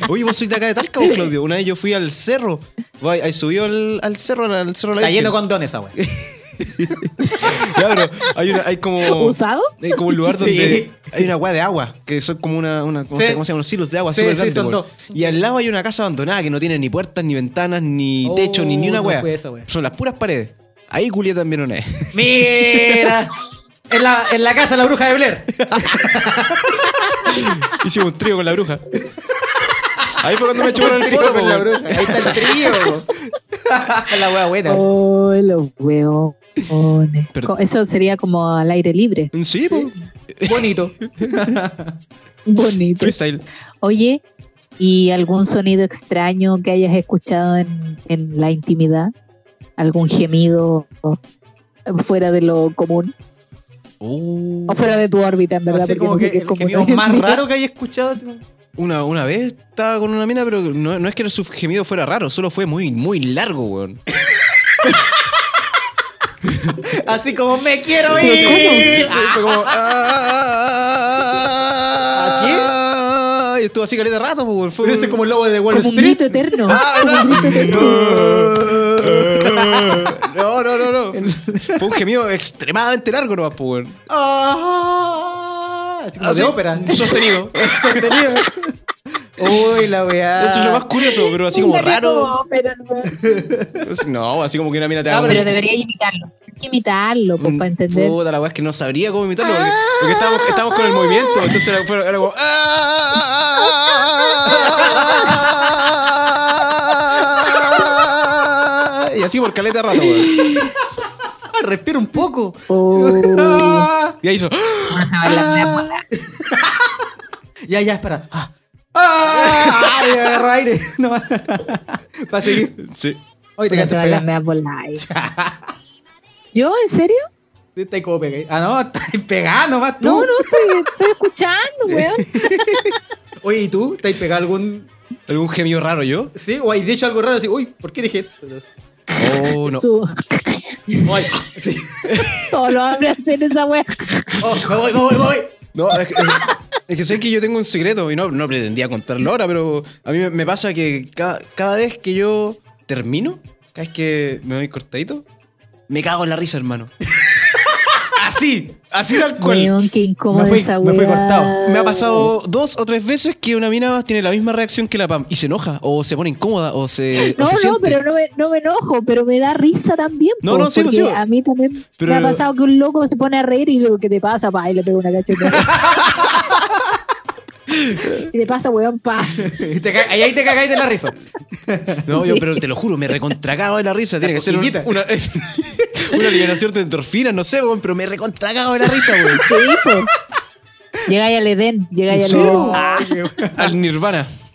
Speaker 3: Oye, vos sois de acá de Talca, vos, Claudio. Una vez yo fui al cerro. Voy, ahí subió al, al cerro, al, al cerro de la
Speaker 5: Está lleno
Speaker 3: Virgen.
Speaker 5: con dones, esa wea.
Speaker 3: Ya, pero hay, una, hay como.
Speaker 6: ¿Usados?
Speaker 3: Hay como un lugar
Speaker 5: Sí.
Speaker 3: donde hay una weá de agua, que son como una, una ¿cómo,
Speaker 5: Sí.
Speaker 3: se, cómo se llaman? Unos silos de agua
Speaker 5: Sí,
Speaker 3: súper
Speaker 5: sí,
Speaker 3: grandes,
Speaker 5: son
Speaker 3: weón. Y al lado hay una casa abandonada que no tiene ni puertas, ni ventanas, ni
Speaker 5: Oh,
Speaker 3: techo, ni, ni una
Speaker 5: no
Speaker 3: weá.
Speaker 5: fue esa weá.
Speaker 3: Son las puras paredes. Ahí culié también una vez.
Speaker 5: Mira. En la, en la casa de la bruja de Blair.
Speaker 3: Hicimos un trío con la bruja. Ahí fue cuando me chuparon el poto, po,
Speaker 5: con la
Speaker 3: weón.
Speaker 5: bruja. Ahí está el trío. po. la wea buena.
Speaker 6: Oh, los hueones.
Speaker 3: Pero-
Speaker 6: Co- Eso sería como al aire libre.
Speaker 3: Sí, po.
Speaker 5: Bonito.
Speaker 6: Bonito.
Speaker 3: Freestyle.
Speaker 6: Oye, ¿y algún sonido extraño que hayas escuchado en, en la intimidad? ¿Algún gemido fuera de lo común?
Speaker 3: Uh,
Speaker 6: O fuera de tu órbita, en verdad.
Speaker 5: Mm. Así
Speaker 6: porque
Speaker 5: como
Speaker 6: no sé
Speaker 5: que
Speaker 6: qué es
Speaker 5: el
Speaker 6: común.
Speaker 5: gemido más raro que haya escuchado. así como-
Speaker 3: una, una vez estaba con una mina, pero no, no es que el subgemido fuera raro, solo fue muy, muy largo, weón.
Speaker 5: Así como, me quiero
Speaker 3: Sí,
Speaker 5: ir.
Speaker 3: Fue como. "Ah, ah, ah, ah", Y estuvo así caleta de rato, po, weón. Fue
Speaker 5: Ese es como el lobo de Wall
Speaker 6: Como un
Speaker 5: Street. Mm,
Speaker 6: grito eterno.
Speaker 3: Ah,
Speaker 6: como un
Speaker 3: ¿verdad?
Speaker 6: grito eterno.
Speaker 3: No, no, no, no. Fue un gemido extremadamente largo, no po, weón.
Speaker 5: Ah, así como de
Speaker 3: Así,
Speaker 5: ópera.
Speaker 3: Sostenido.
Speaker 5: Sostenido. Uy, la weá.
Speaker 3: Eso es lo más curioso, pero así como
Speaker 6: Sería
Speaker 3: raro.
Speaker 6: como, pero no.
Speaker 3: No, así como que una mina te
Speaker 5: Ah,
Speaker 3: haga
Speaker 6: Pero
Speaker 3: un-
Speaker 6: debería imitarlo. Hay que imitarlo, pues,
Speaker 5: Mm,
Speaker 3: un-
Speaker 6: para entender.
Speaker 5: oh.
Speaker 3: Puta, la weá es que no sabría cómo imitarlo. Porque, porque estábamos, estábamos con el movimiento. Entonces era, fue- era como. Y así por caleta de rato, weón.
Speaker 5: Ah, Respira un poco.
Speaker 6: Oh,
Speaker 5: Ah,
Speaker 3: Y ahí hizo.
Speaker 6: uno se va a la mola.
Speaker 5: Este ya, ya, espera. Ah. Ah, y agarro aire. No, Va a seguir.
Speaker 3: Sí.
Speaker 5: Oye, te
Speaker 6: Uno se va a la
Speaker 5: quedaste
Speaker 6: mea bola. ahí. ¿Yo? ¿En serio?
Speaker 5: Sí, Está ahí como pegado. Ah, no, está ahí pegado nomás tú.
Speaker 6: No, no, estoy, estoy escuchando, weón.
Speaker 5: Oye, ¿y tú? ¿Te has pegado algún.
Speaker 3: ¿Algún gemido raro yo?
Speaker 5: Sí, o has dicho algo raro así? Uy, ¿por qué dije esto?
Speaker 3: Oh, no.
Speaker 6: Su-
Speaker 5: Ay, sí.
Speaker 6: Todos los hombres hacen esa weá.
Speaker 5: Oh, me voy, me voy, me voy.
Speaker 3: No, es que, es, es que sé que yo tengo un secreto y no, no pretendía contarlo ahora, pero a mí me, me pasa que ca- cada vez que yo termino, cada vez que me doy cortadito, me cago en la risa, hermano. así, así tal cual.
Speaker 6: Weón, qué incómodo
Speaker 5: Me fui-
Speaker 6: esa
Speaker 5: me
Speaker 6: weá.
Speaker 5: fui cortado.
Speaker 6: Ah.
Speaker 3: Me ha pasado dos o tres veces que una mina tiene la misma reacción que la Pam y se enoja o se pone incómoda o se. o
Speaker 6: No,
Speaker 3: se
Speaker 6: no,
Speaker 3: siente.
Speaker 6: pero no me, no me enojo, pero me da risa también.
Speaker 3: No,
Speaker 6: po,
Speaker 3: no, sí,
Speaker 6: porque
Speaker 3: sí.
Speaker 6: A mí también
Speaker 3: Pero-
Speaker 6: me ha pasado que un loco se pone a reír y digo, ¿qué te pasa? Pa, y le pego una cachetada. ¿Qué te pasa, weón? Pa.
Speaker 5: Y te ca- ahí, ahí te cagáis de la risa.
Speaker 3: No, yo, pero te lo juro, me recontragaba de la risa. Tiene que ser un-
Speaker 5: Poquitita.
Speaker 3: una, es- una liberación de endorfinas, no sé, weón, pero me recontragaba de la risa, weón.
Speaker 6: ¿Qué dijo? Llegáis al Edén, llegáis
Speaker 3: Sí,
Speaker 6: al Edén.
Speaker 3: po. Al Nirvana.
Speaker 5: pues.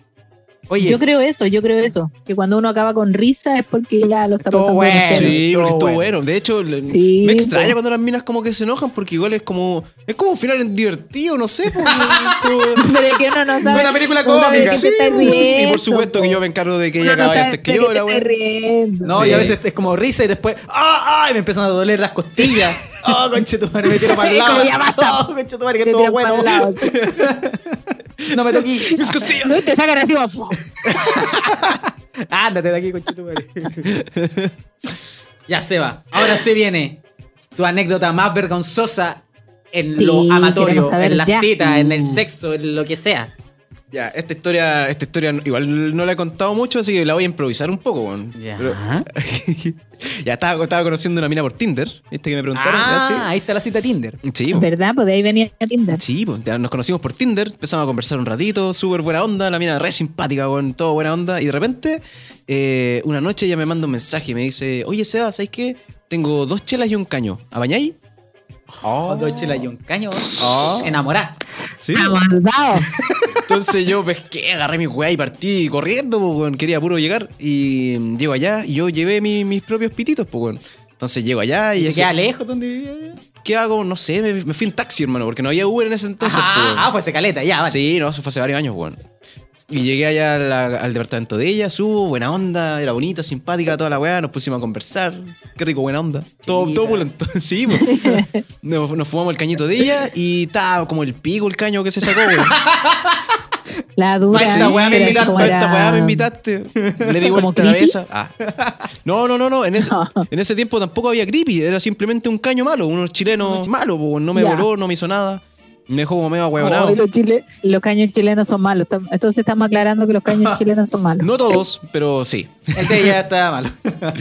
Speaker 5: Oye,
Speaker 6: Ah. Yo creo eso, yo creo eso. Que cuando uno acaba con risa es porque ya lo está
Speaker 5: Todo
Speaker 6: pasando
Speaker 5: bueno.
Speaker 6: demasiado.
Speaker 3: Sí,
Speaker 5: estuvo
Speaker 3: porque estuvo
Speaker 5: bueno.
Speaker 3: bueno. De hecho, le-
Speaker 6: Sí,
Speaker 3: me extraña
Speaker 6: pues.
Speaker 3: cuando las minas como que se enojan porque igual es como. Es como un final divertido, no sé. pues, como-
Speaker 6: Pero es que uno no sabe.
Speaker 5: Una película
Speaker 6: no sabe de qué te
Speaker 5: cómica.
Speaker 3: Sí,
Speaker 6: estás
Speaker 3: y
Speaker 6: riendo,
Speaker 3: por supuesto que
Speaker 6: po.
Speaker 3: yo me encargo de que
Speaker 6: Uno
Speaker 3: ella
Speaker 6: no
Speaker 3: acabe
Speaker 6: sabe
Speaker 3: antes
Speaker 6: de
Speaker 3: que
Speaker 6: qué
Speaker 3: yo,
Speaker 6: te
Speaker 3: la
Speaker 6: estás
Speaker 3: weón.
Speaker 6: riendo.
Speaker 5: no,
Speaker 3: Sí.
Speaker 5: y a veces es como risa y después. ¡Ah, ah! Y me empiezan a doler las costillas. ¡Ah, conchetumare! Me tiro para el lado.
Speaker 6: Como ya basta.
Speaker 5: ¡Oh, conchetumare! Que
Speaker 6: Te
Speaker 5: todo
Speaker 6: tiran
Speaker 5: bueno.
Speaker 6: pa'l lado. Ah.
Speaker 5: No me toquí.
Speaker 3: Mis costillas.
Speaker 6: No, y te sacan así como.
Speaker 5: Ándate de aquí, conchetumare. ya se va. Ahora se viene tu anécdota más vergonzosa en
Speaker 6: Sí,
Speaker 5: lo amatorio,
Speaker 6: queremos saber
Speaker 5: en la
Speaker 6: ya. Mm.
Speaker 5: cita, en el sexo, en lo que sea.
Speaker 3: Ya, esta historia, esta historia no- igual no la he contado mucho, así que la voy a improvisar un poco, weón.
Speaker 5: Ya.
Speaker 3: Pero- ya estaba, estaba conociendo una mina por Tinder, ¿viste? Que me preguntaron.
Speaker 5: Ah,
Speaker 3: ya,
Speaker 5: ahí está la cita Tinder.
Speaker 3: sí. Sí, po.
Speaker 6: ¿Verdad? Pues de ahí venía a Tinder.
Speaker 3: Sí, pues, ya nos conocimos por Tinder, empezamos a conversar un ratito, súper buena onda, la mina re simpática, con todo buena onda, y de repente, eh, una noche ella me manda un mensaje y me dice, oye Seba, ¿sabes qué? Tengo dos chelas y un caño, ¿apañáis?
Speaker 5: Oh, dos Ah, chelas y un caño.
Speaker 3: Oh.
Speaker 5: Enamorada.
Speaker 3: Sí.
Speaker 6: Amordado.
Speaker 3: Entonces yo pesqué, agarré mi weá y partí corriendo, pues, weón. Quería puro llegar. Y mm, llego allá y yo llevé mi- mis propios pititos, pues, weón. Entonces llego allá y
Speaker 5: ¿Te
Speaker 3: así,
Speaker 5: queda lejos donde vivía?
Speaker 3: ¿qué hago? No sé, me, me fui en taxi, hermano, porque no había Uber en ese entonces. pues,
Speaker 5: ah,
Speaker 3: weón.
Speaker 5: ah, pues se caleta, ya, vale.
Speaker 3: Sí, no, eso fue hace varios años, weón. Y llegué allá a la- al departamento de ella, subo, buena onda, era bonita, simpática, toda la weá, nos pusimos a conversar. Qué rico, buena onda. Todo,
Speaker 5: Chiquita.
Speaker 3: todo pulento. Sí, po. nos, nos fumamos el cañito de ella y estaba como el pico, el caño que se sacó, weón.
Speaker 6: La dura.
Speaker 5: Ay,
Speaker 3: Sí,
Speaker 5: esta weá me
Speaker 6: era
Speaker 5: invitaste,
Speaker 6: como
Speaker 3: invitaste, esta
Speaker 6: era-
Speaker 3: weá me invitaste. Le di
Speaker 6: ¿Como
Speaker 3: vuelta la
Speaker 6: creepy?
Speaker 3: cabeza. Ah. No, no, no, no. En ese, en ese tiempo tampoco había creepy. Era simplemente un caño malo, unos chilenos malos. po. No me
Speaker 6: Ya.
Speaker 3: voló, no me hizo nada. Me dejó como medio
Speaker 6: Oh,
Speaker 3: ahueonado.
Speaker 6: y los, chile- los caños chilenos son malos. Tam- Entonces estamos aclarando que los caños chilenos son malos.
Speaker 3: No todos, pero sí.
Speaker 5: El de ella estaba malo.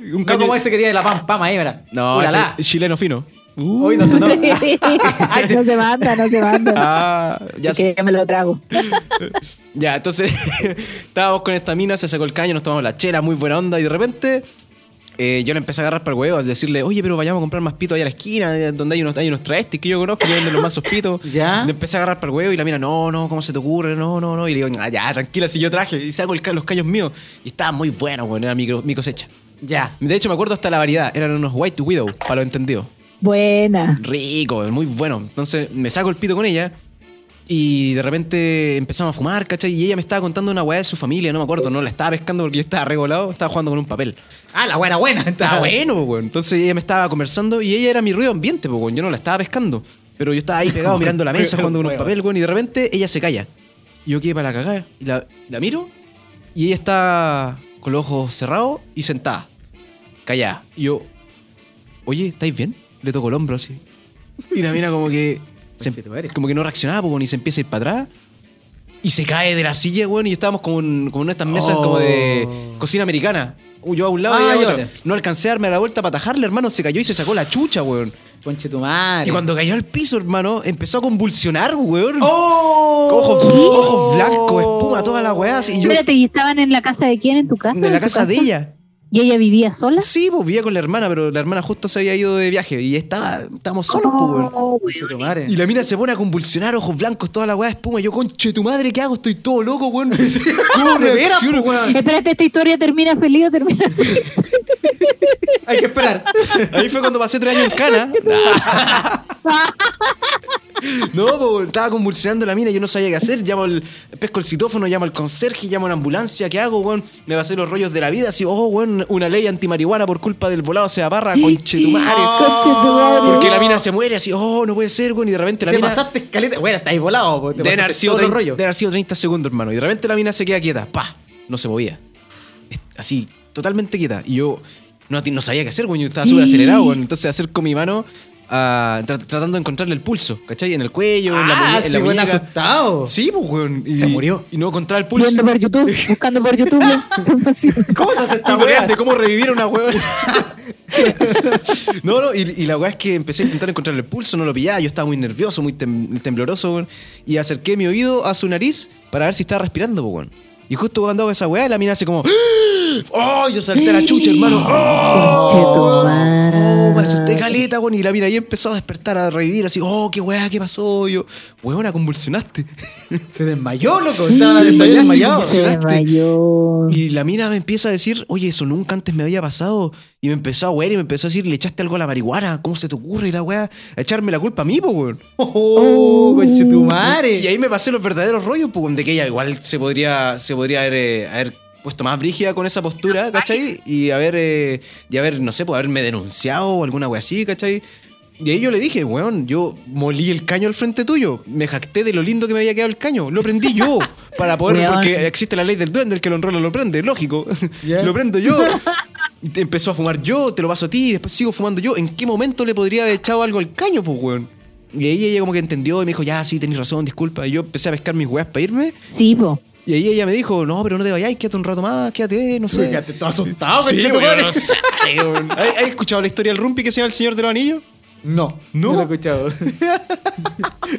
Speaker 3: Un
Speaker 5: No
Speaker 3: caño.
Speaker 5: como ese que tiene la pam, pam ahí, mira.
Speaker 3: No,
Speaker 5: Ulala.
Speaker 3: ese es chileno fino.
Speaker 5: Hoy nosotros. Ay, sí.
Speaker 6: no se manda, no se manda.
Speaker 3: Ah, ya,
Speaker 6: Así
Speaker 3: sé.
Speaker 6: que me lo trago.
Speaker 3: ya, entonces estábamos con esta mina, se sacó el caño, nos tomamos la chela, muy buena onda, y de repente eh, yo le empecé a agarrar para el huevo, a decirle, oye, pero vayamos a comprar más pitos allá a la esquina, eh, donde hay unos, hay unos travestis que yo conozco, que venden los mazos pitos.
Speaker 5: Ya.
Speaker 3: Le empecé a agarrar para el huevo y la mina, no, no, ¿cómo se te ocurre? No, no, no. Y le digo, "Ah, ya, tranquila, si yo traje, y saco el ca- los callos míos. Y estaba muy bueno, bueno, era mi, mi cosecha.
Speaker 5: Ya.
Speaker 3: De hecho, me acuerdo hasta la variedad, eran unos White Widow, para lo entendido.
Speaker 6: Buena.
Speaker 3: Rico, muy bueno. Entonces me saco el pito con ella y de repente empezamos a fumar, ¿cachai? Y ella me estaba contando una weá de su familia, no me acuerdo, no la estaba pescando porque yo estaba regolado, estaba jugando con un papel.
Speaker 5: Ah, la buena, buena.
Speaker 3: Estaba Ah, bueno, po, weón. Entonces ella me estaba conversando y ella era mi ruido ambiente, po, weón. Yo no la estaba pescando. Pero yo estaba ahí pegado mirando la mesa, jugando con un papel, weón. Y de repente ella se calla. Y yo quedé para la cagada. Y la, la miro y ella está con los ojos cerrados y sentada. Callada. Y yo, oye, ¿estáis bien? Le toco el hombro así. Y la mina como que... se-
Speaker 5: Conchetumare.
Speaker 3: como que no reaccionaba, po, weón, y se empieza a ir para atrás. Y se cae de la silla, weón, y estábamos como en, como en una de estas mesas
Speaker 5: Oh.
Speaker 3: como de cocina americana. Uh, yo a un lado
Speaker 5: Ah,
Speaker 3: y ella a
Speaker 5: ya,
Speaker 3: otro.
Speaker 5: ya.
Speaker 3: No alcancé a darme la vuelta para atajarle, hermano. Se cayó y se sacó la chucha, weón.
Speaker 5: Conche tu madre.
Speaker 3: Y cuando cayó al piso, hermano, empezó a convulsionar, weón.
Speaker 5: ¡Oh!
Speaker 3: Ojos,
Speaker 6: ¿Sí?
Speaker 3: ojos blancos, espuma, toda la weá. así, Y yo,
Speaker 6: Espérate, ¿y estaban en la casa de quién? ¿En tu casa?
Speaker 3: de la
Speaker 6: su
Speaker 3: casa de ella.
Speaker 6: ¿Y ella vivía sola?
Speaker 3: Sí, pues vivía con la hermana, pero la hermana justo se había ido de viaje y estaba, estábamos solos, pues, weón.
Speaker 6: Oh,
Speaker 5: Conche tu
Speaker 6: weón.
Speaker 5: madre.
Speaker 3: Y la mina se pone a convulsionar, ojos blancos, toda la weá de espuma. Yo, conche, tu madre, ¿qué hago? Estoy todo loco, weón. ¿Cómo
Speaker 5: ¿De veras,
Speaker 3: reacciono?
Speaker 5: po, weón?
Speaker 6: Espérate, esta historia termina feliz o termina feliz.
Speaker 5: Hay que esperar.
Speaker 3: Ahí fue cuando pasé tres años en Cana. No, po, estaba convulsionando la mina, yo no sabía qué hacer. Llamo al pesco el citófono, llamo al conserje, llamo a la ambulancia, ¿qué hago, weón? Me pasé los rollos de la vida, así, oh, weón, una ley antimarihuana por culpa del volado se barra,
Speaker 6: Oh.
Speaker 3: conchetumare.
Speaker 6: Conchetumare.
Speaker 3: Porque la mina se muere así, oh, no puede ser, weón, y de repente la
Speaker 5: Te
Speaker 3: mina.
Speaker 5: pasaste escaleta. Bueno, estáis volado. po. Te
Speaker 3: Deben haber,
Speaker 5: pasaste
Speaker 3: sido
Speaker 5: todos los
Speaker 3: 30,
Speaker 5: rollos.
Speaker 3: deben haber sido 30 segundos, hermano. Y de repente la mina se queda quieta. pa No se movía. Es- Así, totalmente quieta. Y yo no, ti- no sabía qué hacer, güey. Yo estaba súper acelerado, güey. Entonces acerco mi mano a- tra- tratando de encontrarle el pulso, ¿cachai? En el cuello, en la,
Speaker 5: Ah,
Speaker 3: muñe- en
Speaker 5: sí,
Speaker 3: la
Speaker 5: weón,
Speaker 3: muñeca.
Speaker 5: asustado.
Speaker 3: Sí, pues, güey. Y-
Speaker 5: Se murió.
Speaker 3: Y no encontraba el pulso.
Speaker 6: Viendo por YouTube, buscando por YouTube la información.
Speaker 5: ¿Cómo se hace esta
Speaker 3: Tutorial
Speaker 5: weá?
Speaker 3: de cómo revivir a una huevona. no, no, y, y la weá es que empecé a intentar encontrar el pulso, no lo pillaba, yo estaba muy nervioso, muy tem- tembloroso, weón. Y acerqué mi oído a su nariz para ver si estaba respirando, po, weón. Y justo cuando hago esa weá, la mina hace como. ¡Oh! Yo salté a la chucha, hermano. ¡Oh!
Speaker 6: Conchetumare.
Speaker 3: Oh, me asusté caleta, weón. Y la mina ahí empezó a despertar, a revivir, así, oh, qué weá, qué pasó. Y yo, weona, convulsionaste.
Speaker 5: Se desmayó, loco. Estaba desmayado.
Speaker 3: Sí.
Speaker 6: Se desmayó.
Speaker 3: Y la mina me empieza a decir, oye, eso nunca antes me había pasado. Y me empezó a huear y me empezó a decir, le echaste algo a la marihuana, ¿cómo se te ocurre? Y la weá, a echarme la culpa a mí, po, weón.
Speaker 5: ¡Oh,
Speaker 3: Y
Speaker 5: conchetumare!
Speaker 3: ahí me pasé los verdaderos rollos, po, weón, de que ella igual se podría, se podría haber, eh, haber puesto más brígida con esa postura, ¿cachai? Y haber, eh, y haber no sé, pues haberme denunciado o alguna weá así, ¿cachai? Y ahí yo le dije, weón, yo molí el caño al frente tuyo. Me jacté de lo lindo que me había quedado el caño. Lo prendí yo. Para poder,
Speaker 6: Weón.
Speaker 3: porque existe la ley del duende, el que lo enrola lo prende, lógico.
Speaker 5: Ya.
Speaker 3: Lo prendo yo. Y te empezó a fumar yo, te lo paso a ti, y después sigo fumando yo. ¿En qué momento le podría haber echado algo al caño, pues, weón? Y ahí ella como que entendió y me dijo, ya, sí, tenés razón, disculpa. Y yo empecé a pescar mis weas para irme.
Speaker 6: Sí, po.
Speaker 3: Y ahí ella me dijo, no, pero no te vayas, quédate un rato más, quédate, no sé.
Speaker 5: Quedaste todo asustado,
Speaker 3: Sí,
Speaker 5: conchetumare.
Speaker 3: weón, no sé, weón. ¿Hay, hay escuchado la historia del Rumpi que se llama El Señor de los Anillos?
Speaker 5: No,
Speaker 3: ¿No?
Speaker 5: no lo he escuchado.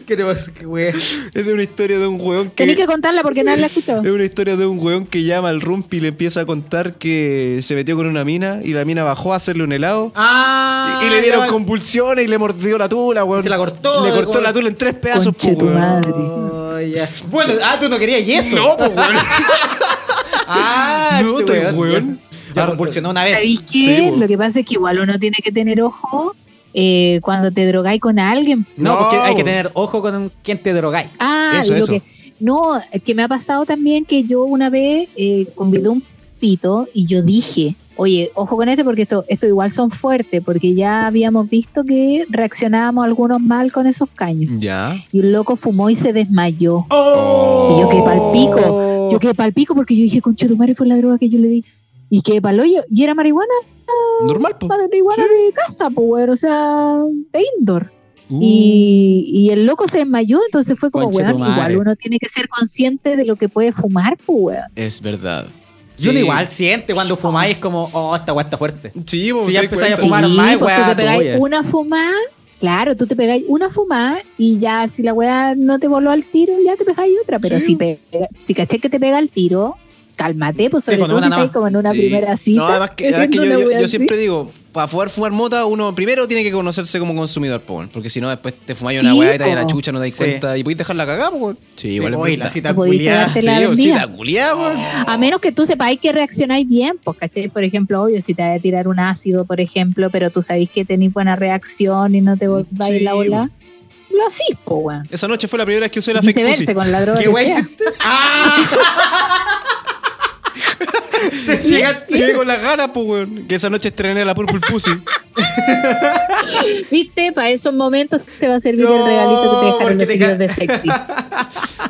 Speaker 5: ¿Qué te pasa? ¿Qué wea?
Speaker 3: Es de una historia de un weón que...
Speaker 6: Tenés que contarla porque nadie la escuchó.
Speaker 3: Es una historia de un weón que llama al Rumpi y le empieza a contar que se metió con una mina y la mina bajó a hacerle un helado.
Speaker 5: ¡Ah!
Speaker 3: Y- y le dieron
Speaker 5: ya-
Speaker 3: convulsiones y le mordió la tula, weón.
Speaker 5: Y se la cortó,
Speaker 3: Le
Speaker 5: weón.
Speaker 3: cortó la tula en tres pedazos, po,
Speaker 6: Conche tu
Speaker 3: weón.
Speaker 6: madre.
Speaker 5: Oh, ya. Bueno, ah, tú no querías y eso.
Speaker 3: No, po, weón.
Speaker 5: Ah,
Speaker 3: No,
Speaker 5: este
Speaker 3: te weón.
Speaker 5: Ya, Ya convulsionó
Speaker 3: Eh,
Speaker 5: una vez.
Speaker 6: ¿Sabéis qué?
Speaker 3: Sí, po.
Speaker 6: Lo que pasa es que igual uno tiene que tener ojo eh, cuando te drogáis con alguien.
Speaker 5: No,
Speaker 3: No,
Speaker 5: porque hay que
Speaker 3: weón.
Speaker 5: tener ojo con quién te drogáis.
Speaker 6: Ah,
Speaker 3: Eso,
Speaker 6: y lo
Speaker 3: eso.
Speaker 6: que. No, es que me ha pasado también que yo una vez eh, convidé un pito y yo dije, oye, ojo con este porque esto, esto igual son fuertes, porque ya habíamos visto que reaccionábamos algunos mal con esos caños.
Speaker 3: Ya.
Speaker 6: Y un loco fumó y se desmayó.
Speaker 3: Oh.
Speaker 6: Y yo quedé pa'l pico. Yo quedé pa'l pico porque yo dije, concha tu madre fue la droga que yo le di. Y quedé pa'l hoyo. Y era marihuana,
Speaker 3: Normal, po.
Speaker 6: marihuana de casa, pues, weón, o sea, de indoor.
Speaker 3: Uh.
Speaker 6: Y, y el loco se desmayó, entonces fue como,
Speaker 5: Conche tu
Speaker 6: weón,
Speaker 5: madre.
Speaker 6: igual uno tiene que ser consciente de lo que puede fumar, pues, weón.
Speaker 3: Es verdad.
Speaker 5: Yo
Speaker 3: Sí.
Speaker 5: igual siente cuando fumáis como, oh, esta weá está fuerte.
Speaker 3: Sí, po,
Speaker 5: Si ya
Speaker 3: te das
Speaker 5: empezáis a
Speaker 3: cuenta.
Speaker 5: fumar. más,
Speaker 6: pues,
Speaker 5: weón,
Speaker 6: tú te pegáis
Speaker 5: tuya.
Speaker 6: una fumada Claro, tú te pegáis una fumada y ya si la weá no te voló al tiro, ya te pegáis otra. Pero si, pega, si caché que te pega el tiro, cálmate, pues
Speaker 5: Sí,
Speaker 6: sobre
Speaker 5: pues,
Speaker 6: todo
Speaker 5: no,
Speaker 6: si
Speaker 5: no,
Speaker 6: estáis
Speaker 5: no.
Speaker 6: como en una
Speaker 3: Sí.
Speaker 6: primera cita.
Speaker 3: No, además que,
Speaker 6: haciendo
Speaker 3: además que yo,
Speaker 6: una
Speaker 3: yo-
Speaker 6: weá
Speaker 3: yo
Speaker 6: así.
Speaker 3: siempre digo, para poder fumar mota, uno primero tiene que conocerse como consumidor, po, weón, porque si no, después te fumáis una
Speaker 6: Sí,
Speaker 3: weá y te dais
Speaker 6: po.
Speaker 3: la chucha, no te dais
Speaker 5: Sí.
Speaker 3: cuenta y podéis dejarla cagada, po, weón. Sí, igual es
Speaker 5: Uy, la
Speaker 3: verdad.
Speaker 5: cita
Speaker 6: Podéis
Speaker 5: culiada.
Speaker 6: cagarte la
Speaker 3: Sí, o
Speaker 6: vendida.
Speaker 3: cita culiada, weón.
Speaker 6: A menos que tú sepáis que reaccionáis bien, pues, ¿cachai? Por ejemplo, obvio, si te vaya a tirar un ácido, por ejemplo, pero tú sabéis que tenéis buena reacción y no te volváis
Speaker 3: Sí,
Speaker 6: la ola, lo hacís, pues, weón.
Speaker 3: Esa noche fue la primera vez que usé la
Speaker 6: Y
Speaker 3: fake pussy.
Speaker 6: Viceversa con la droga.
Speaker 5: ¿Qué
Speaker 6: que
Speaker 5: guay
Speaker 6: sea.
Speaker 5: hiciste?
Speaker 3: Ah.
Speaker 5: Te llegaste-
Speaker 3: Llegué con las ganas, po, weón. Que esa noche estrené la Purple Pussy.
Speaker 6: ¿Viste? Para esos momentos te va a servir
Speaker 5: No,
Speaker 6: el regalito que te dejaron
Speaker 5: porque
Speaker 6: los
Speaker 5: te
Speaker 6: videos
Speaker 5: ca-
Speaker 6: de sexy.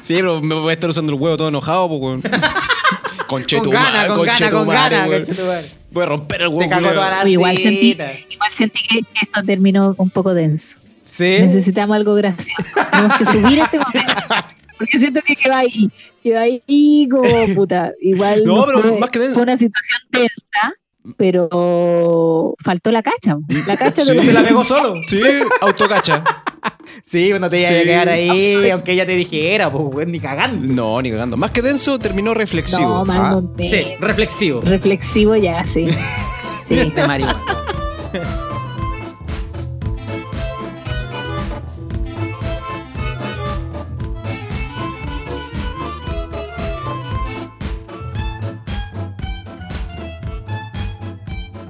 Speaker 3: Sí, pero me voy a estar usando el huevo todo enojado, po, weón.
Speaker 5: Con
Speaker 3: Conchetumare,
Speaker 5: gana, con gana, con
Speaker 3: conchetumare,
Speaker 5: gana,
Speaker 3: weón.
Speaker 5: conchetumare.
Speaker 3: Voy a romper el huevo.
Speaker 5: Te cagó
Speaker 3: culiao.
Speaker 5: toda la
Speaker 6: Oye, igual sentí,
Speaker 5: cita.
Speaker 6: igual sentí que, que esto terminó un poco denso.
Speaker 5: Sí.
Speaker 6: Necesitamos algo gracioso. Tenemos que subir este momento. Porque siento que quedó ahí. Quedó ahí como puta. Igual
Speaker 3: No,
Speaker 6: no
Speaker 3: pero
Speaker 6: fue,
Speaker 3: más que denso.
Speaker 6: fue una situación tensa, pero faltó la cacha. La cacha
Speaker 3: Sí.
Speaker 6: de
Speaker 5: ¿Se la pegó solo?
Speaker 3: Sí, autocacha.
Speaker 5: Sí, cuando te iba
Speaker 3: Sí.
Speaker 5: a quedar ahí, aunque ella te dijera, pues, weón, ni cagando.
Speaker 3: No, ni cagando. Más que denso, terminó reflexivo.
Speaker 6: No, mal
Speaker 3: Ah.
Speaker 6: momento.
Speaker 5: Sí, reflexivo.
Speaker 6: Reflexivo ya, sí. Sí.
Speaker 5: De marihuana.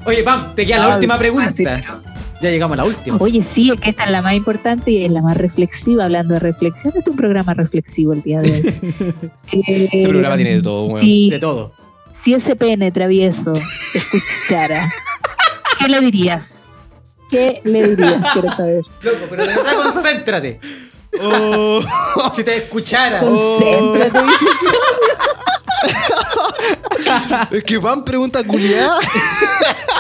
Speaker 5: Oye, Pam, te queda la
Speaker 6: Ay,
Speaker 5: última pregunta.
Speaker 6: así, Ah, pero-
Speaker 5: Ya llegamos a la última.
Speaker 6: Oye, sí, es que esta es la más importante y es la más reflexiva. Hablando de reflexión, este es un programa reflexivo el día de hoy. Eh,
Speaker 3: Este programa tiene de todo, weón.
Speaker 6: si,
Speaker 5: De todo.
Speaker 6: si ese pene travieso te escuchara, ¿qué le dirías? ¿Qué le dirías? Quiero saber.
Speaker 5: Loco, pero de verdad concéntrate.
Speaker 3: Oh.
Speaker 5: Si te escuchara.
Speaker 6: Concéntrate. dice.
Speaker 3: Es que van pregunta culiada.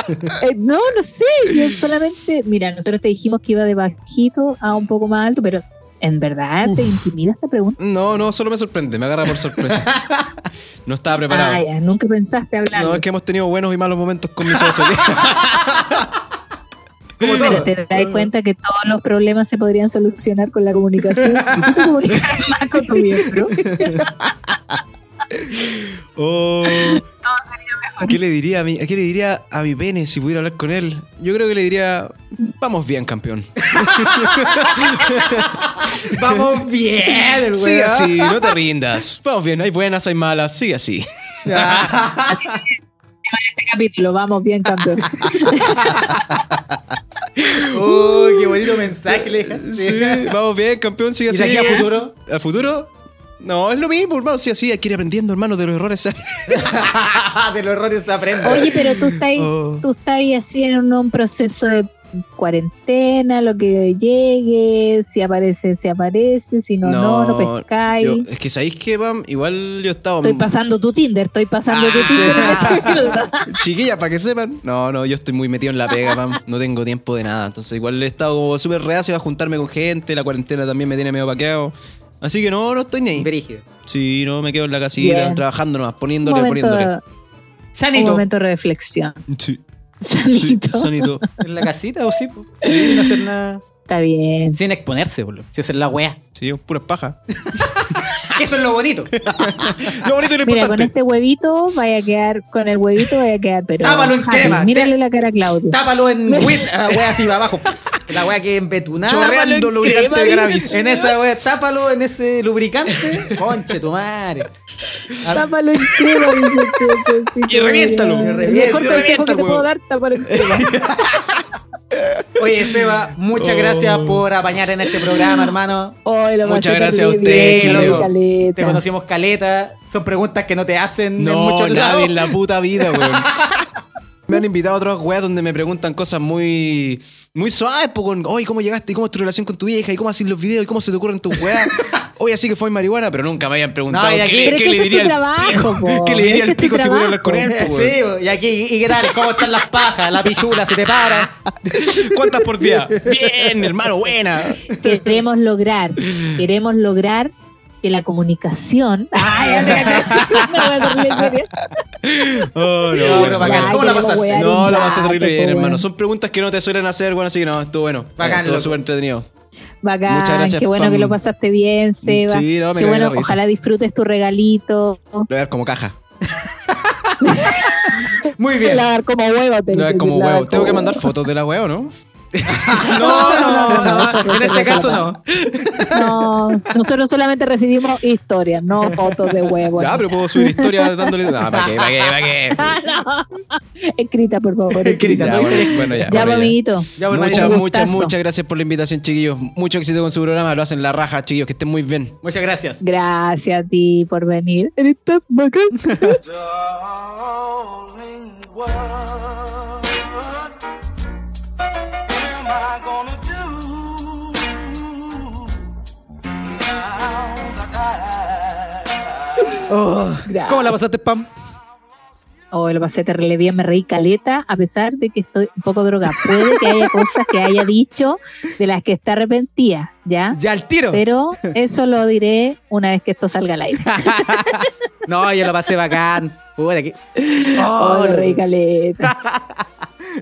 Speaker 6: Eh, no, no sé. Yo solamente. Mira, nosotros te dijimos que iba de bajito a un poco más alto, pero en verdad te intimida esta pregunta.
Speaker 3: No, no, solo me sorprende, me agarra por sorpresa. No estaba preparado.
Speaker 6: Ah, ya, nunca pensaste hablar.
Speaker 3: no, es que hemos tenido buenos y malos momentos con mi socio.
Speaker 6: Pero te das cuenta que todos los problemas se podrían solucionar con la comunicación. Si tú te comunicas más con tu miembro,
Speaker 3: Oh,
Speaker 6: todo sería mejor.
Speaker 3: ¿qué, le diría a mi, ¿Qué le diría a mi pene si pudiera hablar con él? Yo creo que le diría, vamos bien, campeón.
Speaker 5: Vamos bien, el
Speaker 3: Sigue
Speaker 5: weón.
Speaker 3: así, no te rindas. Vamos bien, hay buenas, hay malas, sigue así.
Speaker 6: Este capítulo, vamos bien, campeón.
Speaker 5: Oh, qué bonito mensaje le dejaste.
Speaker 3: Sí, vamos bien, campeón, sigue
Speaker 5: ¿Y
Speaker 3: así.
Speaker 5: de aquí a futuro?
Speaker 3: ¿Al futuro? No, es lo mismo, hermano. Sí, así, hay que ir aprendiendo, hermano, de los errores.
Speaker 5: de los errores se aprende.
Speaker 6: Oye, pero tú estás, ahí-
Speaker 3: Oh.
Speaker 6: tú estás ahí así en un, un proceso de cuarentena, lo que llegue, si aparece, si aparece, si no, no, no, pescáis.
Speaker 3: yo- um, es que sabéis que, Pam, igual yo estaba.
Speaker 6: Estoy pasando tu Tinder, estoy pasando tu
Speaker 3: Ah,
Speaker 6: Tinder.
Speaker 3: Chiquilla, para que sepan. No, no, yo estoy muy metido en la pega, Pam. No tengo tiempo de nada. Entonces, igual he estado como súper reacio a juntarme con gente. La cuarentena también me tiene medio paqueado. Así que no, no estoy ni ahí.
Speaker 5: Brígido.
Speaker 3: Sí, no, me quedo en la casita,
Speaker 6: Bien.
Speaker 3: trabajando nomás,
Speaker 6: un,
Speaker 3: poniéndole,
Speaker 6: momento,
Speaker 3: poniéndole.
Speaker 6: un
Speaker 5: Sanito.
Speaker 6: momento de reflexión.
Speaker 3: Sí, sí,
Speaker 6: Sanito.
Speaker 3: sonito.
Speaker 5: ¿En la casita o sí? po? Sin hacer nada.
Speaker 6: Está bien.
Speaker 5: Sin exponerse, boludo. Sin hacer la wea.
Speaker 3: Sí, puras pajas.
Speaker 5: Que eso es lo bonito.
Speaker 3: Lo bonito y
Speaker 6: Mira,
Speaker 3: lo
Speaker 6: con
Speaker 3: importante.
Speaker 6: este huevito vaya a quedar, con el huevito vaya a quedar, pero
Speaker 5: Tápalo en
Speaker 6: happy.
Speaker 5: crema,
Speaker 6: mírale
Speaker 5: te-
Speaker 6: la cara a Claudio.
Speaker 5: Tápalo en wit, a la wea así para abajo. La wea que embetunada.
Speaker 3: Chorreando lubricante de cannabis.
Speaker 5: En esa wea, tápalo en ese lubricante. Conche tu madre.
Speaker 6: Tápalo en crema, dice este, este, así
Speaker 3: Y
Speaker 6: como
Speaker 3: reviéntalo.
Speaker 6: ya.
Speaker 5: Y
Speaker 6: El
Speaker 5: revienta,
Speaker 6: Mejor
Speaker 5: y
Speaker 6: consejo
Speaker 3: revienta
Speaker 6: que
Speaker 3: el
Speaker 6: te
Speaker 3: huevo.
Speaker 6: puedo dar, tápalo en crema.
Speaker 5: Oye, Seba, muchas
Speaker 3: Oh.
Speaker 5: gracias por apañar en este programa, hermano.
Speaker 6: Hoy lo
Speaker 3: Muchas
Speaker 6: pasé
Speaker 3: gracias a
Speaker 6: terrible,
Speaker 3: usted,
Speaker 6: bien,
Speaker 5: chico.
Speaker 6: caleta.
Speaker 5: Te conocimos caleta. Son preguntas que no te hacen en
Speaker 3: No,
Speaker 5: muchos lados.
Speaker 3: nadie en la puta vida, weón. Me han invitado a otras weas donde me preguntan cosas muy muy suaves, po, con, oye, ¿cómo llegaste? ¿Y cómo es tu relación con tu vieja? ¿Y cómo haces los videos? ¿Y cómo se te ocurren tus weas? Oye, así que fue en marihuana, pero nunca me habían preguntado
Speaker 5: No, y aquí-
Speaker 3: qué,
Speaker 6: Pero
Speaker 3: qué
Speaker 6: que
Speaker 3: le
Speaker 6: ese es
Speaker 3: diría
Speaker 6: tu
Speaker 3: al pico,
Speaker 6: trabajo, po.
Speaker 3: qué le
Speaker 6: Ese
Speaker 3: diría al
Speaker 6: es tu
Speaker 3: pico si pudiera hablar con él,
Speaker 6: trabajo.
Speaker 3: po,
Speaker 5: Sí, y aquí, ¿y qué tal? ¿Cómo están las pajas? La pichula se te para.
Speaker 3: weón. ¿Cuántas por día? Bien, hermano, buena.
Speaker 6: Queremos lograr, queremos lograr que la comunicación. Ay, ya te cachaste. No, voy a hacerle serio.
Speaker 3: Oh, no,
Speaker 5: No,
Speaker 3: bueno, bueno.
Speaker 5: no, bacán. ¿Cómo la
Speaker 2: queremos
Speaker 5: pasaste?
Speaker 2: wear
Speaker 3: No,
Speaker 2: un
Speaker 3: la pasé
Speaker 2: rato,
Speaker 3: terrible bien,
Speaker 2: po,
Speaker 3: hermano.
Speaker 2: weón.
Speaker 3: Son preguntas que no te suelen hacer, bueno, así que no, estuvo bueno.
Speaker 5: Bacán,
Speaker 3: estuvo
Speaker 5: loco.
Speaker 3: súper entretenido.
Speaker 6: Bacán,
Speaker 3: Muchas gracias,
Speaker 6: qué bueno
Speaker 3: Pam.
Speaker 6: que lo pasaste bien, Seba.
Speaker 3: Sí, no, me
Speaker 6: qué
Speaker 3: cagué la
Speaker 6: bueno,
Speaker 3: risa.
Speaker 6: ojalá disfrutes tu regalito.
Speaker 3: Lo voy a ver como caja.
Speaker 5: Muy bien.
Speaker 2: Lavar como huevo.
Speaker 3: Lo voy a ver como
Speaker 2: lavar
Speaker 3: huevo. Tengo que
Speaker 2: huevo.
Speaker 3: mandar fotos de la huevo, ¿no?
Speaker 5: No, no, no,
Speaker 2: no,
Speaker 5: En este
Speaker 2: no,
Speaker 5: caso
Speaker 2: no.
Speaker 5: no.
Speaker 6: No, nosotros solamente recibimos historias, no fotos de huevos.
Speaker 3: Ya, pero puedo subir historia dándole. No, ¿para qué? ¿Para qué? ¿Para qué?
Speaker 6: Escrita, por favor.
Speaker 5: Escrita.
Speaker 3: Ya, bueno, bueno, ya.
Speaker 6: Ya,
Speaker 3: bueno,
Speaker 6: pues, amiguito.
Speaker 5: Ya, bueno,
Speaker 3: Muchas,
Speaker 6: Un
Speaker 3: muchas,
Speaker 6: gustazo.
Speaker 3: muchas gracias por la invitación, chiquillos. Mucho éxito con su programa. Lo hacen la raja, chiquillos. Que estén muy bien.
Speaker 5: Muchas gracias.
Speaker 6: Gracias a ti por venir. Eres tan bacán.
Speaker 4: Darling, what am I gonna do now that I
Speaker 6: Gracias.
Speaker 5: Oh, ¿Cómo la pasaste, Pam?
Speaker 6: Oh, lo pasé terrible bien, me reí caleta, a pesar de que estoy un poco drogada. Puede que haya cosas que haya dicho de las que está arrepentida, ¿ya?
Speaker 5: Ya al tiro.
Speaker 6: Pero eso lo diré una vez que esto salga al aire.
Speaker 5: No, yo lo pasé bacán. Puta, que-
Speaker 6: Oh,
Speaker 5: Oh,
Speaker 6: me reí caleta.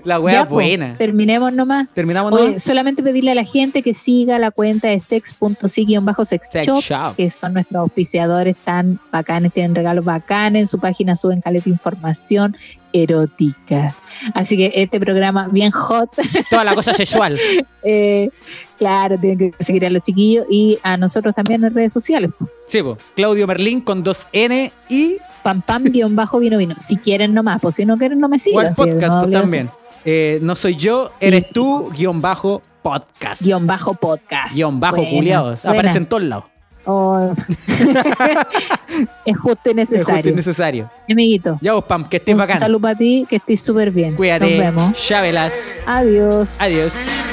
Speaker 5: La wea
Speaker 6: po,
Speaker 5: buena.
Speaker 6: terminemos nomás.
Speaker 5: Terminamos, ¿no?
Speaker 6: Oye, solamente pedirle a la gente que siga la cuenta de
Speaker 5: Sex
Speaker 6: sex.si-sexshop,
Speaker 5: shop.
Speaker 6: que son nuestros auspiciadores tan bacanes, tienen regalos bacanes, en su página suben caleta información erótica. Así que este programa bien hot
Speaker 5: Toda la cosa sexual.
Speaker 6: Eh, claro, tienen que seguir a los chiquillos y a nosotros también en redes sociales.
Speaker 5: Sí, po. Claudio Merlín con 2N y
Speaker 6: Pam pam guión bajo vino vino. Si quieren nomás, pues si no quieren no me
Speaker 5: One
Speaker 6: sigan. si
Speaker 5: Podcast
Speaker 6: no
Speaker 5: po,
Speaker 6: obligación.
Speaker 5: también. Eh, no soy yo,
Speaker 6: Sí.
Speaker 5: eres tú, guión bajo podcast. Guión,
Speaker 6: Guión bajo podcast.
Speaker 5: bajo,
Speaker 6: Buena,
Speaker 5: culiados.
Speaker 6: buena.
Speaker 5: Aparece en todos lados.
Speaker 6: Oh. es justo y
Speaker 5: Es justo
Speaker 6: necesario.
Speaker 5: y necesario.
Speaker 6: Amiguito,
Speaker 5: Ya vos, Pam, que estés
Speaker 6: un
Speaker 5: bacán.
Speaker 6: saludo para ti, que estés súper bien.
Speaker 5: Cuídate.
Speaker 6: Nos vemos.
Speaker 5: Chávelas.
Speaker 6: Adiós.
Speaker 5: Adiós.
Speaker 4: had?